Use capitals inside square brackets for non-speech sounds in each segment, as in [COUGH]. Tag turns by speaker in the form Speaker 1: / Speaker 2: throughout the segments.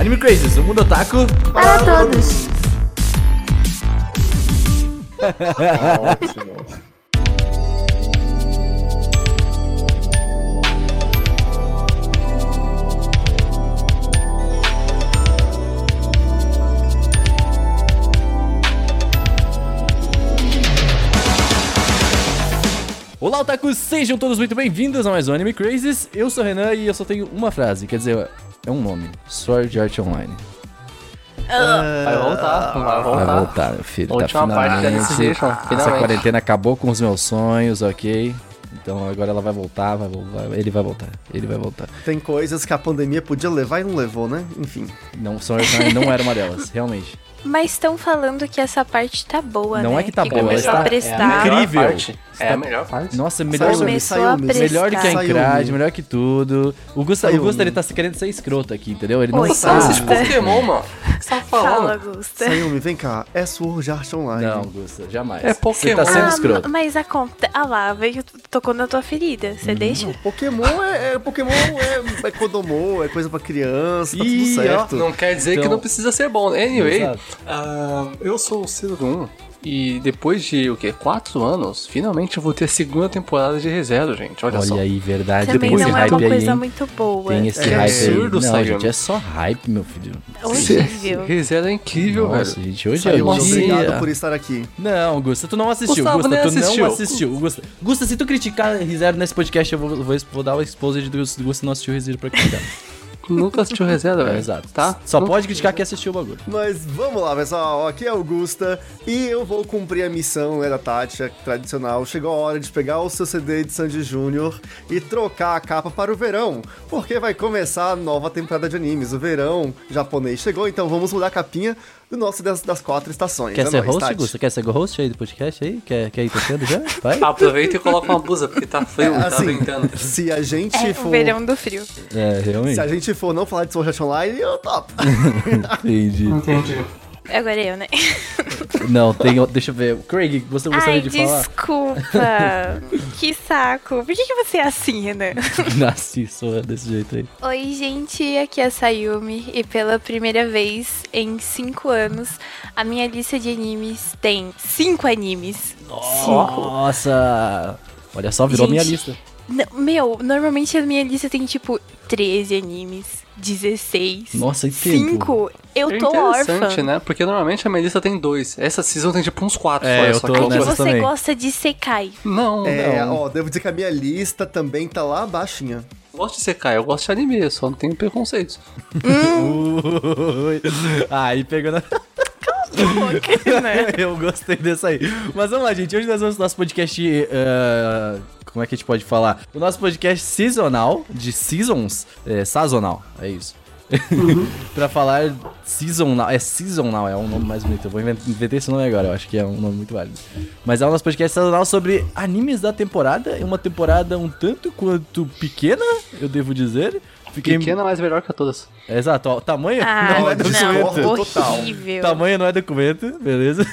Speaker 1: Anime Crazes, o mundo otaku.
Speaker 2: Para todos.
Speaker 3: Ótimo.
Speaker 1: Olá, otakus, sejam todos muito bem-vindos a mais um Anime Crazes. Eu sou o Renan e eu só tenho uma frase, quer dizer, é um nome: Sword Art Online.
Speaker 3: Vai
Speaker 1: tá.
Speaker 3: voltar, vai voltar.
Speaker 1: Vai voltar, meu filho. Tá
Speaker 3: Última parte da
Speaker 1: finalmente.
Speaker 3: Decision,
Speaker 1: Essa
Speaker 3: finalmente.
Speaker 1: quarentena acabou com os meus sonhos, ok? Então agora ela vai voltar, vai voltar. Ele vai voltar, ele vai voltar.
Speaker 4: Tem coisas que a pandemia podia levar e não levou, né? Enfim.
Speaker 1: Não, Sword Art Online não era uma delas, [LAUGHS] realmente.
Speaker 2: Mas estão falando que essa parte tá boa,
Speaker 1: Não
Speaker 2: né?
Speaker 1: é que tá boa,
Speaker 2: começou
Speaker 1: ela
Speaker 2: a
Speaker 1: tá-
Speaker 3: a
Speaker 2: prestar.
Speaker 3: melhor
Speaker 1: Incrível.
Speaker 3: parte. É a melhor parte.
Speaker 1: Nossa, melhor
Speaker 2: Saiu
Speaker 1: do
Speaker 2: mesmo. Começou a prestar.
Speaker 1: Melhor que a
Speaker 4: Saiu
Speaker 1: Encrade,
Speaker 4: mesmo.
Speaker 1: melhor que tudo. O Gusta, o
Speaker 4: Saiu
Speaker 1: Gusta ele
Speaker 4: mesmo.
Speaker 1: tá querendo ser escroto aqui, entendeu? Ele não
Speaker 2: Oi,
Speaker 1: sabe.
Speaker 2: Gusta.
Speaker 3: Nossa, Ah, esses Pokémon, mano. O que você tá
Speaker 2: Fala,
Speaker 3: falando?
Speaker 2: Augusta.
Speaker 4: Sayumi, vem cá. É Sword Art Online.
Speaker 1: Não, Gusta, jamais.
Speaker 3: É
Speaker 1: Você
Speaker 3: Pokémon.
Speaker 1: tá sendo
Speaker 2: Ah,
Speaker 1: escroto.
Speaker 2: mas acontece. Ah lá, veio, tocou na tua ferida.
Speaker 1: Hum,
Speaker 2: Você deixa?
Speaker 4: Pokémon é, é- Pokémon é, é Kodomo, é coisa pra criança, tá
Speaker 1: Ih,
Speaker 4: tudo certo.
Speaker 3: Não quer dizer que
Speaker 1: Então-
Speaker 3: não precisa ser bom. né? Anyway,
Speaker 1: Exato.
Speaker 3: ah, eu sou o Ciro 1 e depois de o quê? Quatro anos, finalmente eu vou ter a segunda temporada de reserva, gente. Olha, só.
Speaker 1: Olha aí, verdade.
Speaker 2: Também
Speaker 1: tem esse
Speaker 2: não é uma
Speaker 1: hype aí,
Speaker 2: coisa
Speaker 1: hein?
Speaker 2: muito boa.
Speaker 1: Tem esse
Speaker 4: É
Speaker 1: hype
Speaker 3: absurdo,
Speaker 1: aí. Não,
Speaker 3: Sayumi.
Speaker 1: gente, é só hype, meu filho.
Speaker 2: [LAUGHS] Horrível.
Speaker 3: Reserva é incrível,
Speaker 1: Nossa,
Speaker 3: velho.
Speaker 1: gente, hoje é
Speaker 4: Sayumi,
Speaker 1: o
Speaker 3: Nossa.
Speaker 4: obrigado por estar aqui.
Speaker 1: Não, Gusta, tu não assistiu.
Speaker 3: Gustavo
Speaker 1: Gusta,
Speaker 3: nem
Speaker 1: tu
Speaker 3: assistiu.
Speaker 1: não assistiu. Gusta, Gusta, se tu criticar Rizero nesse podcast, eu vou, vou, vou dar o exposed do Gusta que não assistiu Rizero pra criticar.
Speaker 3: Nunca
Speaker 1: [LAUGHS]
Speaker 3: assistiu reserva, velho.
Speaker 1: É, Exato.
Speaker 3: Tá?
Speaker 1: Só pode criticar quem assistiu o bagulho.
Speaker 4: Mas vamos lá, pessoal. Aqui é Augusta e eu vou cumprir a missão né, da Tátia tradicional. Chegou a hora de pegar o seu CD de Sandy Júnior e trocar a capa para o verão, porque vai começar a nova temporada de animes. O verão japonês chegou, então vamos mudar a capinha do nosso das, das quatro estações.
Speaker 1: Quer
Speaker 4: É
Speaker 1: ser
Speaker 4: nóis,
Speaker 1: host,
Speaker 4: Tati.
Speaker 1: Gusta? Quer ser host aí do podcast aí? Quer, quer ir tocando já? Vai?
Speaker 3: Aproveita e coloca uma blusa, porque tá
Speaker 1: [LAUGHS]
Speaker 3: frio, tá
Speaker 4: Assim,
Speaker 3: brincando.
Speaker 4: se a gente
Speaker 2: É o
Speaker 4: for.
Speaker 2: verão do frio.
Speaker 1: É,
Speaker 4: Se a
Speaker 1: realmente.
Speaker 4: gente for não falar de Sword Art Online, eu topo.
Speaker 1: Entendi.
Speaker 3: Entendi.
Speaker 2: Agora eu, né?
Speaker 1: Não, tem. outro- Deixa eu ver. Craig, você gostaria
Speaker 2: Ai,
Speaker 1: de falar?
Speaker 2: desculpa.
Speaker 1: [LAUGHS]
Speaker 2: que saco. Por que, que você é assim, Renan?
Speaker 1: Nasci, sou desse jeito aí.
Speaker 2: Oi, gente, aqui é a Sayumi e pela primeira vez em 5 anos a minha lista de animes tem 5 animes.
Speaker 1: Nossa! Olha só, virou
Speaker 2: Gente.
Speaker 1: minha lista.
Speaker 2: N- meu, normalmente a minha lista tem tipo 13 animes, 16.
Speaker 1: Nossa, e tempo?
Speaker 2: 5? Eu
Speaker 3: É
Speaker 2: tô órfã.
Speaker 3: interessante, né? Porque normalmente a Melissa tem dois. Essa season tem tipo uns quatro.
Speaker 1: É,
Speaker 3: só,
Speaker 1: eu
Speaker 3: só
Speaker 1: tô
Speaker 3: que-
Speaker 2: É que
Speaker 1: nessa
Speaker 2: você
Speaker 1: também.
Speaker 2: gosta de Sekai.
Speaker 3: Não,
Speaker 4: É,
Speaker 3: não.
Speaker 4: ó, devo dizer que a minha lista também tá lá baixinha.
Speaker 3: Eu gosto de Sekai, eu gosto de anime, eu só não tenho preconceitos.
Speaker 1: Ui. Ah, Aí pegando. a- [LAUGHS] Eu gostei dessa aí. Mas vamos lá, gente. Hoje nós vamos no nosso podcast. eh, como é que a gente pode falar? O nosso podcast seasonal, de seasons. É, sazonal, é isso. [LAUGHS] pra falar seasonal. É seasonal, é um nome mais bonito. Eu vou inven- inventar esse nome agora, eu acho que é um nome muito válido. Mas é o nosso podcast sazonal sobre animes da temporada. É Uma temporada um tanto quanto pequena, eu devo dizer. Fiquei...
Speaker 3: Pequena, mas melhor que a todas.
Speaker 1: Exato, ó, o tamanho
Speaker 2: Ah,
Speaker 1: não é documento.
Speaker 2: não,
Speaker 4: desconto total.
Speaker 2: horrível.
Speaker 1: Tamanho não é documento,
Speaker 4: [LAUGHS]
Speaker 1: beleza?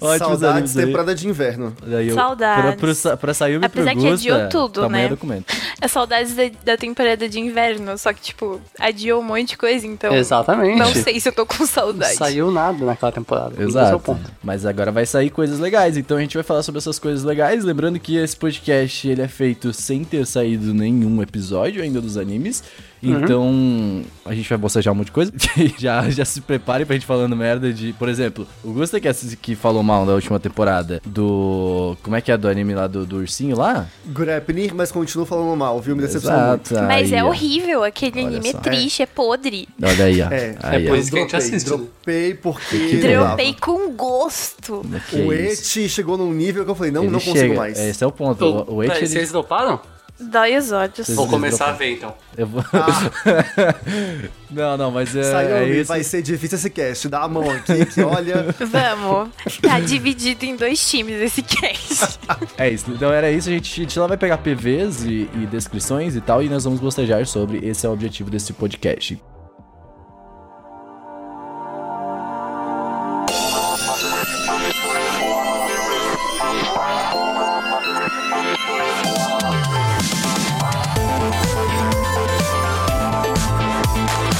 Speaker 1: Ótimos
Speaker 4: Saudades
Speaker 1: animes aí.
Speaker 4: temporada de inverno.
Speaker 1: Daí eu-
Speaker 2: Saudades.
Speaker 1: Pra, pro, Sa- pra Sayumi e pro
Speaker 2: Apesar que
Speaker 1: Gusta,
Speaker 2: adiou tudo,
Speaker 1: tamanho
Speaker 2: né?
Speaker 1: é documento.
Speaker 2: É saudades da, da temporada de inverno, só que, tipo, adiou um monte de coisa, então.
Speaker 3: Exatamente.
Speaker 2: Não sei se eu tô com
Speaker 3: Não
Speaker 2: saudade.
Speaker 3: saiu nada naquela temporada. Esse é o
Speaker 1: Exato.
Speaker 3: ponto.
Speaker 1: Mas agora vai sair coisas legais, então a gente vai falar sobre essas coisas legais. Lembrando que esse podcast ele é feito sem ter saído nenhum episódio ainda dos animes.
Speaker 4: Uhum.
Speaker 1: Então a gente vai bocejar um monte de coisa. [LAUGHS] já, já se prepare pra gente falando merda de. Por exemplo, o Gusta que, assi- que falou mal da última temporada do. Como é que é do anime lá do, do ursinho lá?
Speaker 4: Grepnir, mas continuo falando mal, viu? Me decepcionou muito.
Speaker 1: Exato.
Speaker 2: Mas
Speaker 1: aí,
Speaker 2: é
Speaker 1: ó.
Speaker 2: horrível, aquele
Speaker 1: Olha
Speaker 2: anime é
Speaker 1: só.
Speaker 2: triste, é podre.
Speaker 1: Olha aí, ó.
Speaker 4: É.
Speaker 1: Aí,
Speaker 3: É
Speaker 1: ó.
Speaker 3: por isso que a gente assiste. né?
Speaker 4: Dropei porque.
Speaker 1: Que
Speaker 4: não dava.
Speaker 2: Dropei com gosto.
Speaker 1: Que
Speaker 4: O
Speaker 1: isso.
Speaker 4: Eti chegou num nível que eu falei, não,
Speaker 1: Ele
Speaker 4: não consigo
Speaker 1: chega.
Speaker 4: mais.
Speaker 1: Esse é o ponto. O, o
Speaker 3: Então, Peraí,
Speaker 1: Eti, ele...
Speaker 3: Vocês doparam?
Speaker 2: Dói os olhos.
Speaker 1: Vocês-
Speaker 3: Vou
Speaker 1: Vocês
Speaker 3: começar a ver então.
Speaker 1: Eu vou... [LAUGHS] não, não, mas é,
Speaker 4: Saiu,
Speaker 1: é isso.
Speaker 4: vai ser difícil esse cast. Dá a mão aqui, que olha.
Speaker 2: Vamos. Tá dividido em dois times
Speaker 1: [LAUGHS]
Speaker 2: esse cast.
Speaker 1: É isso. Então era isso. A gente, a gente lá vai pegar PVs e, e descrições e tal, e nós vamos gostejar sobre esse é o objetivo desse podcast.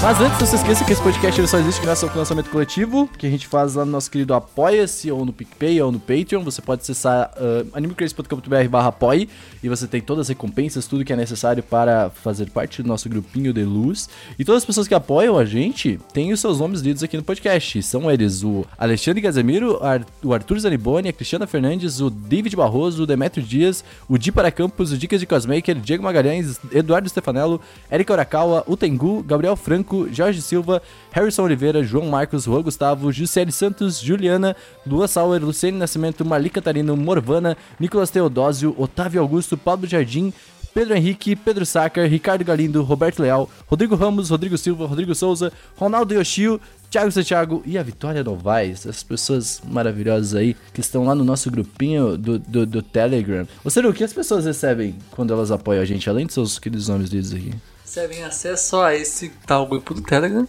Speaker 1: Mas antes, não se esqueça que esse podcast ele só existe graças ao lançamento coletivo, que a gente faz lá no nosso querido Apoia-se, ou no PicPay, ou no Patreon. Você pode acessar ah, animecrazy.com.br barra apoie, e você tem todas as recompensas, tudo que é necessário para fazer parte do nosso grupinho de luz. E todas as pessoas que apoiam a gente têm os seus nomes lidos aqui no podcast. São eles o Alexandre Casemiro, Ar- o Arthur Zaniboni, a Cristiana Fernandes, o David Barroso, o Demetrio Dias, o Di Para Campos, o Dicas de Cosmaker, Diego Magalhães, Eduardo Stefanello, Erika Urakawa, o Tengu, Gabriel Franco, Jorge Silva, Harrison Oliveira, João Marcos, Juan Gustavo, Gisele Santos, Juliana, Lua Sauer, Luciene Nascimento, Marli Catarino, Morvana, Nicolas Teodósio, Otávio Augusto, Pablo Jardim, Pedro Henrique, Pedro Sacker, Ricardo Galindo, Roberto Leal, Rodrigo Ramos, Rodrigo Silva, Rodrigo Souza, Ronaldo Yoshio, Thiago Santiago e a Vitória Novaes, essas pessoas maravilhosas aí que estão lá no nosso grupinho do, do, do Telegram. Você o que as pessoas recebem quando elas apoiam a gente, além dos seus queridos nomes lidos aqui?
Speaker 3: Recebem acesso a esse tal grupo do Telegram.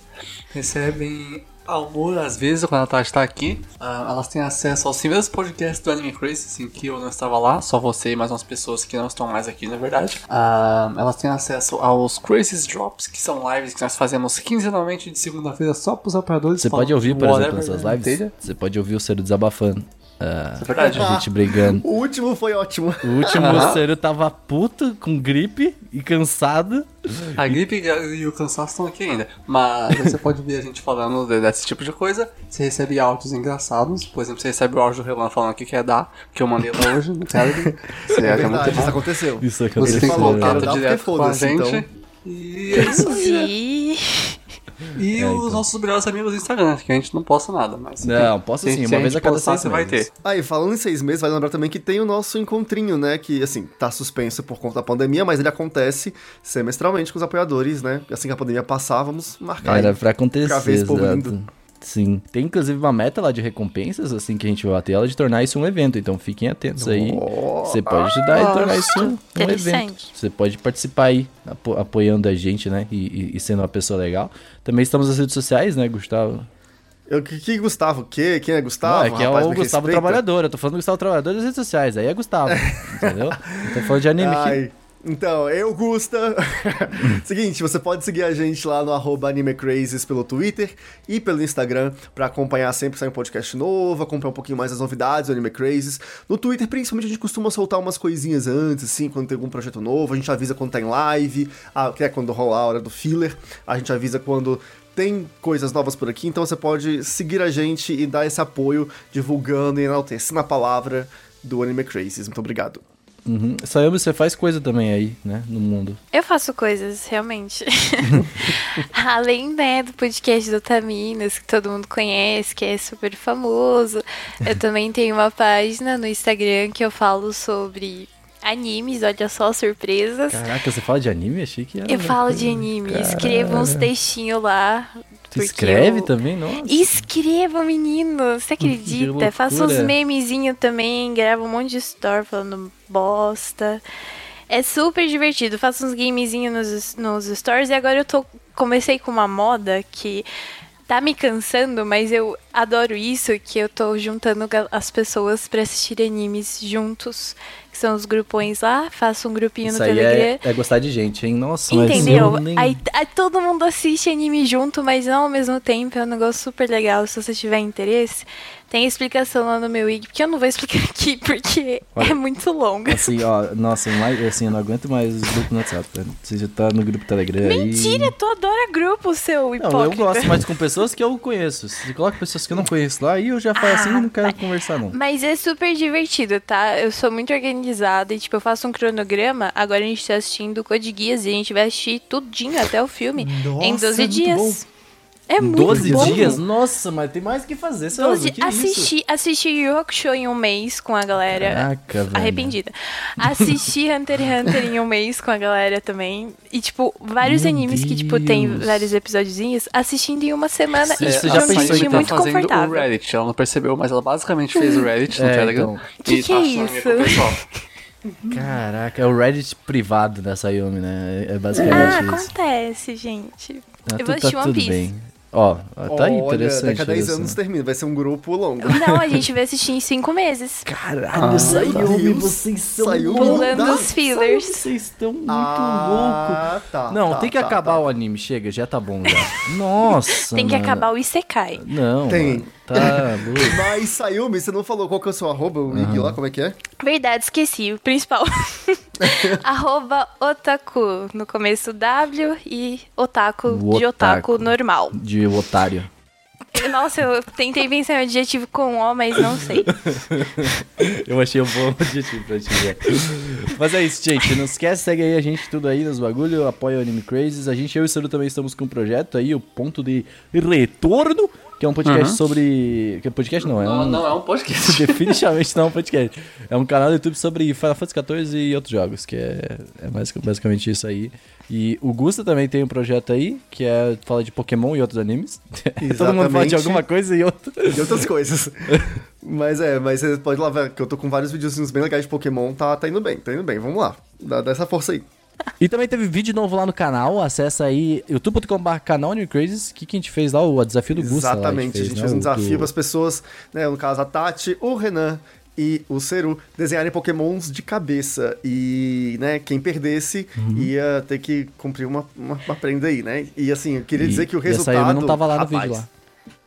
Speaker 3: Recebem amor às vezes quando a Tati está aqui. Ah, elas têm acesso aos primeiros podcasts do Anime Crazy, assim, que eu não estava lá, só você e mais umas pessoas que não estão mais aqui, na verdade. Ah, elas têm acesso aos Crazy Drops, que são lives que nós fazemos quinzenalmente de segunda-feira só para os apoiadores.
Speaker 1: Você
Speaker 3: falando
Speaker 1: pode ouvir, por
Speaker 3: whatever
Speaker 1: exemplo, essas
Speaker 3: na
Speaker 1: lives,
Speaker 3: telha.
Speaker 1: você pode ouvir o Ciro desabafando, ah,
Speaker 3: É verdade.
Speaker 1: a gente brigando.
Speaker 4: O último foi ótimo.
Speaker 1: O último
Speaker 3: Aham.
Speaker 1: o Ciro tava puto, com gripe e cansado.
Speaker 3: A gripe e a- e o cansaço estão aqui ainda. Mas você pode ver a gente falando de- desse tipo de coisa. Você recebe áudios engraçados. Por exemplo, você recebe o áudio do Relan falando que quer dar, que eu mandei lá hoje no Telegram. [LAUGHS] Você
Speaker 4: É [LAUGHS]
Speaker 3: acha muito
Speaker 4: verdade, isso
Speaker 3: bom.
Speaker 4: aconteceu.
Speaker 1: Isso é aqui
Speaker 3: Você tem
Speaker 4: falou,
Speaker 1: cara.
Speaker 4: quero
Speaker 3: contato
Speaker 4: dar porque
Speaker 3: direto com a
Speaker 4: foda-se,
Speaker 3: gente.
Speaker 4: então.
Speaker 3: E é isso aí, né?
Speaker 2: Ih,
Speaker 3: E
Speaker 1: É,
Speaker 3: os
Speaker 1: então.
Speaker 3: nossos melhores amigos do Instagram, que a gente não posta nada, mas. enfim,
Speaker 1: Não, posta
Speaker 3: se-
Speaker 1: sim,
Speaker 3: se
Speaker 1: uma vez
Speaker 3: gente
Speaker 1: a cada
Speaker 3: postar,
Speaker 1: seis
Speaker 3: você vai
Speaker 1: meses.
Speaker 3: ter.
Speaker 4: Aí, falando em seis meses, vale lembrar também que tem o nosso encontrinho, né? Que, assim, tá suspenso por conta da pandemia, mas ele acontece semestralmente com os apoiadores, né? Assim que a pandemia passar, vamos marcar.
Speaker 1: Era
Speaker 4: aí.
Speaker 1: pra acontecer,
Speaker 4: Pra ver esse povo
Speaker 1: exato.
Speaker 4: lindo.
Speaker 1: Sim. Tem inclusive uma meta lá de recompensas, assim, que a gente vai bater ela de tornar isso um evento. Então fiquem atentos aí. Você pode ajudar e tornar isso um um evento.
Speaker 2: Interessante.
Speaker 1: Você pode participar aí, apo- apoiando a gente, né? E, e- e sendo uma pessoa legal. Também estamos nas redes sociais, né, Gustavo?
Speaker 4: Eu, que, que Gustavo? O quê? Quem é
Speaker 1: Não,
Speaker 4: Gustavo?
Speaker 1: é que é
Speaker 4: Rapaz,
Speaker 1: o
Speaker 4: me
Speaker 1: Gustavo
Speaker 4: respeita.
Speaker 1: Trabalhador. Eu tô falando do Gustavo Trabalhador das redes sociais. Aí é Gustavo. entendeu? Eu tô falando de anime aqui.
Speaker 4: Ai, Então, eu, Gusta. [LAUGHS] Seguinte, você pode seguir a gente lá no arroba AnimeCrazes pelo Twitter e pelo Instagram pra acompanhar sempre que sai um podcast novo, acompanhar um pouquinho mais as novidades do Anime Crazes. No Twitter, principalmente, a gente costuma soltar umas coisinhas antes, assim, quando tem algum projeto novo, a gente avisa quando tá em live, a- que é quando rolar a hora do filler, a gente avisa quando tem coisas novas por aqui, então você pode seguir a gente e dar esse apoio divulgando e enaltecendo a palavra do Anime Crazes. Muito obrigado.
Speaker 1: Uhum. Sayami, você faz coisa também aí, né? No
Speaker 4: [LAUGHS]
Speaker 1: mundo.
Speaker 2: Eu faço
Speaker 1: [LAUGHS]
Speaker 2: coisas, realmente. Além né, do podcast do Taminas, que todo mundo conhece, que é super famoso.
Speaker 1: [LAUGHS]
Speaker 2: Eu também tenho uma página no Instagram que eu falo sobre animes, olha só, surpresas.
Speaker 1: Caraca, você fala de anime? Achei que era.
Speaker 2: Eu
Speaker 1: uma
Speaker 2: falo
Speaker 1: coisa.
Speaker 2: de anime, escrevo uns textinhos lá.
Speaker 1: Tu
Speaker 2: porque
Speaker 1: escreve
Speaker 2: eu-
Speaker 1: também? Nossa.
Speaker 2: Escrevo, menino, você
Speaker 1: Que loucura.
Speaker 2: acredita? Faço uns memezinhos também, gravo um monte de story falando bosta. É super divertido, faço uns gamezinhos nos, nos stories e agora eu tô. Comecei com uma moda que tá me cansando, mas eu adoro isso, que eu tô juntando ga- as pessoas pra assistir animes juntos, que são os grupões lá, faço um grupinho
Speaker 1: Isso
Speaker 2: no
Speaker 1: aí
Speaker 2: Telegram.
Speaker 1: é, é gostar de gente, hein? Nossa, mas
Speaker 2: Entendeu?
Speaker 1: eu nem-
Speaker 2: Aí, aí todo mundo assiste anime junto, mas não ao mesmo tempo. É um negócio super legal. Se você tiver interesse, tem explicação lá no meu IG, porque eu não vou explicar [LAUGHS] aqui, porque
Speaker 1: Olha.
Speaker 2: é muito longo.
Speaker 1: Assim, ó, nossa, mais, assim, eu não aguento mais os grupos no WhatsApp. né? Você já tá no grupo Telegram aí.
Speaker 2: [LAUGHS] Mentira, tu adora grupo, seu hipócrita.
Speaker 1: Não, eu gosto mais com pessoas que eu conheço. Se coloca pessoas que eu não conheço lá, aí eu já falo assim, eu não quero
Speaker 2: Ah,
Speaker 1: conversar, não.
Speaker 2: Mas é super divertido, tá? Eu sou muito organizada e, tipo, eu faço um cronograma. Agora a gente tá assistindo o Code Geass e a gente vai assistir tudinho até o filme em 12 dias. É muito
Speaker 1: 12
Speaker 2: bom.
Speaker 1: dias? Nossa, mas tem mais o que fazer, sabe?
Speaker 2: 12
Speaker 1: que isso?
Speaker 2: assisti, assisti Yu Hakusho em um mês com a galera.
Speaker 1: Caraca, velho.
Speaker 2: Arrependida. Assisti Hunter x Hunter em um mês com a galera também. E, tipo, vários
Speaker 1: Meu
Speaker 2: animes que, tipo, tem
Speaker 1: Deus.
Speaker 2: vários episódiozinhos, assistindo em uma semana.
Speaker 1: Você-
Speaker 2: e,
Speaker 3: É,
Speaker 1: você
Speaker 2: tipo,
Speaker 1: já
Speaker 2: eu me
Speaker 1: pensou em tá
Speaker 2: senti
Speaker 1: imitar
Speaker 2: muito
Speaker 3: tá fazendo
Speaker 2: confortável.
Speaker 3: o Reddit. Ela não percebeu, mas ela basicamente fez o Reddit no
Speaker 1: É,
Speaker 3: Telegram.
Speaker 1: então.
Speaker 2: Que
Speaker 3: e
Speaker 2: que é
Speaker 3: tá achando
Speaker 2: isso?
Speaker 3: com o pessoal.
Speaker 1: Caraca, é o Reddit privado da Sayumi, né? É basicamente
Speaker 2: Ah,
Speaker 1: isso.
Speaker 2: acontece, gente.
Speaker 1: Ah,
Speaker 2: eu
Speaker 1: tu
Speaker 2: vou
Speaker 1: tá
Speaker 2: assistir One
Speaker 1: tudo
Speaker 2: Piece.
Speaker 1: bem. Ó, tá aí, interessante. né?
Speaker 4: daqui a 10
Speaker 1: interessante.
Speaker 4: anos termina, vai ser um grupo longo.
Speaker 2: Não, a gente vai assistir em cinco meses.
Speaker 1: Caralho, saiu,
Speaker 4: Deus.
Speaker 1: meu, Ah, vocês são
Speaker 4: Saiu
Speaker 1: loucos.
Speaker 2: Pulando
Speaker 4: dá-
Speaker 2: os fillers.
Speaker 1: Saiu, Vocês estão muito loucos.
Speaker 4: Ah, tá,
Speaker 1: Não,
Speaker 4: tá,
Speaker 1: tem que
Speaker 4: tá,
Speaker 1: acabar
Speaker 4: tá.
Speaker 1: o anime, chega, já tá bom já. [LAUGHS] Nossa.
Speaker 2: Tem que
Speaker 1: mano.
Speaker 2: acabar o Isekai.
Speaker 1: Não.
Speaker 4: Tem.
Speaker 1: mano, [LAUGHS] Tá louco.
Speaker 4: Mas Sayumi, você não falou qual que é o seu arroba, o IG lá, como é que é?
Speaker 2: Verdade, esqueci. O
Speaker 1: [LAUGHS]
Speaker 2: principal. [LAUGHS] Arroba otaku. No começo W e otaku
Speaker 1: O
Speaker 2: de otaku
Speaker 1: otaku.
Speaker 2: normal.
Speaker 1: De otário.
Speaker 2: Nossa, eu tentei pensar em um adjetivo com O, mas
Speaker 1: [LAUGHS]
Speaker 2: não sei.
Speaker 1: Eu achei um bom [LAUGHS] objetivo pra te ver. Mas é isso, gente. Não esquece, segue aí a gente tudo aí nos bagulho, apoia o Anime Crazes. A gente, eu e o Saru também estamos com um projeto aí, o Ponto de Retorno, que é um podcast sobre... Que é podcast não, é
Speaker 3: Não,
Speaker 1: um...
Speaker 3: não é um podcast.
Speaker 1: [LAUGHS] Definitivamente não é um podcast. É um canal do YouTube sobre Final Fantasy XIV e outros jogos, que é, é basic- basicamente isso aí. E o Gusta também tem um projeto aí, que é falar de Pokémon e outros animes. [LAUGHS] Todo mundo fala de
Speaker 4: Exatamente.
Speaker 1: alguma coisa e outra. [LAUGHS]
Speaker 4: E outras coisas. mas é, mas você pode lá ver, que eu tô com vários videozinhos bem legais de Pokémon, tá, tá indo bem, tá indo bem, vamos lá. Dá, dá essa força aí.
Speaker 1: E também teve vídeo novo lá no canal, acessa aí youtube.com.br canal New Crazes, que que a gente fez lá, o desafio do Gusta. lá,
Speaker 4: Exatamente, a gente fez
Speaker 1: né,
Speaker 4: um
Speaker 1: o
Speaker 4: desafio
Speaker 1: do-
Speaker 4: para as pessoas, né, no caso a Tati, o Renan e o Ceru, desenharem pokémons de cabeça. E, né, quem perdesse
Speaker 1: Uhum.
Speaker 4: ia ter que cumprir uma, uma, uma prenda aí, né? E assim, eu queria
Speaker 1: E-
Speaker 4: dizer que o
Speaker 1: e essa aí
Speaker 4: resultado...
Speaker 1: eu não tava lá no
Speaker 4: Rapaz,
Speaker 1: vídeo lá.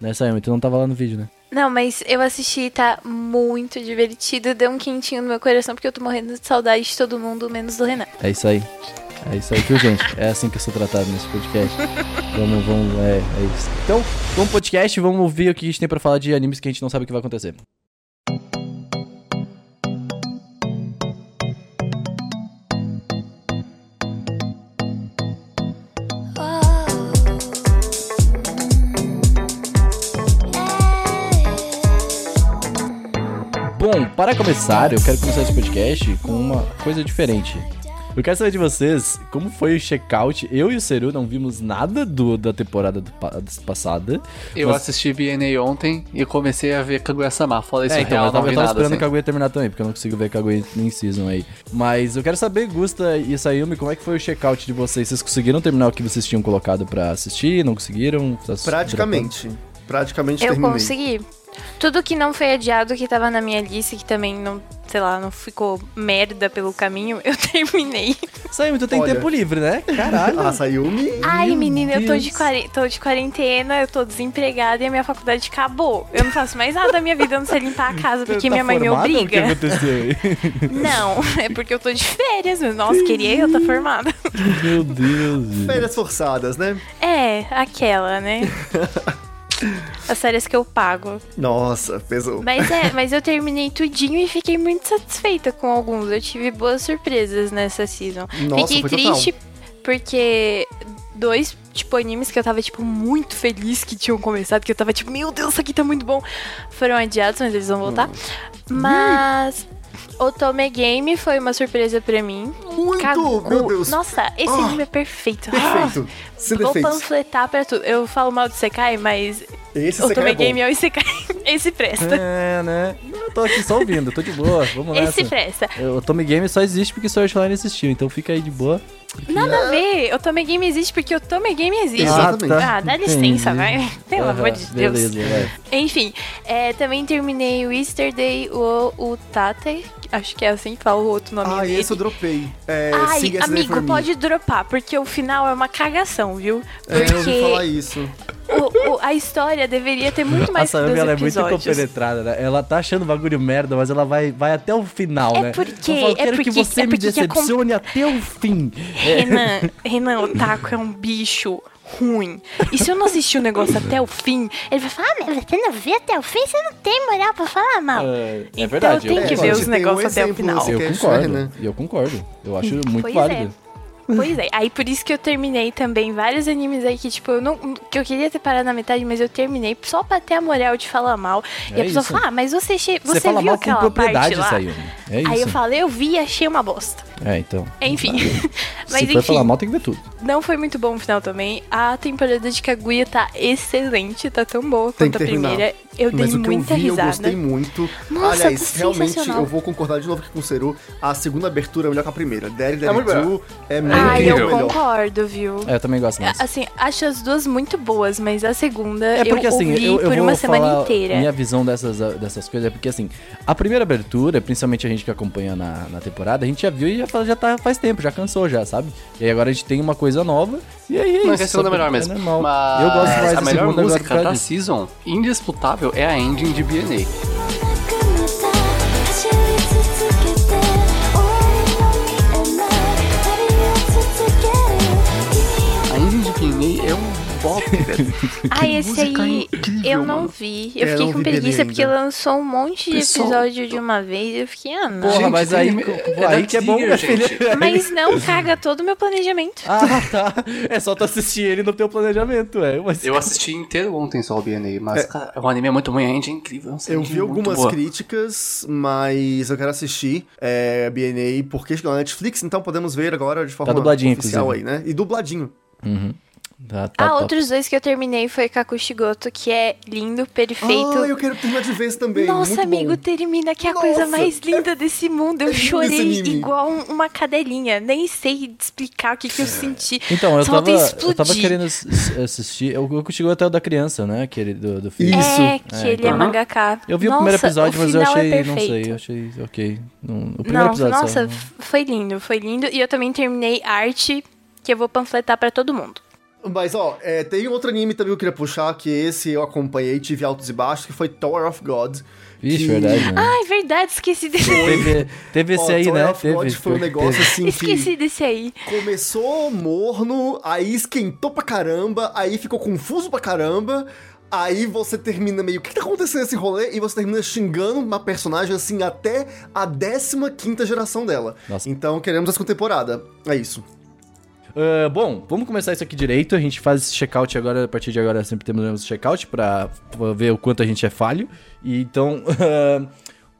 Speaker 1: Nessa aí, tu não tava lá no vídeo, né?
Speaker 2: Não, mas eu assisti, tá muito divertido. Deu um quentinho no meu coração, porque eu tô morrendo de saudade de todo mundo, menos do Renan.
Speaker 1: É isso aí. É isso aí, viu, gente? É assim que eu sou tratado nesse podcast.
Speaker 4: [LAUGHS]
Speaker 1: vamos, vamos, é, é isso. Então, vamos pro podcast, vamos ouvir o que a gente tem pra falar de animes que a gente não sabe o que vai acontecer. Bom, para começar, eu quero começar esse podcast com uma coisa diferente. Eu quero saber de vocês como foi o check-out. Eu e o Seru não vimos nada do, da temporada do pa- passada.
Speaker 3: Eu
Speaker 1: Mas-
Speaker 3: assisti BNA ontem e comecei a ver Kaguya-sama. Fala isso
Speaker 1: É, então,
Speaker 3: real,
Speaker 1: eu tava,
Speaker 3: não
Speaker 1: eu
Speaker 3: vi
Speaker 1: tava
Speaker 3: nada,
Speaker 1: esperando o
Speaker 3: assim.
Speaker 1: Kaguya terminar também, porque eu não consigo ver Kaguya em season aí. Mas eu quero saber, Gusta e Sayumi, como é que foi o check-out de vocês? Vocês conseguiram terminar o que vocês tinham colocado pra assistir? Não conseguiram? Tá s-
Speaker 4: Praticamente. Praticamente
Speaker 2: Eu
Speaker 4: terminei.
Speaker 2: consegui. Tudo que não foi adiado, que tava na minha lista, que também não, sei lá, não ficou merda pelo caminho, [LAUGHS] eu terminei.
Speaker 1: dropando? Sayumi, tu tem
Speaker 4: Olha.
Speaker 1: tempo livre, né?
Speaker 4: [LAUGHS]
Speaker 1: Caralho.
Speaker 4: A Ah, Sayumi...
Speaker 2: Ai, menina, eu tô de,
Speaker 1: Deus.
Speaker 2: quaren- tô de quarentena, eu tô desempregada e a minha faculdade acabou. Eu não faço mais nada da minha vida, eu não sei limpar a casa, porque
Speaker 1: Tá
Speaker 2: minha mãe me
Speaker 1: formada? O que
Speaker 2: obriga.
Speaker 1: aconteceu aí? [LAUGHS]
Speaker 2: Não, [LAUGHS] é porque eu tô de férias, mas nossa, queria eu estar formada.
Speaker 1: Meu Deus. gente.
Speaker 4: Férias forçadas, né?
Speaker 2: É,
Speaker 1: [LAUGHS]
Speaker 2: aquela, né? As férias que eu pago.
Speaker 4: Nossa, pesou. [LAUGHS]
Speaker 2: Mas é, mas eu terminei tudinho e fiquei muito satisfeita com alguns. Eu tive boas surpresas nessa season.
Speaker 4: Nossa,
Speaker 2: fiquei
Speaker 4: foi total.
Speaker 2: triste porque dois, tipo, animes que eu tava, tipo, muito feliz que tinham começado, que eu tava, tipo, meu Deus, isso aqui tá muito bom. Foram adiados, mas eles vão
Speaker 4: Hum.
Speaker 2: voltar. Mas. Otome Game foi uma surpresa pra mim.
Speaker 4: Muito!
Speaker 2: Kagu-
Speaker 4: Meu Deus!
Speaker 2: Nossa, esse
Speaker 4: Ah,
Speaker 2: anime é perfeito. [LAUGHS]
Speaker 4: Perfeito! Sem
Speaker 2: Ah, vou
Speaker 4: defeitos.
Speaker 2: panfletar pra tudo. Eu falo mal do Sekai, mas
Speaker 4: Esse
Speaker 2: Otome
Speaker 4: Sekai é bom.
Speaker 2: Game é o Isekai. [LAUGHS] Esse presta.
Speaker 1: É, né? Eu tô aqui só ouvindo, tô de boa. Vamos
Speaker 4: é
Speaker 1: nessa.
Speaker 2: Esse
Speaker 4: assim.
Speaker 2: presta.
Speaker 1: O Tommy Game só existe porque Sword Online existiu, então fica aí de boa.
Speaker 2: Nada a ver. O Tome Game existe porque o Tome Game existe.
Speaker 4: Exatamente.
Speaker 2: Ah, dá licença, vai. [LAUGHS]
Speaker 1: Entendi.
Speaker 2: Pelo
Speaker 1: Aham,
Speaker 2: amor de Deus.
Speaker 1: Beleza, vai.
Speaker 2: Enfim, é, também terminei o Yesterday, o, o Tate. Acho que é assim que fala o outro nome
Speaker 4: Ah,
Speaker 2: dele.
Speaker 4: esse eu dropei. É,
Speaker 2: Ai,
Speaker 4: siga essa daí
Speaker 2: amigo,
Speaker 4: pra mim.
Speaker 2: pode dropar, porque o final é uma cagação, viu?
Speaker 4: É, eu ouvi falar
Speaker 2: Porque
Speaker 4: isso.
Speaker 2: o- o- a história
Speaker 1: [LAUGHS]
Speaker 2: deveria ter muito
Speaker 1: A
Speaker 2: mais que
Speaker 1: Sayumi
Speaker 2: dois
Speaker 1: ela é muito
Speaker 2: episódios.
Speaker 1: compenetrada, né? Ela tá achando o bagulho merda, mas ela vai, vai até o final,
Speaker 2: É
Speaker 1: né?
Speaker 2: porque-
Speaker 1: eu falo,
Speaker 2: é
Speaker 1: quero
Speaker 2: porque-
Speaker 1: que você
Speaker 2: é
Speaker 1: me
Speaker 2: porque que É. acon-
Speaker 1: decepcione até o fim.
Speaker 2: Renan, Renan, o taco é um bicho ruim. E se eu não assistir o negócio até o fim, ele vai falar, ah, mas você não vê até o fim, você não tem moral pra falar mal.
Speaker 1: É,
Speaker 2: Então verdade, eu tem que
Speaker 4: concordo.
Speaker 2: ver
Speaker 4: Tem
Speaker 2: os
Speaker 4: um
Speaker 2: negócios até o
Speaker 4: exemplo,
Speaker 2: final.
Speaker 4: assim.
Speaker 1: Eu
Speaker 4: podcast,
Speaker 1: concordo,
Speaker 4: né?
Speaker 1: eu concordo. Eu acho muito
Speaker 2: Pois é.
Speaker 1: válido.
Speaker 2: Pois é, aí por isso que eu terminei também vários animes aí que, tipo, eu não. que eu queria ter parado na metade, mas eu terminei só pra ter a moral de falar mal. e
Speaker 1: É
Speaker 2: a pessoa
Speaker 1: isso.
Speaker 2: fala, ah, mas você, che- você,
Speaker 1: Você fala
Speaker 2: viu
Speaker 1: mal com
Speaker 2: aquela parte
Speaker 1: propriedade,
Speaker 2: lá?
Speaker 1: Sayumi. É isso.
Speaker 2: Aí eu falei, eu vi e achei uma bosta.
Speaker 1: É, então.
Speaker 2: Enfim. [LAUGHS] Mas
Speaker 1: Se for
Speaker 2: enfim,
Speaker 1: falar mal, tem que ver tudo.
Speaker 2: não foi muito bom o final também. A temporada de Kaguya tá excelente, tá tão boa
Speaker 4: Tem
Speaker 2: quanto a
Speaker 4: que terminar.
Speaker 2: primeira. Eu
Speaker 4: Mas
Speaker 2: dei
Speaker 4: o que
Speaker 2: muita
Speaker 4: eu vi, eu
Speaker 2: risada.
Speaker 4: gostei muito.
Speaker 2: Nossa,
Speaker 4: Aliás,
Speaker 2: tá
Speaker 4: realmente,
Speaker 2: sensacional.
Speaker 4: eu vou concordar de novo aqui com o Seru. A segunda abertura é melhor que a primeira. Daddy,
Speaker 3: É
Speaker 4: Daddy
Speaker 3: muito melhor.
Speaker 4: Do é muito
Speaker 2: Ai, eu
Speaker 3: Incrível.
Speaker 4: melhor.
Speaker 2: concordo, viu?
Speaker 1: É, eu também gosto mais.
Speaker 2: Assim, acho as duas muito boas, mas a segunda
Speaker 1: É porque
Speaker 2: eu
Speaker 1: assim,
Speaker 2: ouvi
Speaker 1: eu, eu
Speaker 2: por
Speaker 1: vou falar
Speaker 2: uma semana inteira.
Speaker 1: minha visão dessas, dessas coisas, é porque assim, a primeira abertura, principalmente a gente que acompanha na, na temporada, a gente já viu e já, fa- já tá faz tempo, já cansou já, sabe? E aí agora a gente tem uma coisa nova, e aí é isso.
Speaker 3: Mas a segunda é
Speaker 1: sabe?
Speaker 3: melhor mesmo.
Speaker 1: normal.
Speaker 3: Mas
Speaker 1: Eu gosto mais
Speaker 3: a
Speaker 1: da
Speaker 3: melhor
Speaker 1: segunda agora por
Speaker 3: música tá
Speaker 1: causa
Speaker 3: da
Speaker 1: disso.
Speaker 3: season, indisputável, é a ending de BNA.
Speaker 5: なくまた走り続けて終わりの見えない旅を続ける君を
Speaker 3: A ending de BNA é um
Speaker 1: [LAUGHS]
Speaker 3: bop, velho.
Speaker 2: Ah, esse
Speaker 3: música
Speaker 2: aí
Speaker 3: incrível,
Speaker 2: eu não
Speaker 3: mano.
Speaker 2: vi. Eu
Speaker 4: É,
Speaker 2: fiquei
Speaker 4: não
Speaker 2: com
Speaker 4: vi então. dele
Speaker 2: preguiça porque
Speaker 4: ainda.
Speaker 2: lançou um monte de
Speaker 3: Pessoal,
Speaker 2: episódio de uma vez e eu fiquei, ah, não.
Speaker 1: Porra,
Speaker 3: Gente,
Speaker 1: mas aí,
Speaker 3: tem-
Speaker 1: pô,
Speaker 3: é
Speaker 1: aí
Speaker 3: da
Speaker 1: que é bom,
Speaker 3: Tear,
Speaker 1: minha
Speaker 3: gente.
Speaker 1: filha.
Speaker 2: Mas não caga todo o meu planejamento.
Speaker 1: Ah, tá. É só tu assistir ele no teu planejamento, é. Mas...
Speaker 3: Eu assisti inteiro ontem só o BNA, mas
Speaker 4: É.
Speaker 3: cara, o anime é muito ruim, a ending é incrível. é um
Speaker 4: Eu
Speaker 3: ending
Speaker 4: vi
Speaker 3: muito
Speaker 4: algumas
Speaker 3: boa.
Speaker 4: críticas, mas eu quero assistir é, BNA porque chegou na Netflix, então podemos ver agora de forma
Speaker 1: dubladinho,
Speaker 4: oficial aí, né? E dubladinho.
Speaker 1: Tá, tá,
Speaker 2: Ah,
Speaker 1: tá.
Speaker 2: outros dois que eu terminei foi Kakushigoto, que é lindo, perfeito.
Speaker 4: Ah, eu quero terminar de vez também.
Speaker 2: Nossa,
Speaker 4: muito
Speaker 2: amigo,
Speaker 4: Bom.
Speaker 2: termina que é a
Speaker 4: Nossa,
Speaker 2: coisa mais linda desse mundo. Eu
Speaker 4: lindo esse
Speaker 2: chorei
Speaker 4: anime.
Speaker 2: igual um- uma cadelinha. Nem sei explicar o que,
Speaker 4: É.
Speaker 2: que eu senti.
Speaker 1: Então, eu
Speaker 2: Só
Speaker 1: tava,
Speaker 2: falta
Speaker 1: eu tava
Speaker 2: explodir.
Speaker 1: querendo ass- assistir. Eu, eu chegou até o da criança, né? Aquele do, do filho.
Speaker 4: Isso.
Speaker 2: É, que ele é
Speaker 3: então.
Speaker 2: mangaká.
Speaker 1: Eu vi
Speaker 2: Nossa,
Speaker 1: o primeiro episódio,
Speaker 2: o
Speaker 1: mas eu
Speaker 2: final
Speaker 1: achei,
Speaker 2: é
Speaker 1: não
Speaker 2: perfeito.
Speaker 1: sei, eu achei ok. Não, o primeiro
Speaker 2: Não,
Speaker 1: episódio né?
Speaker 2: nossa,
Speaker 1: só.
Speaker 2: f- foi lindo, foi lindo. E eu também terminei arte, que eu vou panfletar pra todo mundo.
Speaker 4: Mas, ó, é, tem outro anime também que eu queria puxar, que esse eu acompanhei, tive altos e baixos, que foi Tower of God.
Speaker 1: Vixe,
Speaker 4: que-
Speaker 1: verdade, né?
Speaker 2: Ai, verdade, esqueci desse,
Speaker 1: Teve, teve
Speaker 4: Ó,
Speaker 1: esse aí,
Speaker 4: Tower
Speaker 1: né?
Speaker 4: of God
Speaker 1: Teve,
Speaker 4: foi um
Speaker 1: teve.
Speaker 4: negócio assim que...
Speaker 2: esqueci desse aí.
Speaker 1: Tá
Speaker 4: Começou morno, aí esquentou pra caramba, aí ficou confuso pra caramba. Aí você termina meio, o que que tá acontecendo nesse rolê? E você termina xingando uma personagem assim até a 15 geração dela.
Speaker 1: Nossa.
Speaker 4: Então queremos essa temporada. É isso.
Speaker 1: Ah, bom, vamos começar isso aqui direito. A gente faz esse check-out agora, a partir de agora sempre temos check-out pra pra ver o quanto a gente é falho. E então, [LAUGHS] ah,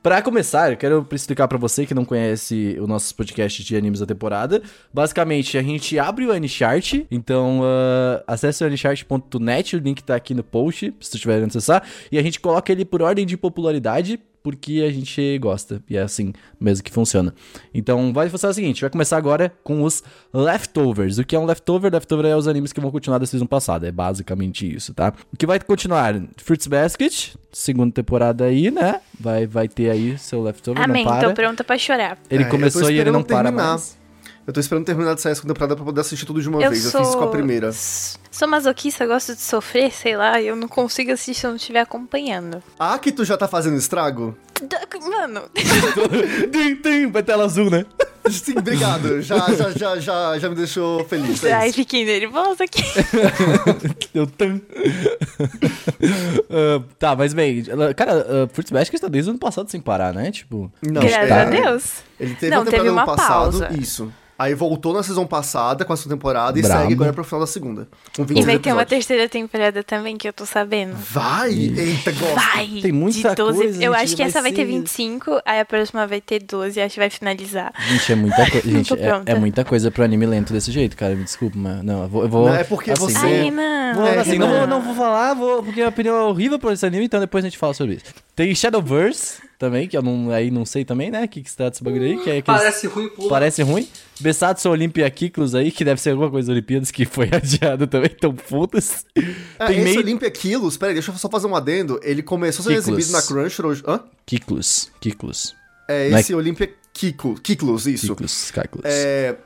Speaker 1: pra começar, eu quero explicar pra você que não conhece o nosso podcast de animes da temporada. Basicamente, a gente abre o Anychart, então ah, acesse o anychart.net, o link tá aqui no post, se tu tiver acessar, e a gente coloca ele por ordem de popularidade. Porque a gente gosta, e é assim mesmo que funciona. Então, vai funcionar o seguinte: vai começar agora com os Leftovers. O que é um leftover? Leftover é os animes que vão continuar da season passada. É basicamente isso, tá? O que vai continuar? Fruits Basket, segunda temporada aí, né? Vai, vai ter aí seu leftover,
Speaker 2: Amém,
Speaker 1: não para.
Speaker 2: tô pronta pra chorar.
Speaker 1: Ele
Speaker 4: É, eu tô
Speaker 1: começou e ele não
Speaker 4: esperando
Speaker 1: para
Speaker 4: terminar.
Speaker 1: mais. [LAUGHS]
Speaker 4: Eu tô esperando terminar de sair a segunda temporada pra poder assistir tudo de uma
Speaker 2: eu
Speaker 4: vez.
Speaker 2: sou.
Speaker 4: Eu fiz isso com a primeira.
Speaker 2: s- Sou masoquista, eu gosto de sofrer, sei lá, eu não consigo assistir se eu não estiver acompanhando.
Speaker 4: Ah, que tu já tá fazendo estrago? [LAUGHS]
Speaker 2: D- Mano,
Speaker 1: Tum, tum, Vai tela azul, né? [LAUGHS]
Speaker 4: Sim, obrigado. Já, já, já, já, já me deixou feliz. É
Speaker 2: ai,
Speaker 4: isso.
Speaker 2: fiquei nervosa aqui.
Speaker 1: Deu tan. [LAUGHS] Ah, tá, mas bem, ela- cara, uh, Fruits Basket tá desde o ano passado sem parar, né? Tipo,
Speaker 4: Não,
Speaker 2: Graças
Speaker 4: é-
Speaker 2: a Deus.
Speaker 4: Ele teve
Speaker 2: Não,
Speaker 4: uma
Speaker 2: teve
Speaker 4: temporada no
Speaker 2: uma
Speaker 4: passado,
Speaker 2: pausa.
Speaker 4: isso. Aí voltou na season passada com a segunda temporada e
Speaker 1: Brabo.
Speaker 4: segue agora pro final da segunda. Com
Speaker 2: E
Speaker 4: 26
Speaker 2: vai ter uma
Speaker 4: episódios.
Speaker 2: terceira temporada também, que eu tô sabendo.
Speaker 4: Vai! Eita, gosto!
Speaker 2: Vai!
Speaker 1: Tem muita
Speaker 2: de 12,
Speaker 1: coisa,
Speaker 2: Eu
Speaker 1: gente,
Speaker 2: acho que
Speaker 1: vai
Speaker 2: essa vai
Speaker 1: ser-
Speaker 2: ter 25, aí a próxima vai ter 12, acho que vai finalizar.
Speaker 1: gente, é
Speaker 2: [LAUGHS]
Speaker 1: muita coisa. Gente,
Speaker 2: tô
Speaker 1: é,
Speaker 2: pronta.
Speaker 1: é muita coisa pro anime lento desse jeito, cara. Me desculpa, mas. Não, eu vou. Eu vou
Speaker 4: Não, é porque
Speaker 1: assim,
Speaker 4: você-
Speaker 1: vou-
Speaker 2: Ai, Renan.
Speaker 1: Vou,
Speaker 4: É,
Speaker 1: assim,
Speaker 4: Renan.
Speaker 1: não, vou, não vou falar, vou, porque a opinião é horrível por esse anime, então depois a gente fala sobre isso. Tem Shadowverse também, que eu não, aí não sei também, né? O que, que se trata desse bagulho aí, que é aqueles-
Speaker 3: Parece um ruim, pô.
Speaker 1: Parece ruim. Besatsu Olympia Kiklos aí, que deve ser alguma coisa Olimpíadas que foi [LAUGHS] adiada também, então foda-se.
Speaker 4: Ah,
Speaker 1: Tem
Speaker 4: esse
Speaker 1: meio...
Speaker 4: Olympia Kilos, peraí, deixa eu só fazer um adendo. Ele começou a ser
Speaker 1: Kiklos.
Speaker 4: exibido na Crunchyroll. Hã?
Speaker 1: Kiklos, Kiklos,
Speaker 4: É
Speaker 1: Não é-
Speaker 4: esse Olympia Kiko, Kiklos, isso.
Speaker 1: Kiklos, Kiklos.
Speaker 4: É,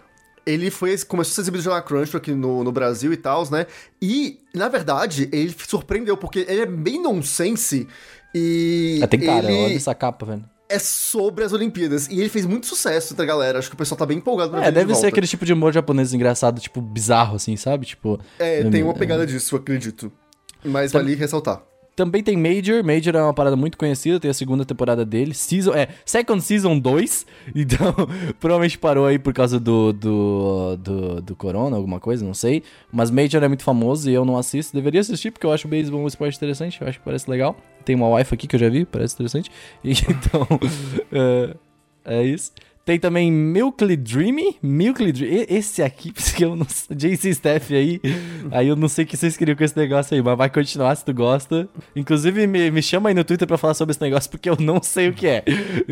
Speaker 4: ele foi, começou a ser exibido já na Crunchyroll aqui no, no Brasil e tal, né? E, na verdade, ele surpreendeu, porque ele é bem nonsense e.
Speaker 1: Ah, tem cara,
Speaker 4: ele...
Speaker 1: olha essa capa, velho.
Speaker 4: é sobre as Olimpíadas. E ele fez muito sucesso entre a galera. Acho que o pessoal tá bem empolgado pra ver
Speaker 1: É,
Speaker 4: ele de
Speaker 1: deve ser
Speaker 4: volta.
Speaker 1: aquele tipo de humor japonês engraçado, tipo, bizarro, assim, sabe? Tipo,
Speaker 4: É,
Speaker 1: Hum,
Speaker 4: tem uma pegada disso, eu acredito. Mas vale ressaltar.
Speaker 1: Também tem Major, Major é uma parada muito conhecida, tem a segunda temporada dele, season, é, Second Season 2, [LAUGHS] então provavelmente parou aí por causa do, do, do, do Corona, alguma coisa, não sei, mas Major é muito famoso e eu não assisto, deveria assistir porque eu acho o beisebol um esporte interessante, eu [LAUGHS] acho que parece legal, tem uma wife aqui que eu já vi, parece interessante, E então, é, É isso. Tem também Milkly Dreamy. Milkly Dreamy. Esse aqui, [LAUGHS] porque eu não sei. JC Steph aí. Aí eu não sei o que vocês queriam com esse negócio aí, mas vai continuar se tu gosta. Inclusive, me, me chama aí no Twitter pra falar sobre esse negócio, porque eu não sei o que é. [LAUGHS]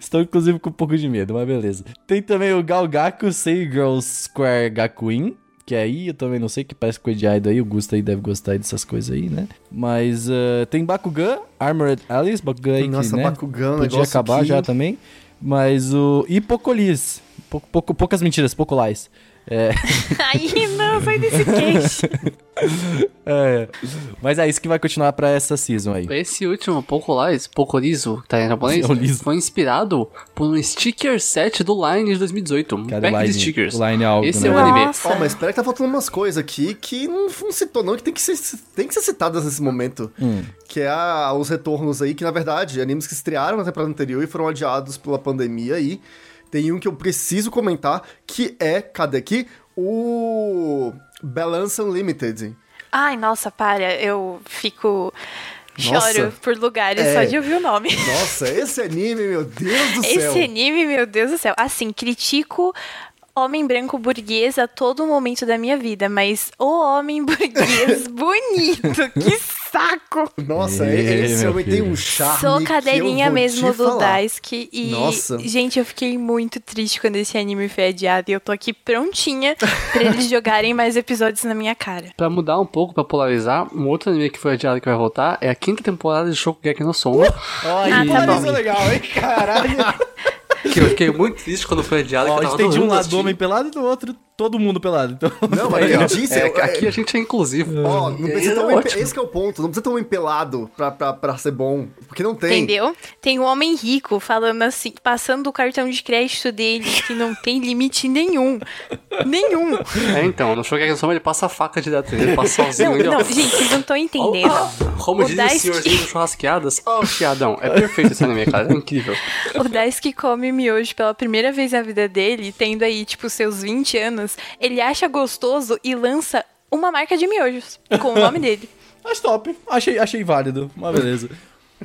Speaker 1: Estou, inclusive, com um pouco de medo, mas beleza. Tem também o Galgaku Say Girls Square Gakuin. Que aí eu também não sei, que parece com o Ed aí, o Gusta aí deve gostar aí dessas coisas aí, né? Mas eh, tem Bakugan, Armored Alice, Bakugan aí
Speaker 4: Nossa,
Speaker 1: que, né?
Speaker 4: Bakugan,
Speaker 1: podia
Speaker 4: negócio
Speaker 1: acabar
Speaker 4: que-
Speaker 1: já também. Mas o. E Pocolis. Pou- pouco- poucas mentiras, Pocolais. É,
Speaker 2: [LAUGHS] Ai, não, sai desse queixo.
Speaker 1: é. Mas é isso que vai continuar pra essa season aí.
Speaker 3: Esse último, Pocolais, Pocorizo, que tá em japonês,
Speaker 1: É o liso.
Speaker 3: foi inspirado por um sticker set do Line de 2018. Um
Speaker 1: Cara,
Speaker 3: pack
Speaker 1: o Line-
Speaker 3: de stickers.
Speaker 1: o Line é algo,
Speaker 3: Esse
Speaker 1: né?
Speaker 3: é um anime.
Speaker 2: Nossa.
Speaker 4: Ó, mas espera que tá faltando umas coisas aqui que não, não citou, não, que tem que ser, tem que ser citadas nesse momento.
Speaker 2: Hum.
Speaker 4: Que é a- os retornos aí, que na verdade, animes que estrearam na temporada anterior e foram adiados pela pandemia aí. Tem um que eu preciso comentar, que é, cadê aqui? O Balance Unlimited.
Speaker 2: Ai, nossa, para. Eu fico.
Speaker 4: Nossa.
Speaker 2: Choro por lugares
Speaker 4: É.
Speaker 2: só de ouvir o nome.
Speaker 4: Nossa, esse anime, meu Deus do céu.
Speaker 2: Esse anime, meu Deus do céu. Assim, critico homem branco burguês a todo momento da minha vida, mas o homem [LAUGHS] burguês bonito, que saco!
Speaker 4: Nossa,
Speaker 1: Ê,
Speaker 4: esse
Speaker 1: meu
Speaker 4: homem
Speaker 1: filho.
Speaker 4: tem um charme
Speaker 2: Sou cadeirinha
Speaker 4: que eu vou
Speaker 2: mesmo
Speaker 4: te
Speaker 2: do
Speaker 4: falar.
Speaker 2: Daisuke e
Speaker 4: Nossa.
Speaker 2: gente, eu fiquei muito triste quando esse anime foi adiado e eu tô aqui prontinha
Speaker 4: [LAUGHS]
Speaker 2: pra eles jogarem mais episódios na minha cara.
Speaker 3: Pra mudar um pouco, pra polarizar, um outro anime que foi adiado e que vai voltar é a quinta temporada de Shokugeki no [LAUGHS] Soma.
Speaker 2: Ah, tá
Speaker 4: Mas é
Speaker 2: bom.
Speaker 4: legal, hein? Caralho.
Speaker 3: que eu fiquei muito triste quando foi adiado.
Speaker 1: Ó,
Speaker 3: que
Speaker 1: a
Speaker 3: eu
Speaker 1: gente
Speaker 3: tava assim.
Speaker 1: tem de um
Speaker 3: adorando
Speaker 1: lado
Speaker 3: assistir.
Speaker 1: o homem pelado e do outro todo mundo pelado. Então, [LAUGHS]
Speaker 4: Não, mas eu disse,
Speaker 3: É,
Speaker 4: eu- eu-
Speaker 3: aqui a gente é inclusivo.
Speaker 4: Ó, não precisa
Speaker 3: É
Speaker 4: ter um empe-
Speaker 3: ótimo.
Speaker 4: Esse que é o ponto. Não precisa ter um empelado pra, pra, pra ser bom. Porque não tem.
Speaker 2: Entendeu? Tem um homem rico falando assim, passando o cartão de crédito dele, que não tem limite nenhum. Nenhum.
Speaker 3: É, então, no Shokugeki no Soma ele passa a faca direto nele, ele passa sozinho
Speaker 2: Não,
Speaker 3: ali, ó.
Speaker 2: não, gente, vocês não estão
Speaker 3: Ó,
Speaker 2: entendendo.
Speaker 3: ó, Como
Speaker 2: O
Speaker 3: diz o
Speaker 2: Daisuke-
Speaker 3: senhorzinho do churrasqueadas, ó, o chiadão. É perfeito esse anime, cara. É incrível.
Speaker 2: O Daisuke come miojo pela primeira vez na vida dele, tendo aí, tipo, seus 20 anos, ele acha gostoso e lança uma marca de miojos com o nome dele.
Speaker 1: acho top. Achei, achei válido. Mas beleza.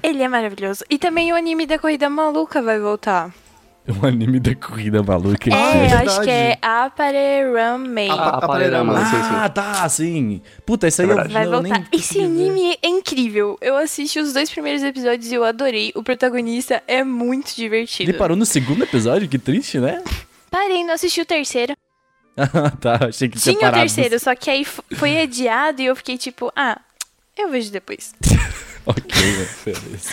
Speaker 2: Ele é maravilhoso. E também o anime da Corrida Maluca vai voltar.
Speaker 1: [LAUGHS] Um anime da corrida maluca.
Speaker 2: é, eu acho
Speaker 4: verdade.
Speaker 2: que é Apare Ramei.
Speaker 4: Apa-
Speaker 3: A assim, Aparerama,
Speaker 4: Aparerama.
Speaker 3: sim, sim.
Speaker 1: Ah, tá, sim. Puta, isso aí eu,
Speaker 2: Vai
Speaker 1: eu
Speaker 2: voltar.
Speaker 1: nem
Speaker 2: Esse
Speaker 1: consegui ver.
Speaker 2: anime é incrível. Eu assisti os dois primeiros episódios e eu adorei. O protagonista é muito divertido.
Speaker 1: Ele parou no segundo episódio, que triste, né? [LAUGHS]
Speaker 2: Parei, não assisti o terceiro.
Speaker 1: Ah, tá, achei que tinha
Speaker 2: Tinha o
Speaker 1: parado.
Speaker 2: terceiro, só que aí f- foi adiado e eu fiquei tipo, ah, eu vejo depois.
Speaker 1: [LAUGHS] Ok, né, beleza.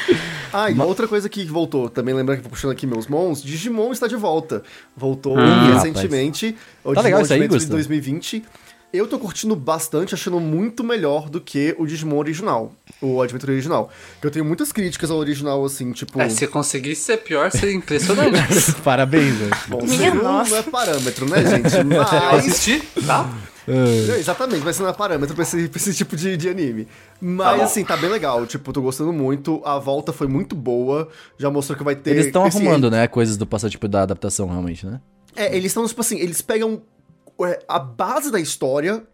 Speaker 4: Ah, e uma outra coisa que voltou, também lembrando que eu tô puxando aqui meus mons, Digimon está de volta. Voltou recentemente. O
Speaker 1: Tá legal isso aí,
Speaker 4: Advance de
Speaker 1: Gusta?
Speaker 4: 2020. Eu tô curtindo bastante, achando muito melhor do que o Digimon original, o Adventure original. Que eu tenho muitas críticas ao original, assim, tipo.
Speaker 3: É, se conseguisse ser pior, seria impressionante. [LAUGHS]
Speaker 1: Parabéns, né? velho. [LAUGHS]
Speaker 4: Bom,
Speaker 2: Minha
Speaker 4: segundo
Speaker 2: nossa.
Speaker 4: não é parâmetro, né, gente?
Speaker 3: Eu
Speaker 4: Mas.
Speaker 3: assisti, tá?
Speaker 4: É, exatamente, vai ser na parâmetro pra esse, pra esse tipo de, de anime. Mas,
Speaker 3: bom.
Speaker 4: assim, tá bem legal. Tipo, tô gostando muito. A volta foi muito boa. Já mostrou que vai ter.
Speaker 1: Eles estão
Speaker 4: assim,
Speaker 1: arrumando, né, coisas do passado, tipo, da adaptação, realmente, né?
Speaker 4: É, eles estão, tipo assim, eles pegam é, a base da história,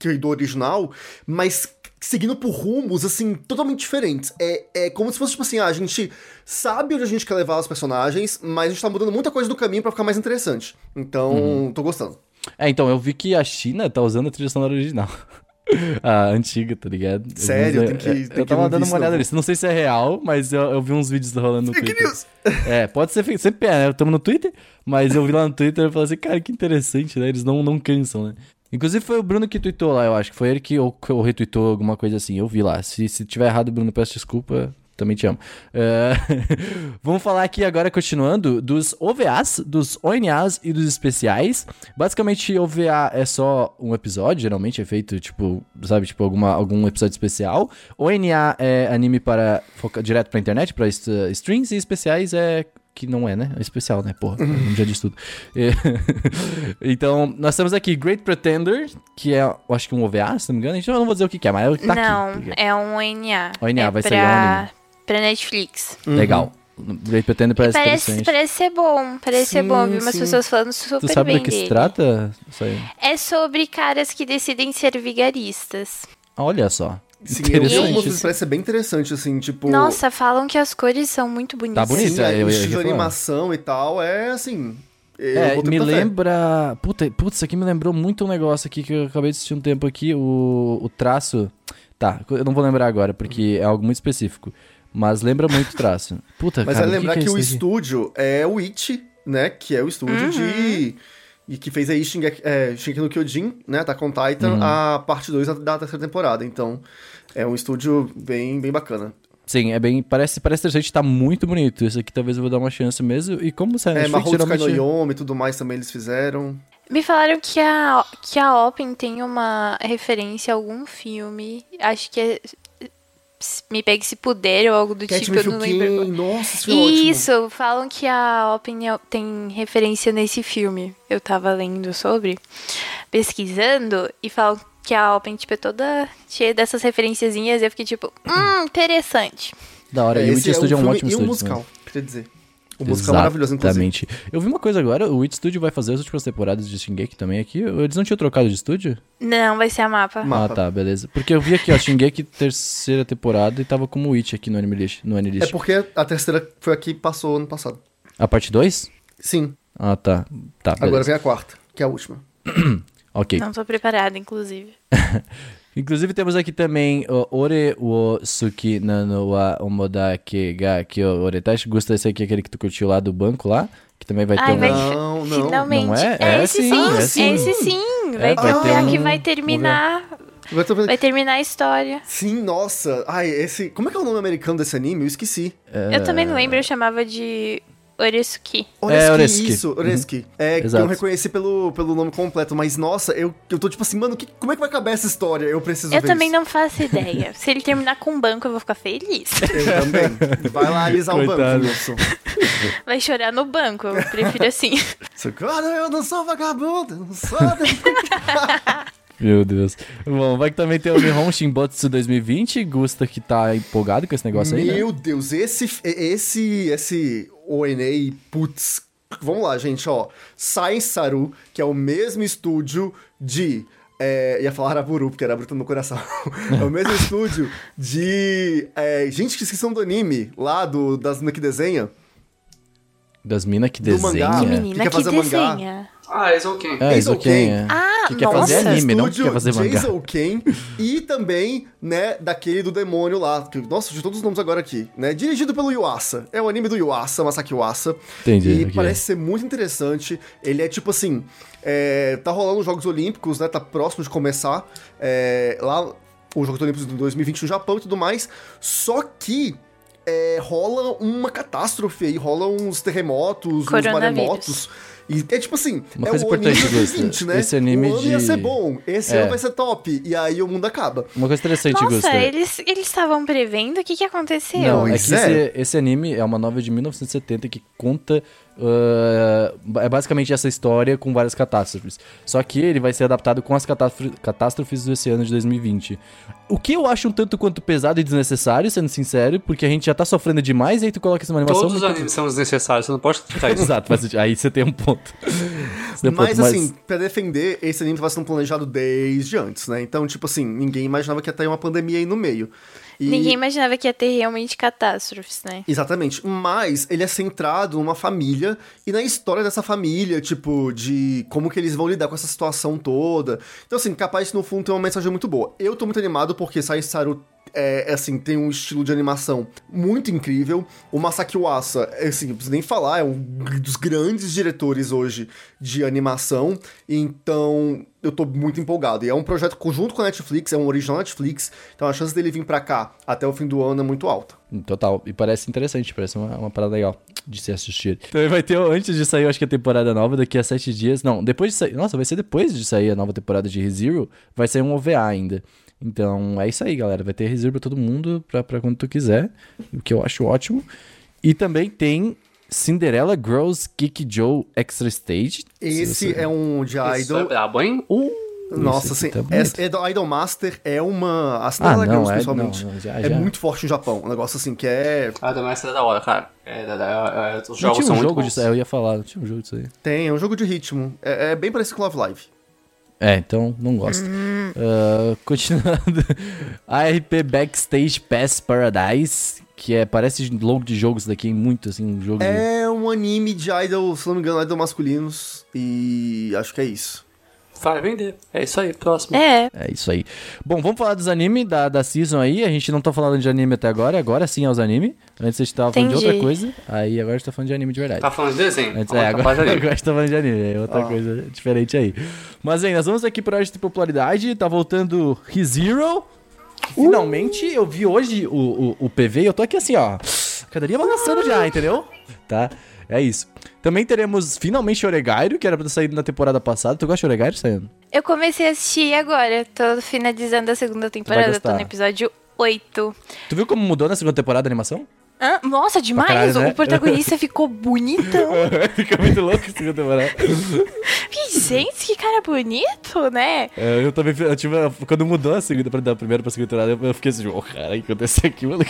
Speaker 4: que é do original, mas seguindo por rumos, assim, totalmente diferentes. É, é como se fosse, tipo assim, ah, a gente sabe onde a gente quer levar os personagens, mas a gente tá mudando muita coisa do caminho pra ficar mais interessante. Então,
Speaker 1: Uhum.
Speaker 4: tô gostando.
Speaker 1: É, então, eu vi que a China tá usando a trilha sonora original. [LAUGHS] a antiga, tá ligado? Eu
Speaker 4: Sério?
Speaker 1: vi-
Speaker 4: Tem que-
Speaker 1: é,
Speaker 4: tem
Speaker 1: Eu
Speaker 4: que
Speaker 1: tava
Speaker 4: ouvir
Speaker 1: dando
Speaker 4: isso
Speaker 1: uma olhada
Speaker 4: novo.
Speaker 1: nisso. Não sei se é real, mas eu, eu vi uns vídeos rolando no
Speaker 4: Fake
Speaker 1: Twitter.
Speaker 4: news!
Speaker 1: [LAUGHS] É, pode ser fake, sempre é, né? Tamo no Twitter, mas eu vi lá no Twitter e falei assim, cara, que interessante, né? Eles não, não cansam, né? Inclusive foi o Bruno que tweetou lá, eu acho. que Foi ele que ou, que ou retweetou alguma coisa assim. Eu vi lá. Se, se tiver errado, Bruno, peço desculpa. Também te amo. É, [LAUGHS] Vamos falar aqui agora, continuando, dos OVAs, dos ONAs e dos especiais. Basicamente, OVA é só um episódio, geralmente é feito, tipo, sabe, tipo, alguma, algum episódio especial. ONA é anime para foca, direto pra internet, pra est- streams, e especiais é que não é, né? É especial, né? Porra, eu já disse tudo. É. [LAUGHS] então, nós temos aqui Great Pretender, que é, eu acho que um OVA, se não me engano. Eu não vou dizer o que que é, mas é o que tá
Speaker 2: não,
Speaker 1: aqui.
Speaker 2: é um NA.
Speaker 1: ONA,
Speaker 2: é
Speaker 1: vai
Speaker 2: pra...
Speaker 1: sair um anime.
Speaker 2: Pra Netflix.
Speaker 1: Uhum. Legal. Great Pretender parece,
Speaker 2: Parece,
Speaker 1: interessante.
Speaker 2: parece ser bom, parece ser
Speaker 4: Sim,
Speaker 2: bom. Eu Vi umas
Speaker 4: sim.
Speaker 2: pessoas falando super
Speaker 1: Tu sabe
Speaker 2: bem
Speaker 1: do que se
Speaker 2: dele.
Speaker 1: trata? Isso aí.
Speaker 2: É sobre caras que decidem ser vigaristas.
Speaker 1: Olha só.
Speaker 4: Sim, eu vi
Speaker 1: Interessante
Speaker 4: algumas
Speaker 1: isso.
Speaker 4: coisas, parece ser bem interessante, assim, tipo...
Speaker 2: Nossa, falam que as cores são muito
Speaker 1: Tá
Speaker 2: bonitas.
Speaker 1: bonito.
Speaker 4: sim,
Speaker 1: Isso,
Speaker 4: a
Speaker 1: é, eu ia
Speaker 4: estilo de
Speaker 1: falar.
Speaker 4: animação e tal, é assim... eu
Speaker 1: É,
Speaker 4: boto
Speaker 1: me
Speaker 4: muita fé.
Speaker 1: lembra. Puta, putz, isso aqui me lembrou muito um negócio aqui que eu acabei de assistir um tempo aqui. O, o traço. Tá, eu não vou lembrar agora, porque é algo muito específico. Mas lembra muito o
Speaker 4: [LAUGHS]
Speaker 1: traço. Puta,
Speaker 4: Mas
Speaker 1: cara.
Speaker 4: é
Speaker 1: o
Speaker 4: lembrar que,
Speaker 1: que,
Speaker 4: o
Speaker 1: é isso daqui?
Speaker 4: estúdio é o It, né? Que é o estúdio
Speaker 1: Uhum.
Speaker 4: de... E que fez aí Shingeki, é, Shingeki no Kyojin, né? Tá com Titan,
Speaker 1: Uhum.
Speaker 4: a parte 2 da, da terceira temporada. Então, é um estúdio bem, bem bacana.
Speaker 1: Sim, é bem. Parece, parece interessante, tá muito bonito. Isso aqui talvez eu vou dar uma chance mesmo. E como você
Speaker 4: É, Mahou Tsukai no Yoma e tudo mais também eles fizeram.
Speaker 2: Me falaram que a, que a Open tem uma referência a algum filme. Acho que é. Me pegue se puder ou algo do
Speaker 4: Cat
Speaker 2: tipo, eu não lembro. agora.
Speaker 4: Mifilkin, nossa, isso foi ótimo.
Speaker 2: Isso, falam que a Open é- tem referência nesse filme. Eu tava lendo sobre, pesquisando, e falam que a Open, tipo, é toda cheia dessas referenciazinhas. Eu fiquei tipo, hum, interessante.
Speaker 1: Da hora, e o Witch
Speaker 4: Esse
Speaker 1: Studio é um
Speaker 4: filme
Speaker 1: ótimo
Speaker 4: e um
Speaker 1: estúdio.
Speaker 4: musical,
Speaker 1: né?
Speaker 4: queria dizer. O musical é maravilhoso, inclusive.
Speaker 1: Exatamente. Eu vi uma coisa agora, o Witch Studio vai fazer as últimas temporadas de Shingeki também aqui. Eles não tinham trocado de estúdio?
Speaker 2: Não, vai ser a mapa.
Speaker 4: Mapa.
Speaker 1: Ah, tá, beleza. Porque eu vi aqui, ó, Shingeki terceira temporada e tava como Witch aqui no Anime List. No Anime
Speaker 4: É
Speaker 1: List.
Speaker 4: porque a terceira foi aqui que passou ano passado.
Speaker 1: A parte 2?
Speaker 4: Sim,
Speaker 1: Ah, tá. Tá, beleza.
Speaker 4: agora vem a quarta, que é a última.
Speaker 1: Ok.
Speaker 2: Não tô preparada, inclusive.
Speaker 1: Inclusive temos aqui também o Ore wo Suki nano wa omoda ke ga kyo oretashi. Gusta esse aqui, aquele que tu curtiu lá do banco lá? Que também vai ter
Speaker 2: Ai,
Speaker 1: um...
Speaker 2: vai
Speaker 4: Não,
Speaker 2: fi-
Speaker 4: não.
Speaker 2: finalmente.
Speaker 1: Não é? É
Speaker 2: esse
Speaker 1: sim,
Speaker 2: sim,
Speaker 1: é
Speaker 2: é
Speaker 1: sim.
Speaker 2: esse sim.
Speaker 1: É,
Speaker 2: Vai,
Speaker 1: vai
Speaker 2: ter
Speaker 1: ter um-
Speaker 2: que vai terminar.
Speaker 4: Agora eu tô vendo-
Speaker 2: Vai terminar a história.
Speaker 4: Sim, nossa. Ai, esse. Como é que é o nome americano desse anime? Eu esqueci.
Speaker 1: É.
Speaker 2: Eu também não lembro, eu chamava de Oresuki.
Speaker 4: Oreski,
Speaker 1: É, Oreski. Uhum.
Speaker 4: Isso, Oreski. É, que
Speaker 1: Exato.
Speaker 4: eu reconheci pelo, pelo nome completo, mas nossa, eu, eu tô tipo assim, mano, que- como é que vai acabar essa história? Eu preciso
Speaker 2: Eu
Speaker 4: ver
Speaker 2: também
Speaker 4: isso.
Speaker 2: não faço
Speaker 4: [LAUGHS]
Speaker 2: ideia. Se ele terminar com um banco, eu vou ficar feliz.
Speaker 4: Eu também. Vai lá alisar
Speaker 1: [LAUGHS]
Speaker 4: o banco,
Speaker 1: Coitado.
Speaker 4: Wilson.
Speaker 2: Vai chorar no banco, eu prefiro assim.
Speaker 4: Você- Ah, não, eu não sou vagabundo, eu não sou.
Speaker 2: [LAUGHS]
Speaker 1: Meu Deus. Bom, vai que também tem o Nihon Shinbotsu 2020. Gusta que tá empolgado com esse negócio aí, né?
Speaker 4: Meu Deus, esse, esse, esse ONA, putz. Vamos lá, gente, ó. Sai Saru, que é o mesmo estúdio de. É, ia falar Araburu, porque era bruto no meu coração. [LAUGHS] É o mesmo estúdio de. É, gente, que esqueçam do anime lá, do, das mina que desenha.
Speaker 1: Das minas que
Speaker 4: Do
Speaker 1: desenha.
Speaker 4: mangá.
Speaker 1: Ah,
Speaker 4: Que é. quer
Speaker 2: Menina que
Speaker 4: fazer mangá?
Speaker 2: desenha.
Speaker 3: Ah, isso é ok.
Speaker 1: É, isso
Speaker 4: Hazel
Speaker 1: aqui
Speaker 4: Kane.
Speaker 1: é.
Speaker 2: Ah,
Speaker 1: que quer
Speaker 2: nossa.
Speaker 1: fazer anime, não que quer fazer mangá.
Speaker 4: Jason Ken e também, né, daquele do demônio lá. Que, nossa, de todos os nomes agora aqui, né? Dirigido pelo Yuasa. É o anime do Yuasa, Masaki Yuasa.
Speaker 1: Entendi,
Speaker 4: E
Speaker 1: ok.
Speaker 4: parece ser muito interessante. Ele é tipo assim. é, tá rolando os Jogos Olímpicos, né? Tá próximo de começar. é, lá, os Jogos Olímpicos de 2020 no Japão e tudo mais. Só que. é, rola uma catástrofe aí, rola uns terremotos, uns
Speaker 2: Coronavírus.
Speaker 4: maremotos. E é tipo assim,
Speaker 1: Uma
Speaker 4: é
Speaker 1: coisa
Speaker 4: o anime
Speaker 1: importante, Gusta,
Speaker 4: 2020, né?
Speaker 1: esse anime
Speaker 4: o ano ia
Speaker 1: de-
Speaker 4: ser bom, esse
Speaker 1: É.
Speaker 4: ano vai ser top, e aí o mundo acaba.
Speaker 1: Uma coisa interessante, Gusta.
Speaker 2: Nossa, eles eles estavam prevendo? O que, que aconteceu?
Speaker 1: Não, é que
Speaker 4: Pois
Speaker 1: esse, esse anime é uma novela de 1970 que conta. ah, é basicamente essa história com várias catástrofes. Só que ele vai ser adaptado com as catástrofe- catástrofes desse ano de 2020. O que eu acho um tanto quanto pesado e desnecessário, sendo sincero, porque a gente já tá sofrendo demais e aí tu coloca essa animação.
Speaker 3: Todos os
Speaker 1: muito-
Speaker 3: animes são desnecessários, você não pode criticar
Speaker 1: [LAUGHS]
Speaker 3: isso.
Speaker 1: Exato, faz sentido. aí você tem um ponto. Você tem um
Speaker 4: Mas,
Speaker 1: ponto,
Speaker 4: assim, pra defender, esse anime tava sendo planejado desde antes, né? Então, tipo assim, ninguém imaginava que ia ter uma pandemia aí no meio. E-
Speaker 2: Ninguém imaginava que ia ter realmente catástrofes, né?
Speaker 4: Exatamente. Mas ele é centrado numa família e na história dessa família, tipo, de como que eles vão lidar com essa situação toda. Então, assim, capaz no fundo tem uma mensagem muito boa. Eu tô muito animado porque Sai Saru. É, assim, tem um estilo de animação muito incrível. O Masaki Uasa, é, assim, não preciso nem falar, é um dos grandes diretores hoje de animação. Então, eu tô muito empolgado. E é um projeto junto com a Netflix, é um original Netflix. Então, a chance dele vir pra cá até o fim do ano é muito alta.
Speaker 1: Hum, Total. E parece interessante, parece uma, uma parada legal de se assistir. Também Então, vai ter, o- antes de sair, eu acho que a temporada nova, daqui a sete dias. Não, depois de sair. Nossa, vai ser depois de sair a nova temporada de ReZero, vai sair um OVA ainda. Então é isso aí, galera. Vai ter ReZero pra todo mundo, pra, pra quando tu quiser. O que eu acho ótimo. E também tem Cinderella Girls Kick Joe Extra Stage.
Speaker 4: Esse é um de
Speaker 3: Isso é
Speaker 4: Idol.
Speaker 3: brabo, hein? Uh,
Speaker 4: Nossa,
Speaker 1: Isso
Speaker 4: assim,
Speaker 1: tá bonito.
Speaker 4: essa- é do- Idol Master é uma. A
Speaker 1: Ah,
Speaker 4: Cinderela
Speaker 1: não,
Speaker 4: Girls,
Speaker 1: é,
Speaker 4: principalmente.
Speaker 1: não, não, já-
Speaker 4: é
Speaker 1: já.
Speaker 4: muito forte no Japão. Um negócio assim que é.
Speaker 3: ah, também essa é da hora, cara. É, da- da- é, os
Speaker 1: Não
Speaker 3: jogos
Speaker 1: tinha
Speaker 3: são
Speaker 1: um
Speaker 3: muito
Speaker 1: jogo
Speaker 3: bons.
Speaker 1: disso, é, eu ia falar, não tinha um jogo disso aí.
Speaker 4: Tem, é um jogo de ritmo. É, é bem parecido com Love Live.
Speaker 1: É, então não gosto. Ah, continuando. [LAUGHS] ARP Backstage Pass Paradise, que é, parece logo de jogos daqui, muito assim, um jogo. de-
Speaker 4: É um anime de idol, se não me engano, idol masculinos. E acho que é isso.
Speaker 3: Vai vender. É isso aí, próximo.
Speaker 2: É,
Speaker 1: É isso aí. Bom, vamos falar dos anime da, da season aí. A gente não tá falando de anime até agora, agora sim é os anime. Antes a gente tava falando de outra
Speaker 2: Entendi.
Speaker 1: coisa, aí agora a gente tá falando de anime de verdade.
Speaker 3: Tá falando de desenho.
Speaker 1: Antes,
Speaker 3: Agora
Speaker 1: é,
Speaker 3: tá
Speaker 1: agora,
Speaker 3: fazendo
Speaker 1: [LAUGHS]
Speaker 3: anime.
Speaker 1: agora a gente tá falando de anime, é outra coisa diferente aí. Mas aí, nós vamos aqui pra hoje de popularidade, tá voltando ReZero. que Finalmente, eu vi hoje o, o, o PV e eu tô aqui assim, ó, cadeirinha balançando já, entendeu? Tá, é isso. Também teremos finalmente Oregairo, que era pra ter saído na temporada passada. Tu gosta de Oregairo, saindo?
Speaker 2: eu comecei a assistir agora. Tô finalizando a segunda temporada, tô
Speaker 1: gostar.
Speaker 2: no episódio 8.
Speaker 1: Tu viu como mudou na segunda temporada a animação?
Speaker 2: Hã? Nossa, demais!
Speaker 1: caralho,
Speaker 2: o
Speaker 1: né?
Speaker 4: [LAUGHS]
Speaker 2: protagonista ficou bonitão.
Speaker 1: [LAUGHS] Fica muito louco a segunda temporada.
Speaker 2: Que Gente, que cara bonito, né?
Speaker 1: [LAUGHS] É, eu também, eu tive, quando mudou a segunda, pra- da primeira pra segunda temporada, eu- eu fiquei assim, ô, cara, o que aconteceu aqui, mano?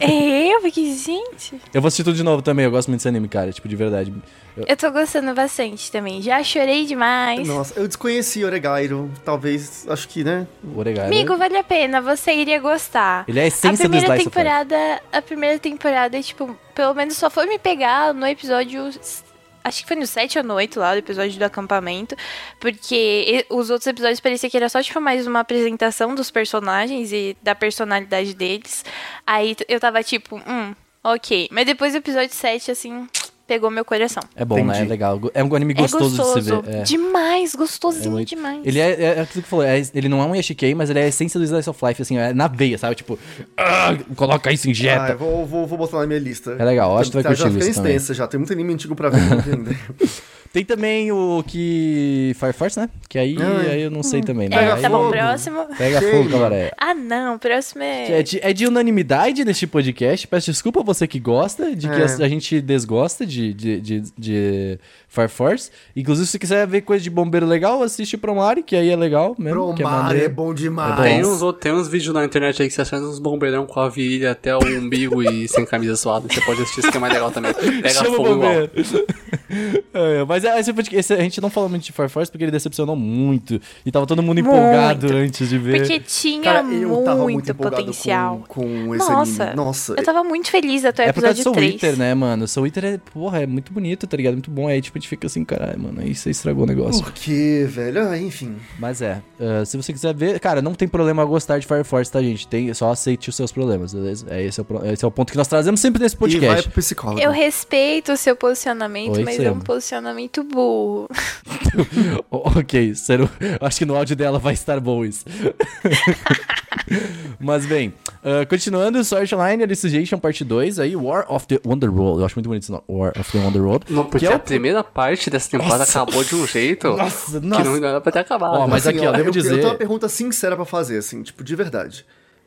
Speaker 2: É, eu fiquei, gente.
Speaker 1: Eu vou assistir tudo de novo também, eu gosto muito desse anime, cara, tipo, de verdade. Eu-
Speaker 2: Eu tô gostando bastante também. Já chorei demais.
Speaker 4: Nossa, eu desconheci Oregairo. Talvez, acho que, né?
Speaker 1: O Oregado.
Speaker 2: Amigo, vale a pena, você iria gostar.
Speaker 1: Ele é a
Speaker 2: a
Speaker 1: essência do
Speaker 2: primeira
Speaker 1: Slice of Life.
Speaker 2: temporada, a primeira temporada, tipo, pelo menos só foi me pegar no episódio acho que foi no 7 ou no 8 lá, do episódio do acampamento, porque e- os outros episódios parecia que era só tipo mais uma apresentação dos personagens e da personalidade deles. Aí t- eu tava tipo, hum, OK. Mas depois do episódio 7 assim, pegou meu coração.
Speaker 1: É bom, né? É
Speaker 4: Entendi.
Speaker 1: legal. É um anime gostoso,
Speaker 2: é gostoso
Speaker 1: de se ver. É.
Speaker 2: demais,
Speaker 1: É
Speaker 2: gostosinho
Speaker 1: muito-
Speaker 2: demais.
Speaker 1: Ele é, é, é aquilo que falou, é- ele não é um Yashikei, mas ele é a essência do Slice of Life, assim, é na veia, sabe? Tipo, ah, coloca isso,
Speaker 4: Ah,
Speaker 1: injeta.
Speaker 4: eu vou, vou, vou botar na minha lista.
Speaker 1: tá. É legal, acho que tu vai
Speaker 4: Tá, já
Speaker 1: curtir
Speaker 4: fica
Speaker 1: isso também. Hum,
Speaker 4: extensa já. Tem muito anime antigo pra ver [LAUGHS] ainda.
Speaker 1: Tem também o que. Fire Force, né? Que aí,
Speaker 4: Ah, é.
Speaker 1: aí eu não sei também, né?
Speaker 2: É,
Speaker 1: Aí-
Speaker 2: tá bom,
Speaker 4: fogo.
Speaker 2: próximo.
Speaker 1: Pega
Speaker 4: Cheio.
Speaker 1: fogo, é. cabaré.
Speaker 2: Ah, não, o próximo
Speaker 1: É de, é de unanimidade neste podcast. Peço desculpa a você que gosta, de que
Speaker 4: É.
Speaker 1: a, a gente desgosta de, de, de, de Fire Force. Inclusive, se quiser ver coisa de bombeiro legal, assiste Promare, que aí é legal mesmo. que é
Speaker 4: Promare é
Speaker 1: maneiro.
Speaker 4: bom demais.
Speaker 1: É
Speaker 3: Tem
Speaker 1: bom.
Speaker 3: uns, outros- tem uns vídeos na internet aí que você acha uns bombeirão com a virilha até o umbigo e [LAUGHS] sem camisa suada. Você pode assistir, isso que é mais legal também.
Speaker 1: [LAUGHS]
Speaker 3: Pega
Speaker 1: Chama o
Speaker 3: fogo igual.
Speaker 1: bombeiro. [LAUGHS] É, mas é, esse, podcast- esse- a gente não fala muito de Fire Force porque ele decepcionou muito. E tava todo mundo empolgado
Speaker 2: Muito.
Speaker 1: antes de ver.
Speaker 2: Porque tinha
Speaker 4: Cara, eu
Speaker 2: muito,
Speaker 4: tava muito empolgado
Speaker 2: potencial.
Speaker 4: Com, com esse
Speaker 2: Nossa,
Speaker 4: anime. Nossa, é
Speaker 2: Eu tava muito feliz até o
Speaker 1: É por causa do
Speaker 2: episódio
Speaker 1: Soul
Speaker 2: 3.
Speaker 1: Eater, né, mano? Soul Eater é, porra, é muito bonito, tá ligado? Muito bom. Aí, tipo, a gente fica assim, caralho, mano, aí você estragou o negócio.
Speaker 4: por que, velho? Ah, enfim.
Speaker 1: Mas é, ah, se você quiser ver, cara, não tem problema gostar de Fire Force, tá, gente? Tem, só aceite os seus problemas, beleza? É, esse, é o, pro- esse é o ponto que nós trazemos sempre nesse
Speaker 4: E vai
Speaker 1: podcast.
Speaker 4: pro psicólogo.
Speaker 2: Eu respeito o seu posicionamento,
Speaker 1: né? Oi,
Speaker 2: mas é
Speaker 1: Sam.
Speaker 2: um posicionamento burro.
Speaker 1: [LAUGHS] O- ok, sério, acho que no áudio dela vai estar bom isso. [LAUGHS] Mas bem, ah, continuando, Sword Online Alicization Parte 2, aí War of the Wonderworld. Eu acho muito bonito esse nome, War of the Wonderworld.
Speaker 3: Não, porque
Speaker 1: que é
Speaker 3: a primeira parte dessa temporada
Speaker 1: Nossa.
Speaker 3: acabou de um jeito
Speaker 1: Nossa,
Speaker 3: que
Speaker 1: nossa.
Speaker 3: não não era pra ter acabado.
Speaker 1: Ó, mas aqui, ó, devo
Speaker 4: Assim, eu,
Speaker 1: dizer-
Speaker 4: Eu tenho uma pergunta sincera pra fazer, assim, tipo, de verdade.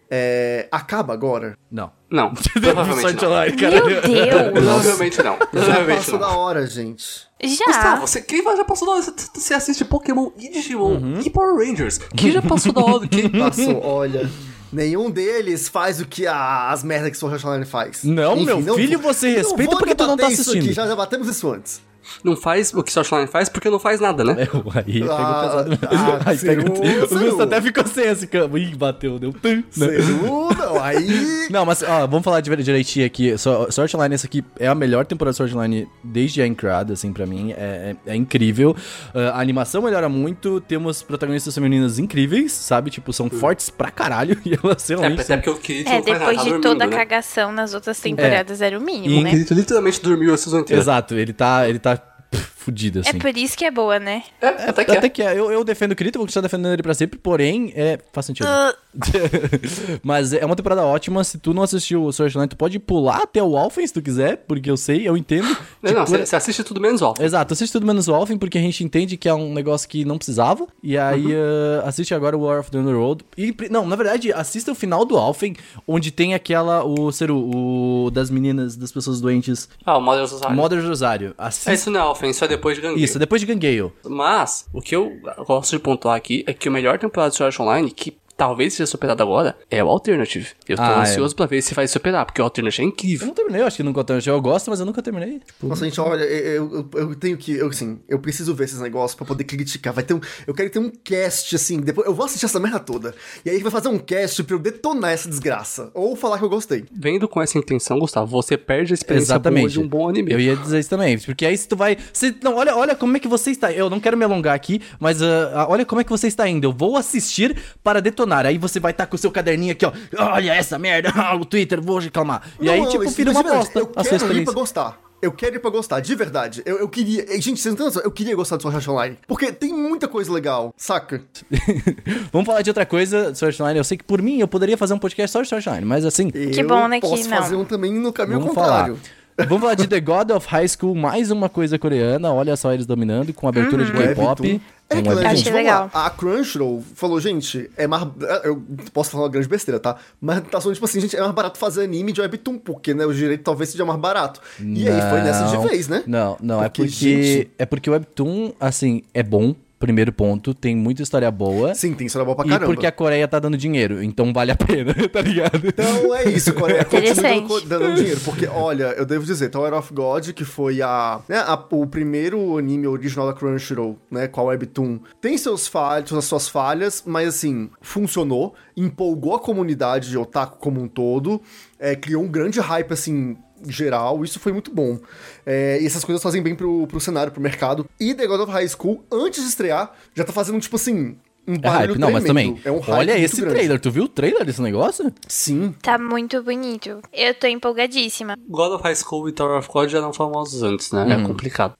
Speaker 4: É, acaba agora?
Speaker 1: Não. [LAUGHS]
Speaker 3: Não, provavelmente
Speaker 1: Sword
Speaker 3: não.
Speaker 1: Online, cara.
Speaker 2: Meu
Speaker 1: [LAUGHS]
Speaker 2: Deus!
Speaker 3: Provavelmente não.
Speaker 4: Já
Speaker 3: Provavelmente
Speaker 4: passou
Speaker 3: não.
Speaker 4: da hora, gente.
Speaker 2: Já!
Speaker 3: Gustavo, você, quem já passou da hora? Você, você assiste Pokémon e Digimon e Power Rangers. Quem já passou da hora?
Speaker 1: [LAUGHS]
Speaker 3: Quem [LAUGHS]
Speaker 4: Passou, olha. Nenhum deles faz o que a- as merdas que o Sword Art Online faz.
Speaker 1: Não, meu filho, você
Speaker 4: não
Speaker 1: respeita
Speaker 4: vou
Speaker 1: porque tu não tá
Speaker 4: debater isso
Speaker 1: assistindo.
Speaker 4: Aqui, já, já batemos isso antes.
Speaker 3: não faz o que Sword Art Online faz porque não faz nada, né?
Speaker 1: É, aí pegou
Speaker 4: Ah,
Speaker 1: pesado.
Speaker 4: ah,
Speaker 1: aí
Speaker 4: Seru,
Speaker 1: pegou... O
Speaker 4: Seru.
Speaker 1: Gusto até ficou sem esse campo. Ih, bateu, deu... tum, né?
Speaker 4: Seru, não, aí...
Speaker 1: Não, mas ó, vamos falar de- direitinho aqui. So- Sword Online, essa aqui é a melhor temporada de Sword Online desde a Encrada, assim, pra mim. É, é- é incrível. Ah, a animação melhora muito. Temos protagonistas femininas incríveis, sabe? Tipo, são fortes pra caralho. [LAUGHS] E elas
Speaker 3: É,
Speaker 1: realmente.
Speaker 3: até porque o Kirito
Speaker 2: É,
Speaker 3: não faz nada,
Speaker 2: depois
Speaker 3: tá
Speaker 2: de
Speaker 3: dormindo,
Speaker 2: toda a
Speaker 3: né?
Speaker 2: cagação nas
Speaker 1: É.
Speaker 2: outras temporadas era o mínimo,
Speaker 1: E-
Speaker 2: né?
Speaker 3: Kirito literalmente dormiu a season inteira.
Speaker 1: Exato, ele tá. Ele tá pff, fudido,
Speaker 2: É
Speaker 1: assim.
Speaker 2: por isso que é boa, né?
Speaker 3: É, até que é.
Speaker 1: Até que é, eu, eu defendo o Kirito, vou continuar defendendo ele pra sempre, porém, é, faz sentido. [LAUGHS] Mas é uma temporada ótima, se tu não assistiu o Sword Online, tu pode pular até o Alphen se tu quiser, porque eu sei, eu entendo.
Speaker 3: Não, não,
Speaker 1: Tipo,
Speaker 3: você, você assiste tudo menos o Alpha.
Speaker 1: Exato, assiste tudo menos o Alphen, porque a gente entende que é um negócio que não precisava. E aí, eh, assiste agora o War of the Underworld. E, pri- não, na verdade, assista o final do Alphen, onde tem aquela, o ser o das meninas, das pessoas doentes,
Speaker 3: Ah, o Modern Society.
Speaker 1: Mother Rosário.
Speaker 3: É
Speaker 1: Assista.
Speaker 3: isso não é Alpha, isso é depois de Gangue.
Speaker 1: Isso, depois de Gangale.
Speaker 3: Mas, o que eu gosto de pontuar aqui é que o melhor temporada de Sword Art Online, que talvez seja superado agora é o Alternative. Eu tô
Speaker 1: Ah, é.
Speaker 3: ansioso pra ver se vai superar, porque o Alternative é
Speaker 1: Eu
Speaker 3: incrível.
Speaker 1: não terminei, eu acho que nunca terminei. Eu gosto, mas eu nunca terminei. Tipo,
Speaker 4: Nossa, gente, olha, eu, eu, eu tenho que. Eu, assim, eu preciso ver esses negócios pra poder criticar. Vai ter um. Eu quero ter um cast, assim. Depois, eu vou assistir essa merda toda. E aí vai fazer um cast pra eu detonar essa desgraça. Ou falar que eu gostei.
Speaker 3: Vendo com essa intenção, Gustavo, você perde a experiência boa de um bom anime.
Speaker 1: Eu ia dizer isso também. Porque aí se tu vai. se- não, olha, olha como é que você está. Eu não quero me alongar aqui, mas ah, ah, olha como é que você está indo. Eu vou assistir para detonar. Aí você vai estar com o seu caderninho aqui, ó. Olha essa merda, [LAUGHS] ah, o Twitter, vou reclamar. E
Speaker 4: Não,
Speaker 1: aí,
Speaker 4: não,
Speaker 1: tipo,
Speaker 4: isso-
Speaker 1: vira
Speaker 4: mas
Speaker 1: uma
Speaker 4: de verdade,
Speaker 1: bosta
Speaker 4: Eu
Speaker 1: a sua
Speaker 4: quero ir pra
Speaker 1: experiência.
Speaker 4: gostar. Eu quero ir pra gostar, de verdade. Eu, eu queria. eh, Gente, vocês não têm noção, eu queria gostar do Sword Art Online. Porque tem muita coisa legal,
Speaker 1: [LAUGHS]
Speaker 4: saca?
Speaker 1: [LAUGHS] Vamos falar de outra coisa, Sword Art Online. Eu sei que por mim eu poderia fazer um podcast só de Sword Art Online, mas assim.
Speaker 4: Que
Speaker 2: bom, né, que
Speaker 4: posso
Speaker 2: não.
Speaker 4: fazer um também no caminho
Speaker 1: Vamos falar.
Speaker 4: contrário.
Speaker 1: Vamos falar de The God of High School, mais uma coisa coreana. Olha só eles dominando com abertura de K-pop.
Speaker 4: Webtoon. É
Speaker 1: Um
Speaker 4: que, né,
Speaker 1: webtoon.
Speaker 2: Achei
Speaker 4: gente, vamos
Speaker 2: legal.
Speaker 4: lá. A Crunchyroll falou, gente, é mais... Eu posso falar uma grande besteira, tá? Mas tá falando, tipo assim, gente, é mais barato fazer anime de webtoon, porque, né, o direito talvez seja mais barato. E aí foi nessa de
Speaker 1: Não,
Speaker 4: vez, né?
Speaker 1: Não, não, é porque
Speaker 4: gente,
Speaker 1: é porque o webtoon assim é bom, primeiro ponto, tem muita história boa.
Speaker 4: sim, tem história boa pra
Speaker 1: e
Speaker 4: caramba.
Speaker 1: porque a Coreia tá dando dinheiro, então vale a [LAUGHS] pena, tá ligado?
Speaker 4: Então é isso, Coreia. Continua dando,
Speaker 2: Interessante.
Speaker 4: dando dinheiro. Porque, olha, eu devo dizer, Tower of God, que foi a, né, a- o primeiro anime original da Crunchyroll, né? Com a Webtoon, tem seus falhos, as suas falhas, mas assim, funcionou, empolgou a comunidade de otaku como um todo, é, criou um grande hype, assim. Geral, isso foi muito bom. É, e essas coisas fazem bem pro, pro cenário, pro mercado. E The God of High School, antes de estrear, já tá fazendo, tipo assim, um
Speaker 1: É
Speaker 4: barulho
Speaker 1: hype, não, mas
Speaker 4: tremendo.
Speaker 1: também.
Speaker 4: É um hype
Speaker 1: olha
Speaker 4: muito
Speaker 1: esse
Speaker 4: grande.
Speaker 1: trailer, tu viu o trailer desse negócio?
Speaker 4: Sim,
Speaker 2: Tá muito bonito. Eu tô empolgadíssima.
Speaker 3: God of High School e Tower of God já eram famosos antes,
Speaker 1: Uhum.
Speaker 3: né? É complicado.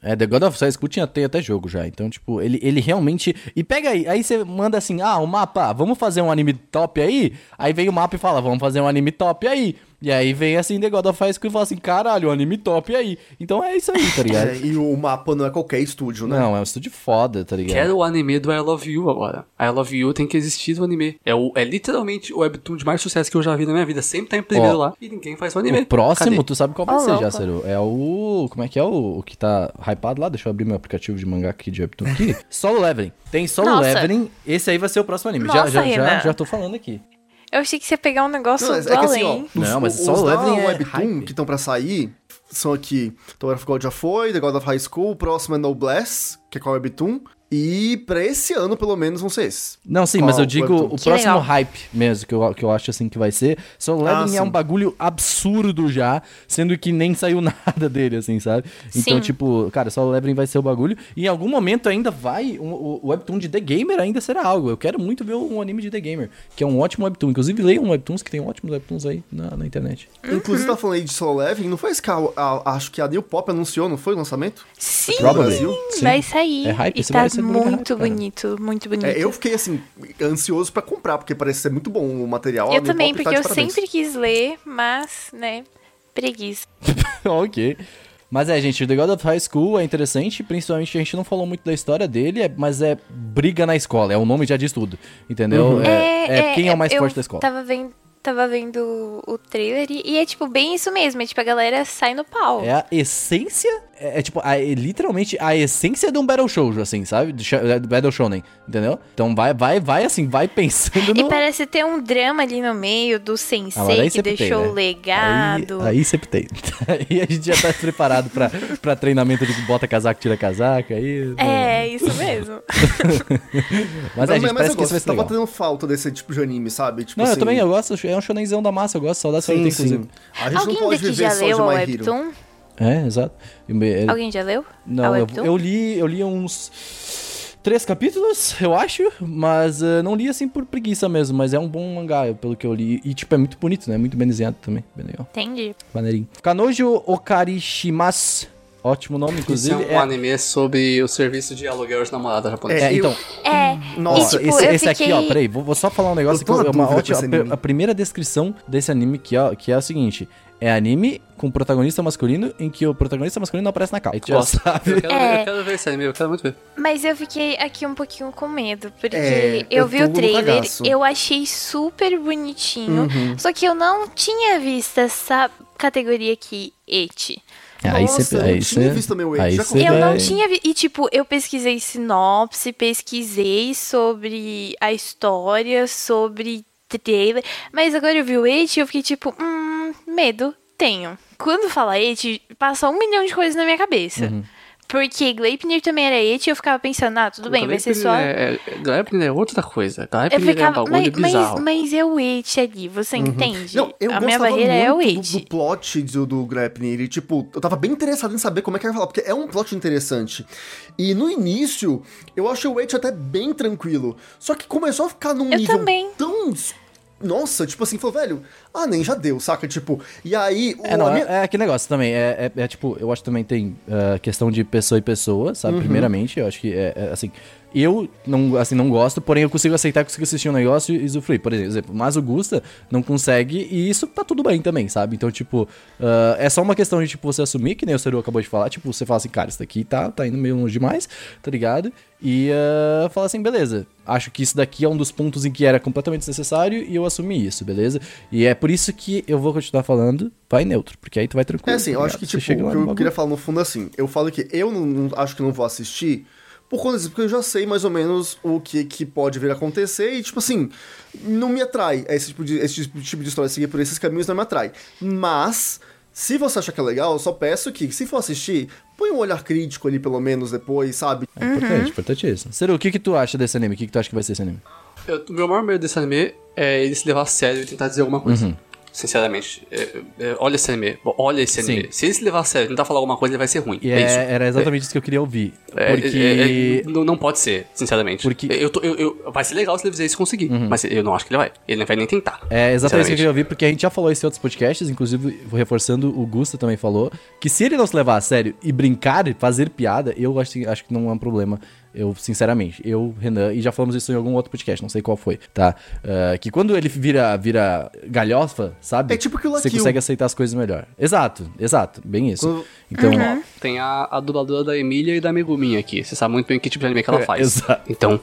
Speaker 1: É, The God of High School tinha tem até jogo já. Então, tipo, ele, ele realmente. E pega aí, aí você manda assim: ah, o mapa, vamos fazer um anime top aí? Aí vem o mapa e fala: vamos fazer um anime top aí. E aí vem assim The God of High School e fala assim: caralho, um anime top aí. Então é isso
Speaker 4: [LAUGHS]
Speaker 1: aí, tá ligado?
Speaker 4: É, e o mapa não é qualquer estúdio, né?
Speaker 1: Não, é um estúdio foda, tá ligado?
Speaker 3: Quero o anime do I Love You agora. I Love You tem que existir do anime. É, o, é literalmente o webtoon de mais sucesso que eu já vi na minha vida. Sempre tá em primeiro
Speaker 1: Ó,
Speaker 3: lá e ninguém faz o anime.
Speaker 1: O próximo,
Speaker 3: Cadê?
Speaker 1: tu sabe qual vai
Speaker 2: Ó,
Speaker 1: ser,
Speaker 2: louco.
Speaker 1: Jácero? É o. Como é que é o, o que tá hypado lá? Deixa eu abrir meu aplicativo de mangá aqui de Webtoon aqui. solo Leveling. Tem Solo
Speaker 2: Nossa.
Speaker 1: Leveling. Esse aí vai ser o próximo anime.
Speaker 2: Nossa,
Speaker 1: já, já, já,
Speaker 2: Renan.
Speaker 1: já tô falando aqui.
Speaker 2: Eu achei que você ia pegar um negócio
Speaker 1: é
Speaker 4: Não, é,
Speaker 2: do
Speaker 1: assim,
Speaker 2: além.
Speaker 1: Não, mas
Speaker 4: assim, os
Speaker 1: só o
Speaker 4: da
Speaker 1: Leveling é
Speaker 4: Webtoon
Speaker 1: hype.
Speaker 4: que estão pra sair são aqui Tower of God já foi, The God of High School, o próximo é No Bless, que é com a Webtoon, e pra esse ano, pelo menos, vão ser esses.
Speaker 1: Não, sim,
Speaker 4: Qual é
Speaker 1: mas eu
Speaker 4: o
Speaker 1: digo
Speaker 4: webtoon?
Speaker 1: o
Speaker 2: Que
Speaker 1: próximo
Speaker 2: legal.
Speaker 1: hype mesmo, que eu, que eu acho assim que vai ser. Solo
Speaker 4: Ah,
Speaker 1: Leveling é um
Speaker 4: sim.
Speaker 1: bagulho absurdo já, sendo que nem saiu [LAUGHS] nada dele, assim, sabe? Então,
Speaker 2: Sim.
Speaker 1: tipo, cara, Solo Leveling vai ser o bagulho. E em algum momento ainda vai, um- o, o webtoon de The Gamer ainda será algo. Eu quero muito ver um anime de The Gamer, que é um ótimo webtoon. Inclusive, leiam webtoons, que tem ótimos webtoons aí na, na internet.
Speaker 2: Uhum.
Speaker 4: Inclusive, tá falando aí de Solo Leveling, não foi esse que a- a- acho que a New Pop anunciou, não foi o lançamento?
Speaker 1: é
Speaker 2: Sim,
Speaker 1: Probably.
Speaker 2: vai
Speaker 1: Sim.
Speaker 2: sair.
Speaker 1: É hype,
Speaker 2: e
Speaker 1: esse
Speaker 2: tá
Speaker 1: vai ser muito
Speaker 2: muito
Speaker 1: hype, cara.
Speaker 2: bonito, muito bonito.
Speaker 4: É, eu fiquei, assim, ansioso pra comprar, porque parece ser muito bom o material.
Speaker 2: Eu
Speaker 4: A New
Speaker 2: também,
Speaker 4: Pop tá
Speaker 2: porque eu
Speaker 4: de parabéns.
Speaker 2: sempre quis ler, mas, né, preguiça.
Speaker 1: [LAUGHS] ok. Mas é, gente, o The God of High School é interessante, principalmente a gente não falou muito da história dele, é- mas é briga na escola, é o nome já diz tudo, entendeu? É, é quem é o mais
Speaker 2: eu
Speaker 1: forte da escola.
Speaker 2: Tava vendo, tava vendo o trailer e, e é, tipo, bem isso mesmo. É, tipo, a galera sai no pau.
Speaker 1: É a essência, é, é tipo, a- é literalmente a essência de um Battle Shoujo, assim, sabe? De sho- é, Do Battle Shonen, entendeu? Então vai, vai, vai assim, vai pensando
Speaker 2: E
Speaker 1: no...
Speaker 2: parece ter um drama ali no meio do
Speaker 1: Ah, mas
Speaker 2: sensei
Speaker 1: aí
Speaker 2: que
Speaker 1: sempre tem,
Speaker 2: deixou
Speaker 1: né?
Speaker 2: o legado.
Speaker 1: Aí, aí sempre tem. [LAUGHS] aí a gente já tá preparado pra, pra treinamento de bota casaco, tira casaco, aí... né?
Speaker 2: É,
Speaker 1: [LAUGHS]
Speaker 2: isso mesmo.
Speaker 1: Mas, a gente
Speaker 4: eu
Speaker 1: parece que
Speaker 4: gosto,
Speaker 1: isso vai ser
Speaker 4: tava
Speaker 1: legal.
Speaker 4: tendo falta desse tipo de anime, sabe? Tipo
Speaker 1: Não, eu
Speaker 4: assim,
Speaker 1: também, eu gosto, é um shonenzão da massa, eu gosto, saudades
Speaker 4: Sim,
Speaker 1: que eu tenho,
Speaker 4: sim.
Speaker 1: inclusive.
Speaker 4: A gente não
Speaker 2: Alguém
Speaker 4: pode
Speaker 2: daqui
Speaker 4: viver
Speaker 2: já
Speaker 4: só de
Speaker 2: leu a
Speaker 4: My Hero.
Speaker 2: Webtoon?
Speaker 1: É, exato. E- é-
Speaker 2: Alguém já leu? a
Speaker 1: Não, eu,
Speaker 2: Webtoon?
Speaker 1: eu li, eu li uns três capítulos, eu acho, mas eh, não li assim por preguiça mesmo, mas é um bom mangá, eu- pelo que eu li. E, tipo, é muito bonito, né? Muito bem desenhado também, bem legal.
Speaker 2: Entendi.
Speaker 1: Maneirinho. Kanojo Okarishimasu, ótimo nome,
Speaker 3: Esse é
Speaker 1: inclusive.
Speaker 3: um
Speaker 1: É,
Speaker 3: anime sobre o serviço de aluguel de namorada japonesa.
Speaker 1: é,
Speaker 4: eu-
Speaker 1: então,
Speaker 2: É,
Speaker 4: Nossa,
Speaker 2: e, tipo,
Speaker 1: esse,
Speaker 2: eu
Speaker 1: esse aqui, ó,
Speaker 2: fiquei-
Speaker 1: peraí, vou, vou só falar um negócio
Speaker 4: Eu
Speaker 1: que
Speaker 4: tô
Speaker 1: é
Speaker 4: na
Speaker 1: uma
Speaker 4: dúvida
Speaker 1: ótima.
Speaker 4: com esse
Speaker 1: a pri-
Speaker 4: anime.
Speaker 1: A primeira descrição desse anime que é, que é o seguinte: é anime com protagonista masculino em que o protagonista masculino não aparece na capa. Aí tu já
Speaker 3: Nossa,
Speaker 1: sabe.
Speaker 3: [LAUGHS] eu, quero ver,
Speaker 2: É.
Speaker 3: eu quero ver esse anime, eu quero muito ver.
Speaker 2: Mas eu fiquei aqui um pouquinho com medo, porque
Speaker 4: É,
Speaker 2: eu,
Speaker 4: eu
Speaker 2: vi
Speaker 4: tô
Speaker 2: o
Speaker 4: no
Speaker 2: trailer,
Speaker 4: cagaço.
Speaker 2: eu achei super
Speaker 1: Hum. Uhum.
Speaker 2: bonitinho, só que eu não tinha visto essa categoria aqui, eti.
Speaker 1: Aí
Speaker 4: Nossa,
Speaker 1: você.
Speaker 4: eu
Speaker 1: Aí
Speaker 4: não tinha
Speaker 1: você.
Speaker 4: visto também o Age,
Speaker 1: Aí
Speaker 4: já
Speaker 1: você.
Speaker 2: Eu não
Speaker 1: vai-
Speaker 2: tinha. vi- E, tipo, eu pesquisei sinopse, pesquisei sobre a história, sobre trailer. Mas agora eu vi o It e eu fiquei tipo, hum, medo. Tenho. Quando fala It, passa um milhão de coisas na minha cabeça. Porque Gleipnir também era It e eu ficava pensando, ah, tudo bem, vai ser só.
Speaker 3: É, é, Gleipnir é outra coisa.
Speaker 2: Eu
Speaker 3: Gleipnir é um
Speaker 2: ficava, mas,
Speaker 3: bagulho
Speaker 2: mas,
Speaker 3: bizarro.
Speaker 2: mas é o It ali, você entende?
Speaker 4: Não, eu
Speaker 2: a
Speaker 4: gostava
Speaker 2: minha barreira
Speaker 4: muito
Speaker 2: é o
Speaker 4: do, do
Speaker 2: It.
Speaker 4: plot do, do Grapnir. E, tipo, eu tava bem interessado em saber como é que ia falar, porque é um plot interessante. E no início, eu achei o Wait até bem tranquilo. Só que começou a ficar num
Speaker 2: Eu
Speaker 4: nível
Speaker 2: também.
Speaker 4: tão. es- Nossa, tipo assim, falou, velho, ah, nem já deu, saca? Tipo, e aí. o-
Speaker 1: É, não,
Speaker 4: a
Speaker 1: é,
Speaker 4: minha-
Speaker 1: é aquele negócio também. É, é- é, tipo, eu acho que também tem ah, questão de pessoa e pessoa, sabe? Primeiramente, eu acho que é, é, assim. Eu não, assim, não gosto, porém eu consigo aceitar, consigo assistir um negócio e usufruir, por exemplo. Mas o Gusta não consegue e isso tá tudo bem também, sabe? Então, tipo, ah, é só uma questão de, tipo, você assumir, que nem o Seru acabou de falar. Tipo, você fala assim, cara, isso daqui tá, tá indo meio longe demais, tá ligado? E ah, fala assim, beleza, acho que isso daqui é um dos pontos em que era completamente desnecessário e eu assumi isso, beleza? E é por isso que eu vou continuar falando, vai neutro, porque aí tu vai
Speaker 4: É
Speaker 1: tranquilo.
Speaker 4: assim, eu
Speaker 1: tá
Speaker 4: acho que,
Speaker 1: ligado? Você
Speaker 4: tipo,
Speaker 1: chega
Speaker 4: o
Speaker 1: lá
Speaker 4: que
Speaker 1: no
Speaker 4: eu
Speaker 1: bagulho.
Speaker 4: queria falar no fundo é assim. Eu falo que eu não, não- acho que não vou assistir por conta disso, porque eu já sei mais ou menos o que, que pode vir a acontecer e, tipo assim, não me atrai esse tipo de, esse tipo de história. Seguir por esses caminhos não me atrai. Mas, se você achar que é legal, eu só peço que, se for assistir, põe um olhar crítico ali, pelo menos, depois, sabe?
Speaker 1: É importante, importante isso. Seru, o que que tu acha desse anime? O que que tu acha que vai ser esse anime?
Speaker 3: Eu- o meu maior medo desse anime é ele se levar a sério e tentar dizer alguma coisa.
Speaker 1: Uhum.
Speaker 3: Sinceramente. É, é, olha esse anime. Bo- Olha esse
Speaker 1: Sim.
Speaker 3: anime. Se ele se levar a sério e tentar falar alguma coisa, ele vai ser ruim.
Speaker 1: E
Speaker 3: é isso.
Speaker 1: é- era exatamente isso que eu queria ouvir.
Speaker 3: É,
Speaker 1: porque...
Speaker 3: é, é, não, não pode ser, sinceramente.
Speaker 1: Porque- Uhum.
Speaker 3: Eu tô- eu- eu- vai ser legal se ele fizer isso e conseguir. Mas eu não acho que ele vai. Ele não vai nem tentar.
Speaker 1: É exatamente isso que eu
Speaker 3: sinceramente.
Speaker 1: queria ouvir, porque a gente já falou isso em outros podcasts, inclusive reforçando, o Gusta também falou, que se ele não se levar a sério e brincar, e fazer piada, eu acho, que- acho que não é um problema. Eu, sinceramente, eu, Renan, e já falamos isso em algum outro podcast, não sei qual foi, tá? Ah, que quando ele vira, vira galhofa, sabe?
Speaker 4: É tipo que o
Speaker 1: Você
Speaker 4: Laquil.
Speaker 1: consegue aceitar as coisas melhor. Exato, exato, bem isso.
Speaker 4: Quando-
Speaker 1: Então,
Speaker 3: Tem a, a dubladora da Emília e da Megumin aqui. Você sabe muito bem que tipo de anime que ela
Speaker 1: É,
Speaker 3: faz.
Speaker 1: exato.
Speaker 3: Então,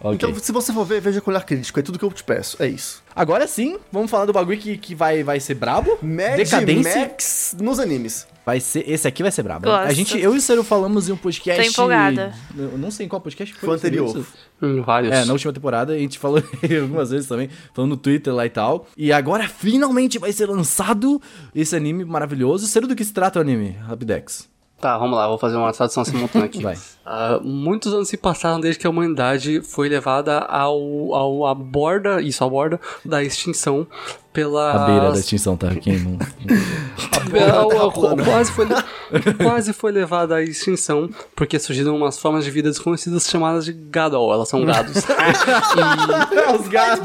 Speaker 1: ó, ok.
Speaker 4: Então, se você for ver, veja com olhar crítico. É tudo que eu te peço. É isso.
Speaker 1: Agora sim, vamos falar do bagulho que, que vai, vai ser brabo.
Speaker 4: Mad
Speaker 1: Decadência.
Speaker 4: Max nos animes.
Speaker 1: Vai ser, esse aqui vai ser brabo.
Speaker 2: Gosto.
Speaker 1: A gente, eu e o Ciro falamos em um podcast.
Speaker 2: Tô empolgada.
Speaker 1: Eu não sei em qual podcast foi.
Speaker 4: Foi o anterior.
Speaker 1: Ciro, isso?
Speaker 3: hum, vários.
Speaker 1: É, na última temporada a gente falou [LAUGHS] algumas vezes também, falando no Twitter lá e tal. E agora finalmente vai ser lançado esse anime maravilhoso. Ciro, do que se trata o anime? Rapidex.
Speaker 3: Tá, vamos lá, vou fazer uma tradução simultânea aqui.
Speaker 1: Vai.
Speaker 3: Ah, muitos anos se passaram desde que a humanidade foi levada ao, ao à borda, isso, à borda da extinção pela
Speaker 1: A beira da
Speaker 3: [LAUGHS]
Speaker 1: extinção, tá? Quem não...
Speaker 3: Ela-
Speaker 4: Terra
Speaker 3: ela-
Speaker 4: plana.
Speaker 3: quase, foi, quase foi levada à extinção porque surgiram umas formas de vida desconhecidas chamadas de gadol. Elas são gados.
Speaker 1: Os gatos.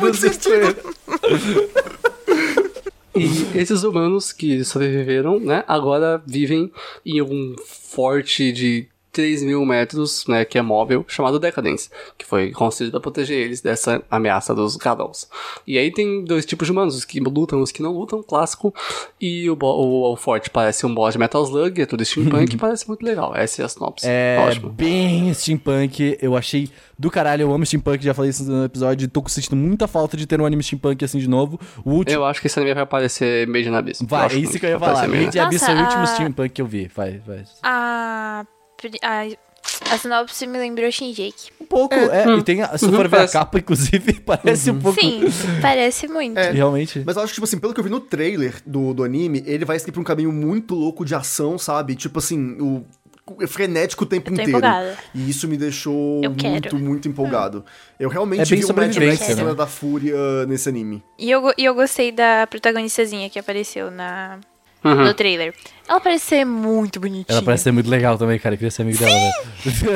Speaker 3: e esses humanos que sobreviveram, né, agora vivem em um forte de 3 mil metros, né, que é móvel, chamado Decadence, que foi construído para proteger eles dessa ameaça dos gadols. E aí tem dois tipos de humanos, os que lutam e os que não lutam, clássico, e o, bo- o, o forte parece um boss de Metal Slug, é tudo
Speaker 1: [LAUGHS]
Speaker 3: steampunk, parece muito legal. Essa é a sinopse.
Speaker 1: É
Speaker 3: Ótimo.
Speaker 1: bem steampunk. Eu achei do caralho. Eu amo steampunk. Já falei isso no episódio. Tô sentindo muita falta de ter um anime steampunk assim de novo. O último.
Speaker 3: Eu acho que esse anime vai aparecer Made in Abyss.
Speaker 1: Vai, é
Speaker 3: acho
Speaker 1: isso que eu ia
Speaker 3: vai aparecer
Speaker 1: falar.
Speaker 3: Made
Speaker 1: Made
Speaker 3: in
Speaker 1: Abyss foi o
Speaker 2: Nossa, ah.
Speaker 1: último
Speaker 2: a-
Speaker 1: um steampunk que eu vi. Vai, vai.
Speaker 2: A, pri- a, a sinopse me lembrou Shinjeki.
Speaker 1: Um pouco, é. E tem, a- se
Speaker 3: Uhum,
Speaker 1: for ver a
Speaker 3: parece.
Speaker 1: capa, inclusive, [LAUGHS] parece um pouco.
Speaker 2: Sim, parece muito.
Speaker 4: É.
Speaker 1: Realmente.
Speaker 4: Mas eu acho que, tipo assim, pelo que eu vi no trailer do, do anime, ele vai seguir pra um caminho muito louco de ação, sabe? Tipo assim, o o- é frenético o tempo
Speaker 2: Eu tô
Speaker 4: inteiro.
Speaker 2: empolgada.
Speaker 4: E isso me deixou
Speaker 2: Eu quero.
Speaker 4: muito, muito empolgado. Eu realmente
Speaker 1: É bem
Speaker 4: vi o Mad Max
Speaker 1: sobrevivência,
Speaker 4: Cena
Speaker 1: né?
Speaker 4: da Fúria nesse anime.
Speaker 2: E eu, go- e eu gostei da protagonistazinha que apareceu na,
Speaker 3: Uhum.
Speaker 2: no trailer. Ela parece ser muito bonitinha.
Speaker 1: Ela parece ser muito legal também, cara. Eu queria ser amigo dela,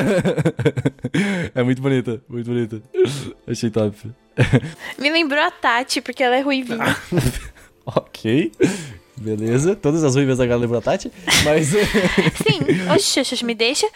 Speaker 1: velho. [LAUGHS] é muito bonita, muito bonita. Achei top.
Speaker 2: Me lembrou a Tati, porque ela é ruivinha.
Speaker 4: Ah.
Speaker 1: ok. Beleza. Todas as ruivas agora lembram a Tati. Mas.
Speaker 2: [LAUGHS]
Speaker 1: [LAUGHS]
Speaker 2: Sim. Oxi, oxi, oxi, me deixa.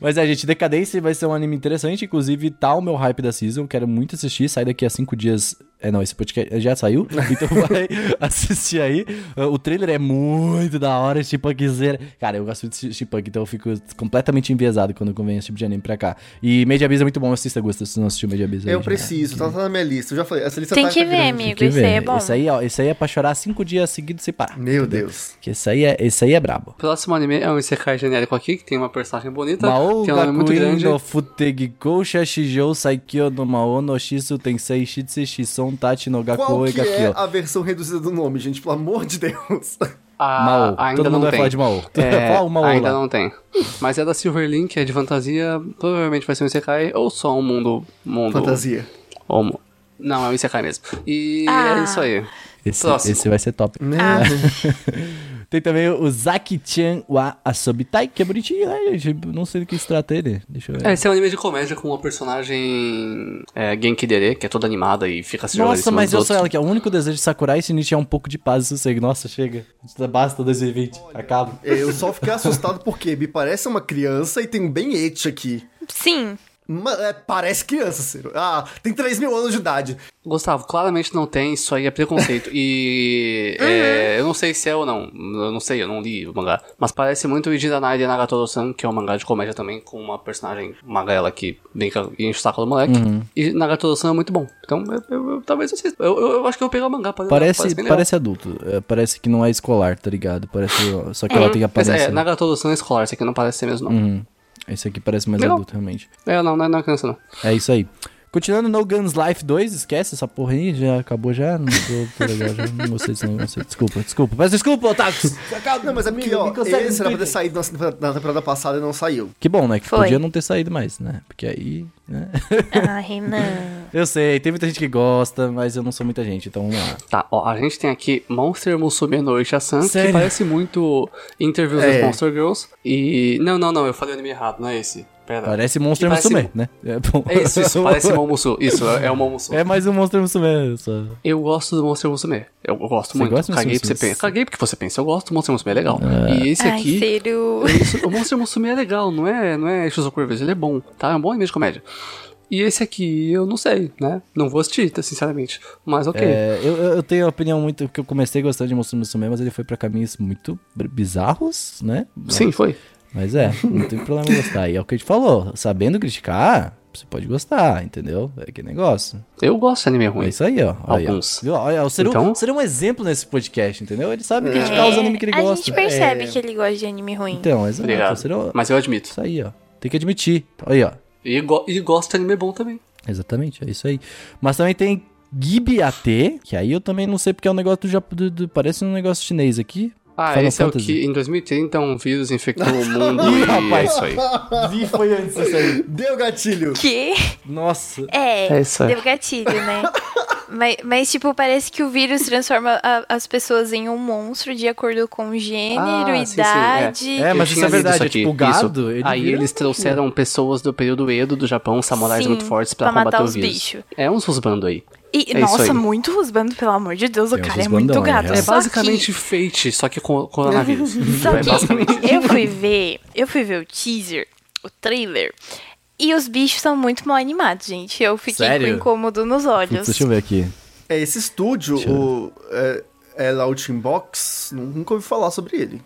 Speaker 1: Mas é, gente, Decadence vai ser um anime interessante. Inclusive, tá o meu hype da season. Quero muito assistir. Sai daqui a cinco dias É, não, esse podcast já
Speaker 4: [LAUGHS]
Speaker 1: saiu, então vai assistir aí. Uh, O trailer é muito da hora, Chipmunkzera. Cara, eu gosto de Chipmunk, então eu fico completamente enviesado quando convém esse tipo de anime pra cá. E Media Biz é muito bom, assista, Gusta, se não assistiu Media Biz. aí
Speaker 4: Eu
Speaker 1: já-
Speaker 4: preciso, tá, tá na minha lista. Eu já falei, essa lista
Speaker 2: Tem
Speaker 4: tá
Speaker 2: que
Speaker 4: tá
Speaker 2: ver,
Speaker 4: grande.
Speaker 2: amigo.
Speaker 1: Que
Speaker 2: Esse aí é
Speaker 1: ver.
Speaker 2: bom.
Speaker 1: Esse aí, ó, esse aí é pra chorar cinco dias seguidos sem parar.
Speaker 4: Meu
Speaker 1: entendeu?
Speaker 4: Deus.
Speaker 1: Que esse aí é, esse aí é brabo.
Speaker 3: Próximo anime é um Isekai genérico aqui, que tem uma personagem bonita,
Speaker 1: Mao
Speaker 3: tem um nome muito
Speaker 1: Gakuin
Speaker 3: grande.
Speaker 1: no Futegiko Shashijou Saikyo no Mao no Shisu Tensei Shitsu Shison Tachi no
Speaker 4: Qual
Speaker 1: Gakuo e
Speaker 4: que é
Speaker 1: Gakyo.
Speaker 4: a versão reduzida do nome, gente? Pelo amor de Deus.
Speaker 3: Ah,
Speaker 1: Mao,
Speaker 3: ainda
Speaker 1: todo
Speaker 3: não
Speaker 1: mundo vai
Speaker 3: tem.
Speaker 1: falar de Mao. [LAUGHS]
Speaker 3: É,
Speaker 1: Fala o Mao
Speaker 3: ainda
Speaker 1: lá.
Speaker 3: não tem. Mas é da Silver Link, é de fantasia, provavelmente vai ser um Isekai ou só um mundo. mundo
Speaker 4: Fantasia.
Speaker 3: ou mu- não, é um Isekai mesmo. E
Speaker 2: Ah.
Speaker 3: é isso aí.
Speaker 1: Esse,
Speaker 3: Próximo.
Speaker 1: esse é vai ser top. Tem também o Zaki-chan wa Asobitai, que é bonitinho, né, gente? Não sei do que se trata ele. Deixa eu ver.
Speaker 3: É, esse é um anime de comédia com uma personagem é, Genkidere, que é toda animada e fica se jogando em
Speaker 1: Nossa,
Speaker 3: cima
Speaker 1: mas
Speaker 3: dos
Speaker 1: eu sou
Speaker 3: outros.
Speaker 1: ela que é o único desejo de Sakurai e Shinichi é um pouco de paz e sossego. Nossa, chega. Basta 2020. Acaba.
Speaker 4: Eu só fiquei assustado porque me parece uma criança e tem um bem ete aqui.
Speaker 2: Sim.
Speaker 4: Ma- é, parece criança, Ciro. Ah, tem 3 mil anos de idade.
Speaker 3: Gustavo, claramente não tem, isso aí é preconceito.
Speaker 1: [LAUGHS]
Speaker 3: E
Speaker 1: Uhum.
Speaker 3: é, eu não sei se é ou não, eu não sei, eu não li o mangá. Mas parece muito o Ijiranai de Nagatoro-san, que é um mangá de comédia também, com uma personagem magrela que brinca e enche o saco do moleque.
Speaker 1: Uhum.
Speaker 3: E Nagatoro-san é muito bom. Então, eu, eu- eu- talvez eu assista. Eu, eu- eu acho que eu vou pegar o mangá. pra ler,
Speaker 1: Parece,
Speaker 3: bem legal.
Speaker 1: parece adulto. É, parece que não é escolar, tá ligado? Parece, só que ela tem
Speaker 3: Mas é,
Speaker 1: aparência.
Speaker 3: Nagatoro-san é escolar, isso aqui não parece ser mesmo, não.
Speaker 1: Hum, esse aqui parece mais
Speaker 3: Legal.
Speaker 1: adulto, realmente.
Speaker 3: É, não, não é, não é criança, não.
Speaker 1: É isso aí. Continuando No Guns Life 2, esquece essa porra aí, já acabou já. Não tô, tô legal, já não gostei disso, não gostei. Desculpa, desculpa. Peço desculpa, Otakus.
Speaker 4: Não, mas é porque,
Speaker 1: Amigo,
Speaker 4: ó,
Speaker 1: me consegue
Speaker 4: esse
Speaker 1: no
Speaker 4: era pra ter
Speaker 1: Twitter.
Speaker 4: saído na, na temporada passada e não saiu. [COUGHS]
Speaker 1: Que bom, né? Que
Speaker 2: Foi.
Speaker 1: podia não ter saído mais, né? Porque aí, né?
Speaker 2: Ah, Renan.
Speaker 1: Eu sei, tem muita gente que gosta, mas eu não sou muita gente, então vamos lá.
Speaker 3: Tá, ó, a gente tem aqui Monster Musume no Isha-san, que
Speaker 1: Sério?
Speaker 3: parece muito Interviews
Speaker 4: É.
Speaker 3: with Monster Girls. E. Não, não, não, eu falei o anime errado, não é esse. Pera.
Speaker 1: Parece Monster
Speaker 3: Que parece-
Speaker 1: Musume, né? É, bom.
Speaker 3: É isso,
Speaker 1: [LAUGHS]
Speaker 3: isso, parece Momusu. Isso, é, é o Momusu.
Speaker 1: É mais um Monster Musume. Só.
Speaker 3: Eu gosto do Monster Musume. Eu gosto
Speaker 1: Você
Speaker 3: muito.
Speaker 1: gosta do
Speaker 3: Caguei
Speaker 1: Monster
Speaker 3: porque você
Speaker 1: Musume?
Speaker 3: pensa. Caguei porque você pensa. Eu gosto do Monster Musume, é legal. E esse
Speaker 2: Ai,
Speaker 3: aqui.
Speaker 2: Ciro.
Speaker 3: Isso, o Monster Musume é legal, não é, não é Shuzoku Revenge, ele é bom, tá? É um bom anime de comédia. E esse aqui, eu não sei, né? Não vou assistir, tá, sinceramente. Mas ok.
Speaker 1: É, eu, eu eu tenho a opinião muito que eu comecei gostando de Monster Musume, mas ele foi pra caminhos muito br- bizarros, né?
Speaker 3: Sim, foi.
Speaker 1: Mas é, não tem problema gostar. E é o que a gente falou, sabendo criticar, você pode gostar, entendeu? É que negócio.
Speaker 3: Eu gosto de anime ruim.
Speaker 1: É isso aí, ó. Olha,
Speaker 3: Alguns.
Speaker 1: Viu? Olha, o Seru,
Speaker 3: Então-
Speaker 1: Seru é um exemplo nesse podcast, entendeu? Ele sabe criticar os animes que ele
Speaker 2: É. a
Speaker 1: gosta.
Speaker 2: gente
Speaker 4: É.
Speaker 2: percebe que ele gosta de anime ruim.
Speaker 1: Então, exato.
Speaker 3: Obrigado.
Speaker 1: O Seru-
Speaker 3: Mas eu admito.
Speaker 1: Isso aí, ó. Tem que admitir. Aí, ó.
Speaker 3: E, go e gosto de anime bom também.
Speaker 1: Exatamente, é isso aí. Mas também tem Gibiate, que aí eu também não sei porque é um negócio do, Jap- do, do- Parece um negócio chinês aqui.
Speaker 3: Ah,
Speaker 1: Final
Speaker 3: esse
Speaker 1: Fantasy.
Speaker 3: é o que em 2030 um vírus infectou [LAUGHS] o mundo
Speaker 1: Ih,
Speaker 3: e
Speaker 1: rapaz.
Speaker 3: é isso aí.
Speaker 1: Vi foi antes isso aí.
Speaker 4: Deu gatilho.
Speaker 2: Que?
Speaker 1: Nossa.
Speaker 2: É,
Speaker 3: É isso aí.
Speaker 2: deu gatilho,
Speaker 3: [LAUGHS]
Speaker 2: né? mas, mas, tipo, parece que o vírus transforma a- as pessoas em um monstro de acordo com gênero,
Speaker 3: Ah, sim, sim, é.
Speaker 2: idade.
Speaker 1: É, mas
Speaker 3: Eu
Speaker 1: isso
Speaker 3: tinha
Speaker 1: é
Speaker 3: lido
Speaker 1: verdade, é
Speaker 3: aqui,
Speaker 1: tipo, o gado,
Speaker 3: isso.
Speaker 1: ele
Speaker 3: Aí
Speaker 1: vira-
Speaker 3: eles trouxeram pessoas do período Edo do Japão, samurais
Speaker 2: Sim,
Speaker 3: muito fortes pra,
Speaker 2: pra matar
Speaker 3: combater o
Speaker 2: os
Speaker 3: vírus.
Speaker 2: bicho.
Speaker 3: É uns rusbando aí.
Speaker 2: E,
Speaker 3: É isso
Speaker 2: nossa,
Speaker 3: aí.
Speaker 2: muito rusbando, pelo amor de Deus, o
Speaker 1: Tem uns
Speaker 2: cara é
Speaker 1: rusbandão,
Speaker 2: muito
Speaker 1: né,
Speaker 2: gato.
Speaker 1: real.
Speaker 3: É
Speaker 2: Só
Speaker 3: basicamente
Speaker 2: que-
Speaker 3: Fate, só que com [LAUGHS] coronavírus.
Speaker 2: Só
Speaker 3: é basicamente.
Speaker 2: que eu fui ver, eu fui ver o teaser, o trailer, e os bichos são muito mal animados, gente. Eu fiquei
Speaker 1: Sério?
Speaker 2: com incômodo nos olhos.
Speaker 1: Putz, deixa eu ver aqui. Um
Speaker 4: É, esse estúdio, o. É, é Launching Box, nunca ouvi falar sobre ele.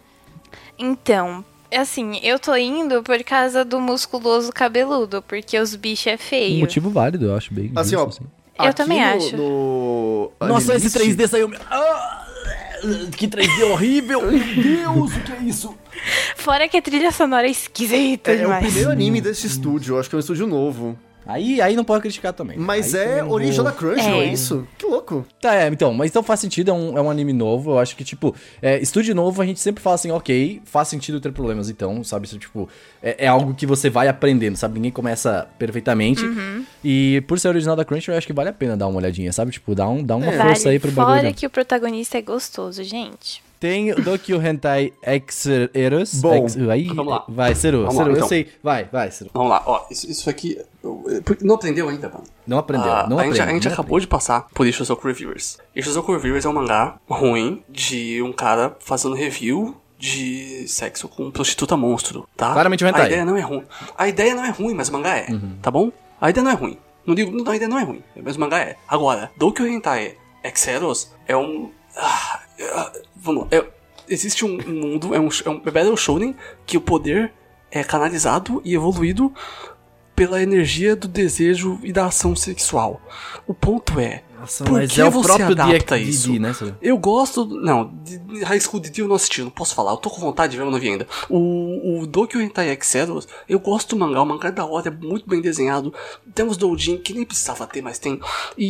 Speaker 2: Então, assim, eu tô indo por causa do musculoso cabeludo, porque os bichos é
Speaker 1: Um
Speaker 2: feio.
Speaker 1: motivo válido, eu acho bem.
Speaker 4: Assim,
Speaker 1: justo,
Speaker 4: ó.
Speaker 2: Eu também
Speaker 4: no-
Speaker 2: acho.
Speaker 4: No
Speaker 1: Nossa, esse
Speaker 4: Animalist,
Speaker 1: 3D saiu. Ah, que 3D horrível! [LAUGHS] Meu Deus, o que é isso?
Speaker 2: Fora que a trilha sonora é esquisita
Speaker 4: É, é o
Speaker 2: demais.
Speaker 4: primeiro anime desse estúdio, acho que é um estúdio novo.
Speaker 1: Aí, aí não pode criticar também.
Speaker 4: Mas
Speaker 1: Aí um também
Speaker 4: é
Speaker 1: não vou-
Speaker 4: original da Crunchyroll,
Speaker 2: É.
Speaker 4: é isso? Que louco.
Speaker 1: Tá, é, então, mas então faz sentido, é um, é um anime novo. Eu acho que, tipo, é, estúdio novo, a gente sempre fala assim, ok, faz sentido ter problemas, então, sabe? Isso, tipo, é, é algo que você vai aprendendo, sabe? Ninguém começa perfeitamente.
Speaker 2: Uhum.
Speaker 1: E por ser original da Crunchyroll, eu acho que vale a pena dar uma olhadinha, sabe? Tipo, dá, um, dá uma
Speaker 2: É. Vale.
Speaker 1: força aí pro
Speaker 2: Fora
Speaker 1: bagulho. né?
Speaker 2: que o protagonista é gostoso, gente.
Speaker 1: Tem o Dokyo Hentai Exeros.
Speaker 4: Bom,
Speaker 1: aí,
Speaker 3: vamos lá.
Speaker 1: Vai, Seru,
Speaker 3: Vamos lá,
Speaker 1: Seru, eu
Speaker 3: então.
Speaker 1: sei. Vai, vai, Seru.
Speaker 3: Vamos lá, ó, isso, isso aqui. eu- eu- Não aprendeu ainda, mano.
Speaker 1: Não aprendeu,
Speaker 3: Ah,
Speaker 1: não
Speaker 3: a gente,
Speaker 1: aprendeu. né?
Speaker 3: a gente acabou de passar por Ishizoku Reviewers. Ishizoku Reviewers é um mangá ruim de um cara fazendo review de sexo com um prostituta monstro, tá?
Speaker 1: Claramente um
Speaker 3: A
Speaker 1: hentai. Uhum.
Speaker 3: ideia não é ruim. A ideia não é ruim, mas o mangá é, tá bom? A ideia não é ruim. Não digo, não, ainda não é ruim, mas o mangá é. Agora, Dokyo Hentai Exeros é um. ah, ah, vamos lá. é- existe um, um mundo, é um, é um Battle Shonen que o poder é canalizado e evoluído pela energia do desejo e da ação sexual. O ponto é.
Speaker 1: Nossa,
Speaker 3: por
Speaker 1: mas
Speaker 3: que
Speaker 1: é o
Speaker 3: você
Speaker 1: próprio
Speaker 3: adapta
Speaker 1: DxD,
Speaker 3: isso?
Speaker 1: né, senhor?
Speaker 3: Eu gosto. do- Não, de- de High School DD eu não assisti, não posso falar. Eu tô com vontade de ver, mas não vi ainda. O, o Dokyo Hentai Excelos, eu gosto do mangá. O mangá é da hora, é muito bem desenhado. Tem uns doujin que nem precisava ter, mas tem.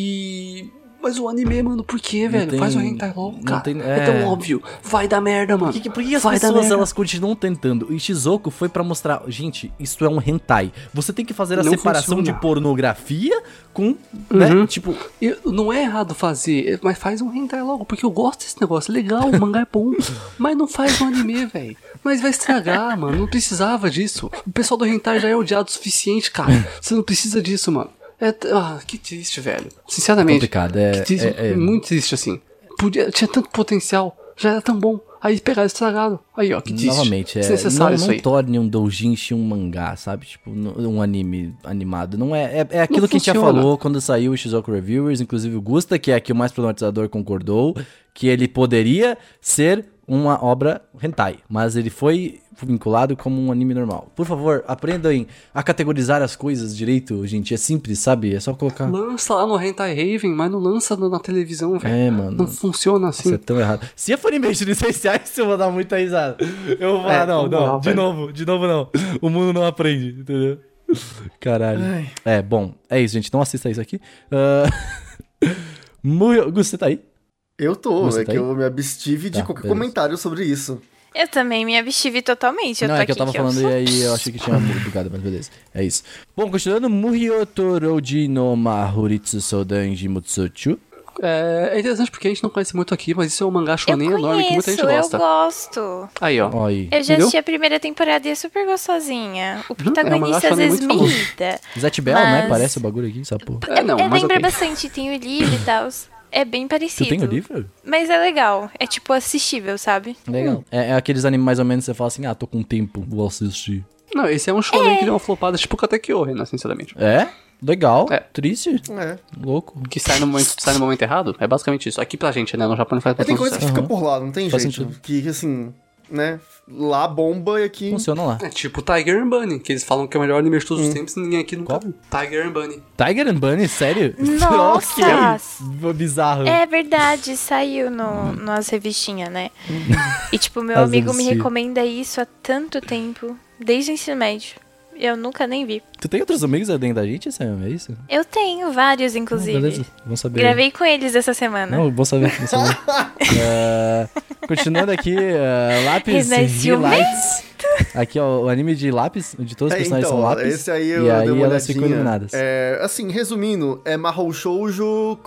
Speaker 3: E. Mas o anime, mano, por que, velho?
Speaker 1: tem-
Speaker 3: Faz o hentai logo,
Speaker 1: não
Speaker 3: cara.
Speaker 1: tem-
Speaker 3: é...
Speaker 1: é.
Speaker 3: tão óbvio. Vai dar merda, mano.
Speaker 1: Por que, por que as
Speaker 3: Vai dar
Speaker 1: pessoas
Speaker 3: merda.
Speaker 1: elas continuam tentando? E Shizuku foi pra mostrar, gente, isso é um hentai. Você tem que fazer a
Speaker 3: Não
Speaker 1: separação
Speaker 3: funciona.
Speaker 1: de pornografia com, né,
Speaker 3: Uhum.
Speaker 1: tipo,
Speaker 3: Eu- não é errado fazer, mas faz um hentai logo, porque eu gosto desse negócio. é Legal, o mangá é
Speaker 1: [LAUGHS]
Speaker 3: bom, mas não faz um anime, velho. Mas vai
Speaker 1: [LAUGHS]
Speaker 3: estragar, mano. Não precisava disso. O pessoal do hentai já é odiado o
Speaker 1: [LAUGHS]
Speaker 3: suficiente, cara. Você não precisa disso, mano. É, t- ah, que triste, velho. Sinceramente.
Speaker 1: Complicado, é-
Speaker 3: que triste,
Speaker 1: é- é-
Speaker 3: Muito triste, assim. Podia, tinha tanto potencial, já era tão bom. Aí pegaram e estragaram. Aí, ó, que triste.
Speaker 1: Novamente, é, não,
Speaker 3: Desnecessário isso
Speaker 1: não
Speaker 3: aí.
Speaker 1: torne um doujinshi um mangá, sabe? Tipo, n- um anime animado. Não é, é, é aquilo
Speaker 3: Não
Speaker 1: que a gente já
Speaker 3: funciona.
Speaker 1: falou quando saiu o Shizuku Reviewers, inclusive o Gusta, que é aqui o mais problematizador, concordou que ele poderia ser uma obra hentai, mas ele foi vinculado como um anime normal. Por favor, aprendam a categorizar as coisas direito, gente. É simples, sabe? É só colocar...
Speaker 3: Lança lá no Hentai Raven, mas não lança na na televisão, velho.
Speaker 1: É, mano.
Speaker 3: Não funciona assim.
Speaker 1: Isso é tão errado. Se a Funimation licenciar isso, eu vou dar muita risada. Eu vou falar,
Speaker 3: É,
Speaker 1: não,
Speaker 3: não
Speaker 1: não,
Speaker 3: dá,
Speaker 1: de
Speaker 3: velho.
Speaker 1: novo, de novo não. O mundo não aprende, entendeu? Caralho. É, bom, é isso, gente. Não assista isso aqui. Ah, [LAUGHS] Muito- Gus, você tá aí?
Speaker 4: Eu tô,
Speaker 1: Você
Speaker 4: é
Speaker 1: tá
Speaker 4: que
Speaker 1: aí?
Speaker 4: eu me abstive de
Speaker 1: Tá,
Speaker 4: qualquer
Speaker 1: beleza.
Speaker 4: comentário sobre isso.
Speaker 2: Eu também me abstive totalmente. Eu
Speaker 1: não,
Speaker 2: tô
Speaker 1: é que eu
Speaker 2: aqui
Speaker 1: tava falando
Speaker 2: sou-
Speaker 1: e aí eu achei que tinha bugado, mas beleza. É isso. Bom, continuando, Murio Toroji no Mahuritsu Sodanji Mutsuchu.
Speaker 3: É, é interessante porque a gente não conhece muito aqui, mas isso é um mangá
Speaker 2: Eu
Speaker 3: shonen enorme que muita
Speaker 2: conheço,
Speaker 3: gente
Speaker 2: eu
Speaker 3: gosta.
Speaker 2: gosto.
Speaker 3: Aí, ó.
Speaker 1: Ó aí.
Speaker 2: Eu já
Speaker 3: Entendeu?
Speaker 2: assisti a primeira temporada e é super gostosinha.
Speaker 1: Uhum. É,
Speaker 2: O
Speaker 3: mangá
Speaker 2: protagonista às
Speaker 3: shonen
Speaker 2: vezes
Speaker 3: muito famoso.
Speaker 2: minta.
Speaker 1: Zet Bell, né?
Speaker 2: É, Mas-
Speaker 1: Parece o bagulho aqui, essa porra.
Speaker 3: É, não,
Speaker 2: é,
Speaker 3: mas
Speaker 2: lembra
Speaker 3: ok.
Speaker 2: bastante, tem o livro e tal. É bem
Speaker 1: Tu
Speaker 2: parecido. Hum.
Speaker 1: tem o livro?
Speaker 2: Mas é legal. É tipo assistível, sabe?
Speaker 1: Legal. É, é aqueles animes mais ou menos que você fala assim, ah, tô com tempo, vou assistir.
Speaker 3: Não, esse é um shonen que deu uma flopada tipo Katekyo, Renan, sinceramente.
Speaker 1: É? Legal.
Speaker 3: É.
Speaker 1: Triste.
Speaker 4: É.
Speaker 1: Louco.
Speaker 3: Que sai no, momento, sai no momento errado. É basicamente isso. Aqui pra gente, né? No Japão não faz
Speaker 4: É, tem
Speaker 3: tanto
Speaker 4: coisa que
Speaker 3: sucesso.
Speaker 4: fica por lá, não tem
Speaker 1: Faz
Speaker 4: jeito.
Speaker 1: sentido.
Speaker 4: Que, assim, né? Lá bomba e aqui...
Speaker 1: Funciona lá.
Speaker 3: É tipo Tiger and Bunny, que eles falam que é o melhor anime de
Speaker 4: Hum.
Speaker 3: todos os tempos e ninguém aqui nunca
Speaker 1: Qual?
Speaker 3: viu. Tiger and Bunny.
Speaker 1: Tiger and Bunny, sério? [LAUGHS]
Speaker 2: Nossa!
Speaker 1: ok. Bizarro.
Speaker 2: É verdade, saiu no, nas revistinhas, né? E tipo,
Speaker 1: [LAUGHS]
Speaker 2: meu
Speaker 1: As
Speaker 2: amigo me
Speaker 1: MC.
Speaker 2: recomenda isso há tanto tempo, desde o ensino médio. Eu nunca nem vi.
Speaker 1: Tu tem outros amigos além da gente, Sam? É isso?
Speaker 2: Eu tenho vários,
Speaker 1: Ah,
Speaker 2: inclusive.
Speaker 1: beleza. Vamos saber.
Speaker 2: Gravei com eles essa semana.
Speaker 1: Não, vou saber. Vou saber.
Speaker 2: [LAUGHS]
Speaker 1: Ah, continuando aqui, ah, Lápis e
Speaker 2: Renascimento.
Speaker 1: Lights. Aqui, ó, o anime de lápis, de todos os
Speaker 4: É,
Speaker 1: personagens são lápis.
Speaker 4: esse aí eu
Speaker 1: e
Speaker 4: dei
Speaker 1: aí
Speaker 4: uma
Speaker 1: elas ficam
Speaker 4: olhadinha.
Speaker 1: iluminadas.
Speaker 4: É, assim, resumindo, é Mahou Shoujo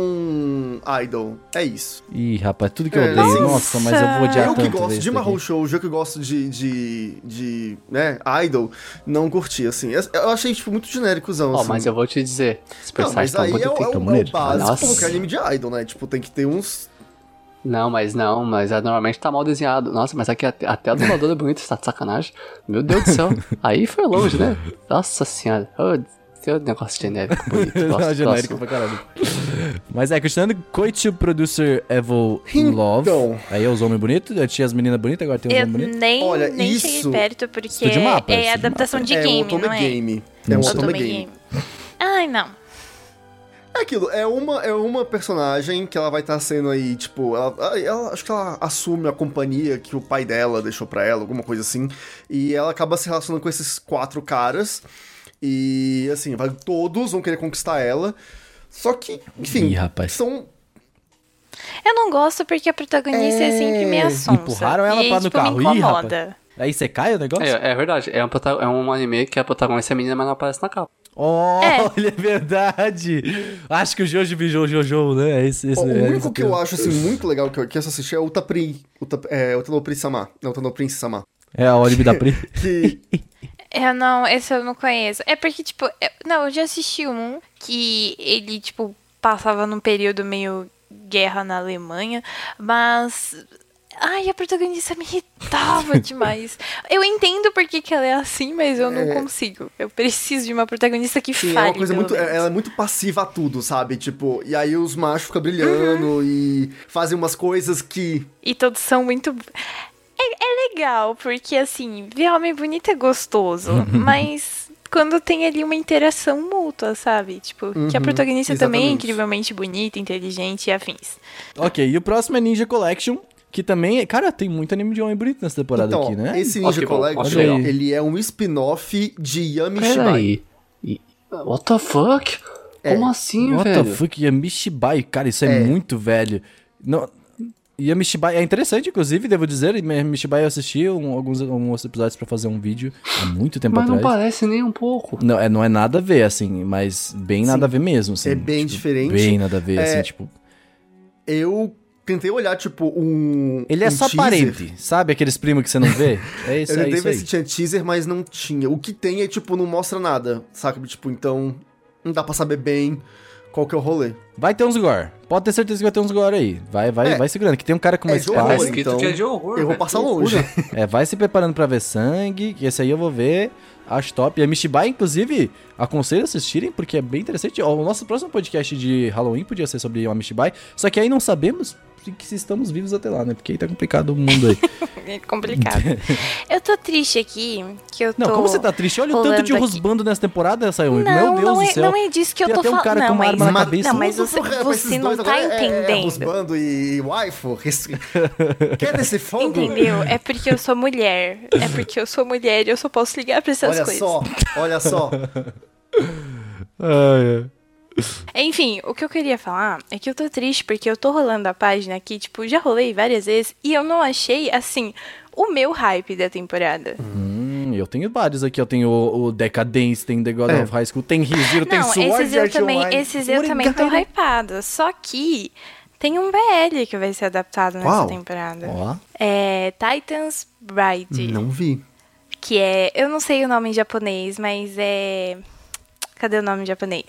Speaker 4: com Idol. É isso.
Speaker 1: Ih, rapaz, tudo que eu
Speaker 4: É,
Speaker 1: odeio.
Speaker 4: assim,
Speaker 1: Nossa, mas eu vou odiar
Speaker 4: eu
Speaker 1: tanto
Speaker 4: que
Speaker 1: ver
Speaker 4: gosto
Speaker 1: isso
Speaker 4: de Mahou
Speaker 1: daqui.
Speaker 4: Shoujo, eu que gosto de, de, de né, Idol, não curti, assim. Eu- Eu achei, tipo, muito genéricozão,
Speaker 3: Ó,
Speaker 4: assim.
Speaker 3: mas eu vou te dizer. Os
Speaker 4: Não,
Speaker 3: personagens
Speaker 4: mas
Speaker 1: então,
Speaker 3: estão
Speaker 4: aí
Speaker 3: muito
Speaker 4: é, o-
Speaker 1: tão
Speaker 4: é, o- é o
Speaker 1: bonito.
Speaker 4: básico
Speaker 3: Nossa.
Speaker 4: de qualquer anime de Idol, né? Tipo, tem que ter uns...
Speaker 3: Não, mas não, mas é, normalmente tá mal desenhado. Nossa, mas aqui até, até a dubladora é bonita, tá de sacanagem. Meu
Speaker 1: [LAUGHS]
Speaker 3: Deus do céu. Aí foi longe, né? Nossa senhora. Ô, tem um negócio genérico
Speaker 1: [LAUGHS]
Speaker 3: bonito.
Speaker 1: Não,
Speaker 3: Gosto,
Speaker 1: genérico
Speaker 3: próximo.
Speaker 1: pra caralho. Mas é, continuando, Koichi Producer Evil in
Speaker 4: Então.
Speaker 1: Love. Aí é os homens bonitos, eu tinha as meninas bonitas, agora tem os
Speaker 2: Eu
Speaker 1: homens bonitos.
Speaker 2: nem,
Speaker 4: Olha,
Speaker 2: nem cheguei
Speaker 4: isso-
Speaker 2: perto, porque
Speaker 1: Estúdio Mapa,
Speaker 2: é
Speaker 1: Estúdio
Speaker 2: adaptação de
Speaker 4: é um
Speaker 2: game,
Speaker 4: otome
Speaker 2: não é?
Speaker 4: game. É um
Speaker 1: Não sei.
Speaker 4: otome
Speaker 2: Otome
Speaker 4: game.
Speaker 2: game. Ai, não.
Speaker 4: É aquilo, é uma, é uma personagem que ela vai estar sendo aí, tipo, ela, ela- acho que ela assume a companhia que o pai dela deixou pra ela, alguma coisa assim, e ela acaba se relacionando com esses quatro caras, e assim, vai, todos vão querer conquistar ela, só que, enfim,
Speaker 1: Ih, rapaz.
Speaker 4: são...
Speaker 2: Eu não gosto porque a protagonista é,
Speaker 4: É,
Speaker 2: sempre meia sonsa.
Speaker 1: empurraram ela
Speaker 2: e,
Speaker 1: pra no
Speaker 2: tipo,
Speaker 1: carro.
Speaker 2: me
Speaker 1: Ih,
Speaker 2: incomoda.
Speaker 1: Aí você cai o negócio?
Speaker 3: É, é verdade. É um, prota- é um anime que a protagonista é menina, mas não aparece na capa.
Speaker 1: Olha, [LAUGHS] é verdade. Acho que o Jojo virou Jojo, né? É Esse, esse,
Speaker 4: Ó, o
Speaker 1: é
Speaker 4: único
Speaker 1: esse
Speaker 4: que eu acho, assim, muito legal que eu, que eu assisti é o Tapri, o, Tap, é, o Tanopri-sama, não, o Tanopri-sama,
Speaker 1: É a Olive da Pri.
Speaker 4: que...
Speaker 2: Eu É, não, esse eu não conheço. É porque, tipo, eu- não, eu já assisti um que ele, tipo, passava num período meio guerra na Alemanha, mas Ai, a protagonista
Speaker 4: [LAUGHS]
Speaker 2: me irritava demais. Eu entendo por que, que ela é assim, mas eu não consigo. Eu preciso de uma protagonista que
Speaker 4: Sim,
Speaker 2: fale.
Speaker 4: é uma coisa
Speaker 2: pelo
Speaker 4: muito.
Speaker 2: menos.
Speaker 4: Ela é muito passiva a tudo, sabe? Tipo, e aí os machos ficam brilhando e fazem umas coisas que.
Speaker 2: E todos são muito. É, é legal, porque assim, ver homem bonito
Speaker 1: [LAUGHS]
Speaker 2: é gostoso, mas quando tem ali uma interação mútua, sabe? Tipo, que
Speaker 1: Uhum,
Speaker 2: a protagonista também é
Speaker 4: exatamente.
Speaker 2: incrivelmente bonita, inteligente e afins.
Speaker 1: Ok, e o próximo é Ninja Collection, que também. é- Cara, tem muito anime de homem bonito nessa temporada
Speaker 4: Então,
Speaker 1: aqui, né?
Speaker 4: esse Ninja
Speaker 3: Ok, bom,
Speaker 4: Collection,
Speaker 3: ok.
Speaker 4: ele é um spin-off de Yami Shibai.
Speaker 3: Peraí. E- What the fuck?
Speaker 4: É.
Speaker 3: Como assim,
Speaker 1: What the
Speaker 3: velho?
Speaker 1: fuck, Yamishibai? Cara, isso é,
Speaker 4: É.
Speaker 1: muito velho. Não... Yamishibai é interessante, inclusive, devo dizer. Yamishibai eu assisti um- alguns, alguns episódios pra fazer um vídeo há muito tempo
Speaker 3: Mas não
Speaker 1: atrás.
Speaker 3: parece nem um pouco.
Speaker 1: Não, é, não é nada a ver, assim, mas bem nada a ver mesmo. assim,
Speaker 4: É bem
Speaker 1: tipo,
Speaker 4: diferente.
Speaker 1: Bem nada a ver,
Speaker 4: É,
Speaker 1: assim, tipo.
Speaker 4: Eu tentei olhar, tipo, um.
Speaker 1: Ele é
Speaker 4: um
Speaker 1: só
Speaker 4: teaser.
Speaker 1: parente, sabe? Aqueles primos que você não
Speaker 4: [LAUGHS]
Speaker 1: vê? É isso,
Speaker 4: Eu
Speaker 1: é
Speaker 4: tentei
Speaker 1: isso
Speaker 4: ver
Speaker 1: aí.
Speaker 4: se tinha teaser, mas não tinha. O que tem é, tipo, não mostra nada, saca? Tipo, então. Não dá pra saber bem qual que é o rolê.
Speaker 1: Vai ter uns gore. Pode ter certeza que vai ter uns gore aí. Vai, vai,
Speaker 4: É.
Speaker 1: vai segurando. Que tem um cara com uma
Speaker 4: É, de
Speaker 1: espada.
Speaker 3: Tá
Speaker 4: horror,
Speaker 3: escrito
Speaker 4: então,
Speaker 3: que é de horror.
Speaker 4: eu vou
Speaker 3: velho.
Speaker 4: passar [LAUGHS] longe.
Speaker 1: É, vai se preparando pra ver sangue, que esse aí eu vou ver. Acho top. E a Mishibai, inclusive, aconselho a assistirem, porque é bem interessante. Ó, o nosso próximo podcast de Halloween podia ser sobre a Mishibai. Só que aí não sabemos que se estamos vivos até lá, né? Porque aí tá complicado o mundo
Speaker 2: [LAUGHS]
Speaker 1: aí.
Speaker 2: É
Speaker 1: [LAUGHS]
Speaker 2: complicado. eu tô triste aqui, que eu tô.
Speaker 1: Não, como você tá triste? Olha o tanto de
Speaker 2: rolando aqui.
Speaker 1: rosbando nessa temporada, Sayumi. Meu
Speaker 2: Não,
Speaker 1: Deus
Speaker 2: não
Speaker 1: do
Speaker 2: é,
Speaker 1: céu.
Speaker 2: não é disso que eu
Speaker 1: Tem
Speaker 2: tô
Speaker 1: até um
Speaker 2: falando.
Speaker 1: cara com
Speaker 2: não,
Speaker 1: uma
Speaker 2: mas,
Speaker 1: arma na
Speaker 2: mas-
Speaker 1: cabeça.
Speaker 2: Não, mas
Speaker 4: Tudo
Speaker 2: você,
Speaker 4: pro rap,
Speaker 2: você
Speaker 4: esses
Speaker 2: não
Speaker 4: dois
Speaker 2: tá
Speaker 4: agora é- é- É,
Speaker 2: entendendo.
Speaker 4: Rusbando e waifu.
Speaker 1: [LAUGHS]
Speaker 4: Esse- Quer desse fogo?
Speaker 2: Entendeu? É porque eu sou mulher. É porque eu sou mulher e eu só posso ligar pra essas
Speaker 4: Olha
Speaker 2: coisas.
Speaker 4: só, olha
Speaker 3: [LAUGHS]
Speaker 4: só.
Speaker 2: Enfim, o que eu queria falar é que eu tô triste porque eu tô rolando a página aqui, tipo, já rolei várias vezes e eu não achei, assim, o meu hype da temporada.
Speaker 1: Hum, eu tenho vários aqui. Eu tenho o, o Decadence, tem The God of High School, tem Riziro, tem
Speaker 2: não,
Speaker 1: Sword
Speaker 2: esses eu
Speaker 1: Art
Speaker 2: também,
Speaker 1: Online.
Speaker 2: esses eu também tô
Speaker 1: Origami.
Speaker 2: hypada. Só que tem um BL que vai ser adaptado nessa
Speaker 4: Qual?
Speaker 2: temporada.
Speaker 1: Ó,
Speaker 2: É Titans Bride.
Speaker 4: Não vi.
Speaker 2: Que é. Eu não sei o nome em japonês, mas é. Cadê o nome em japonês?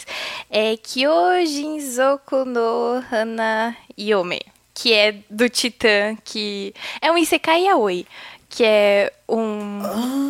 Speaker 2: É Kyojin Zoku no Hana Yome. Que é do Titã, que. É um Isekai Yaoi. Que é um,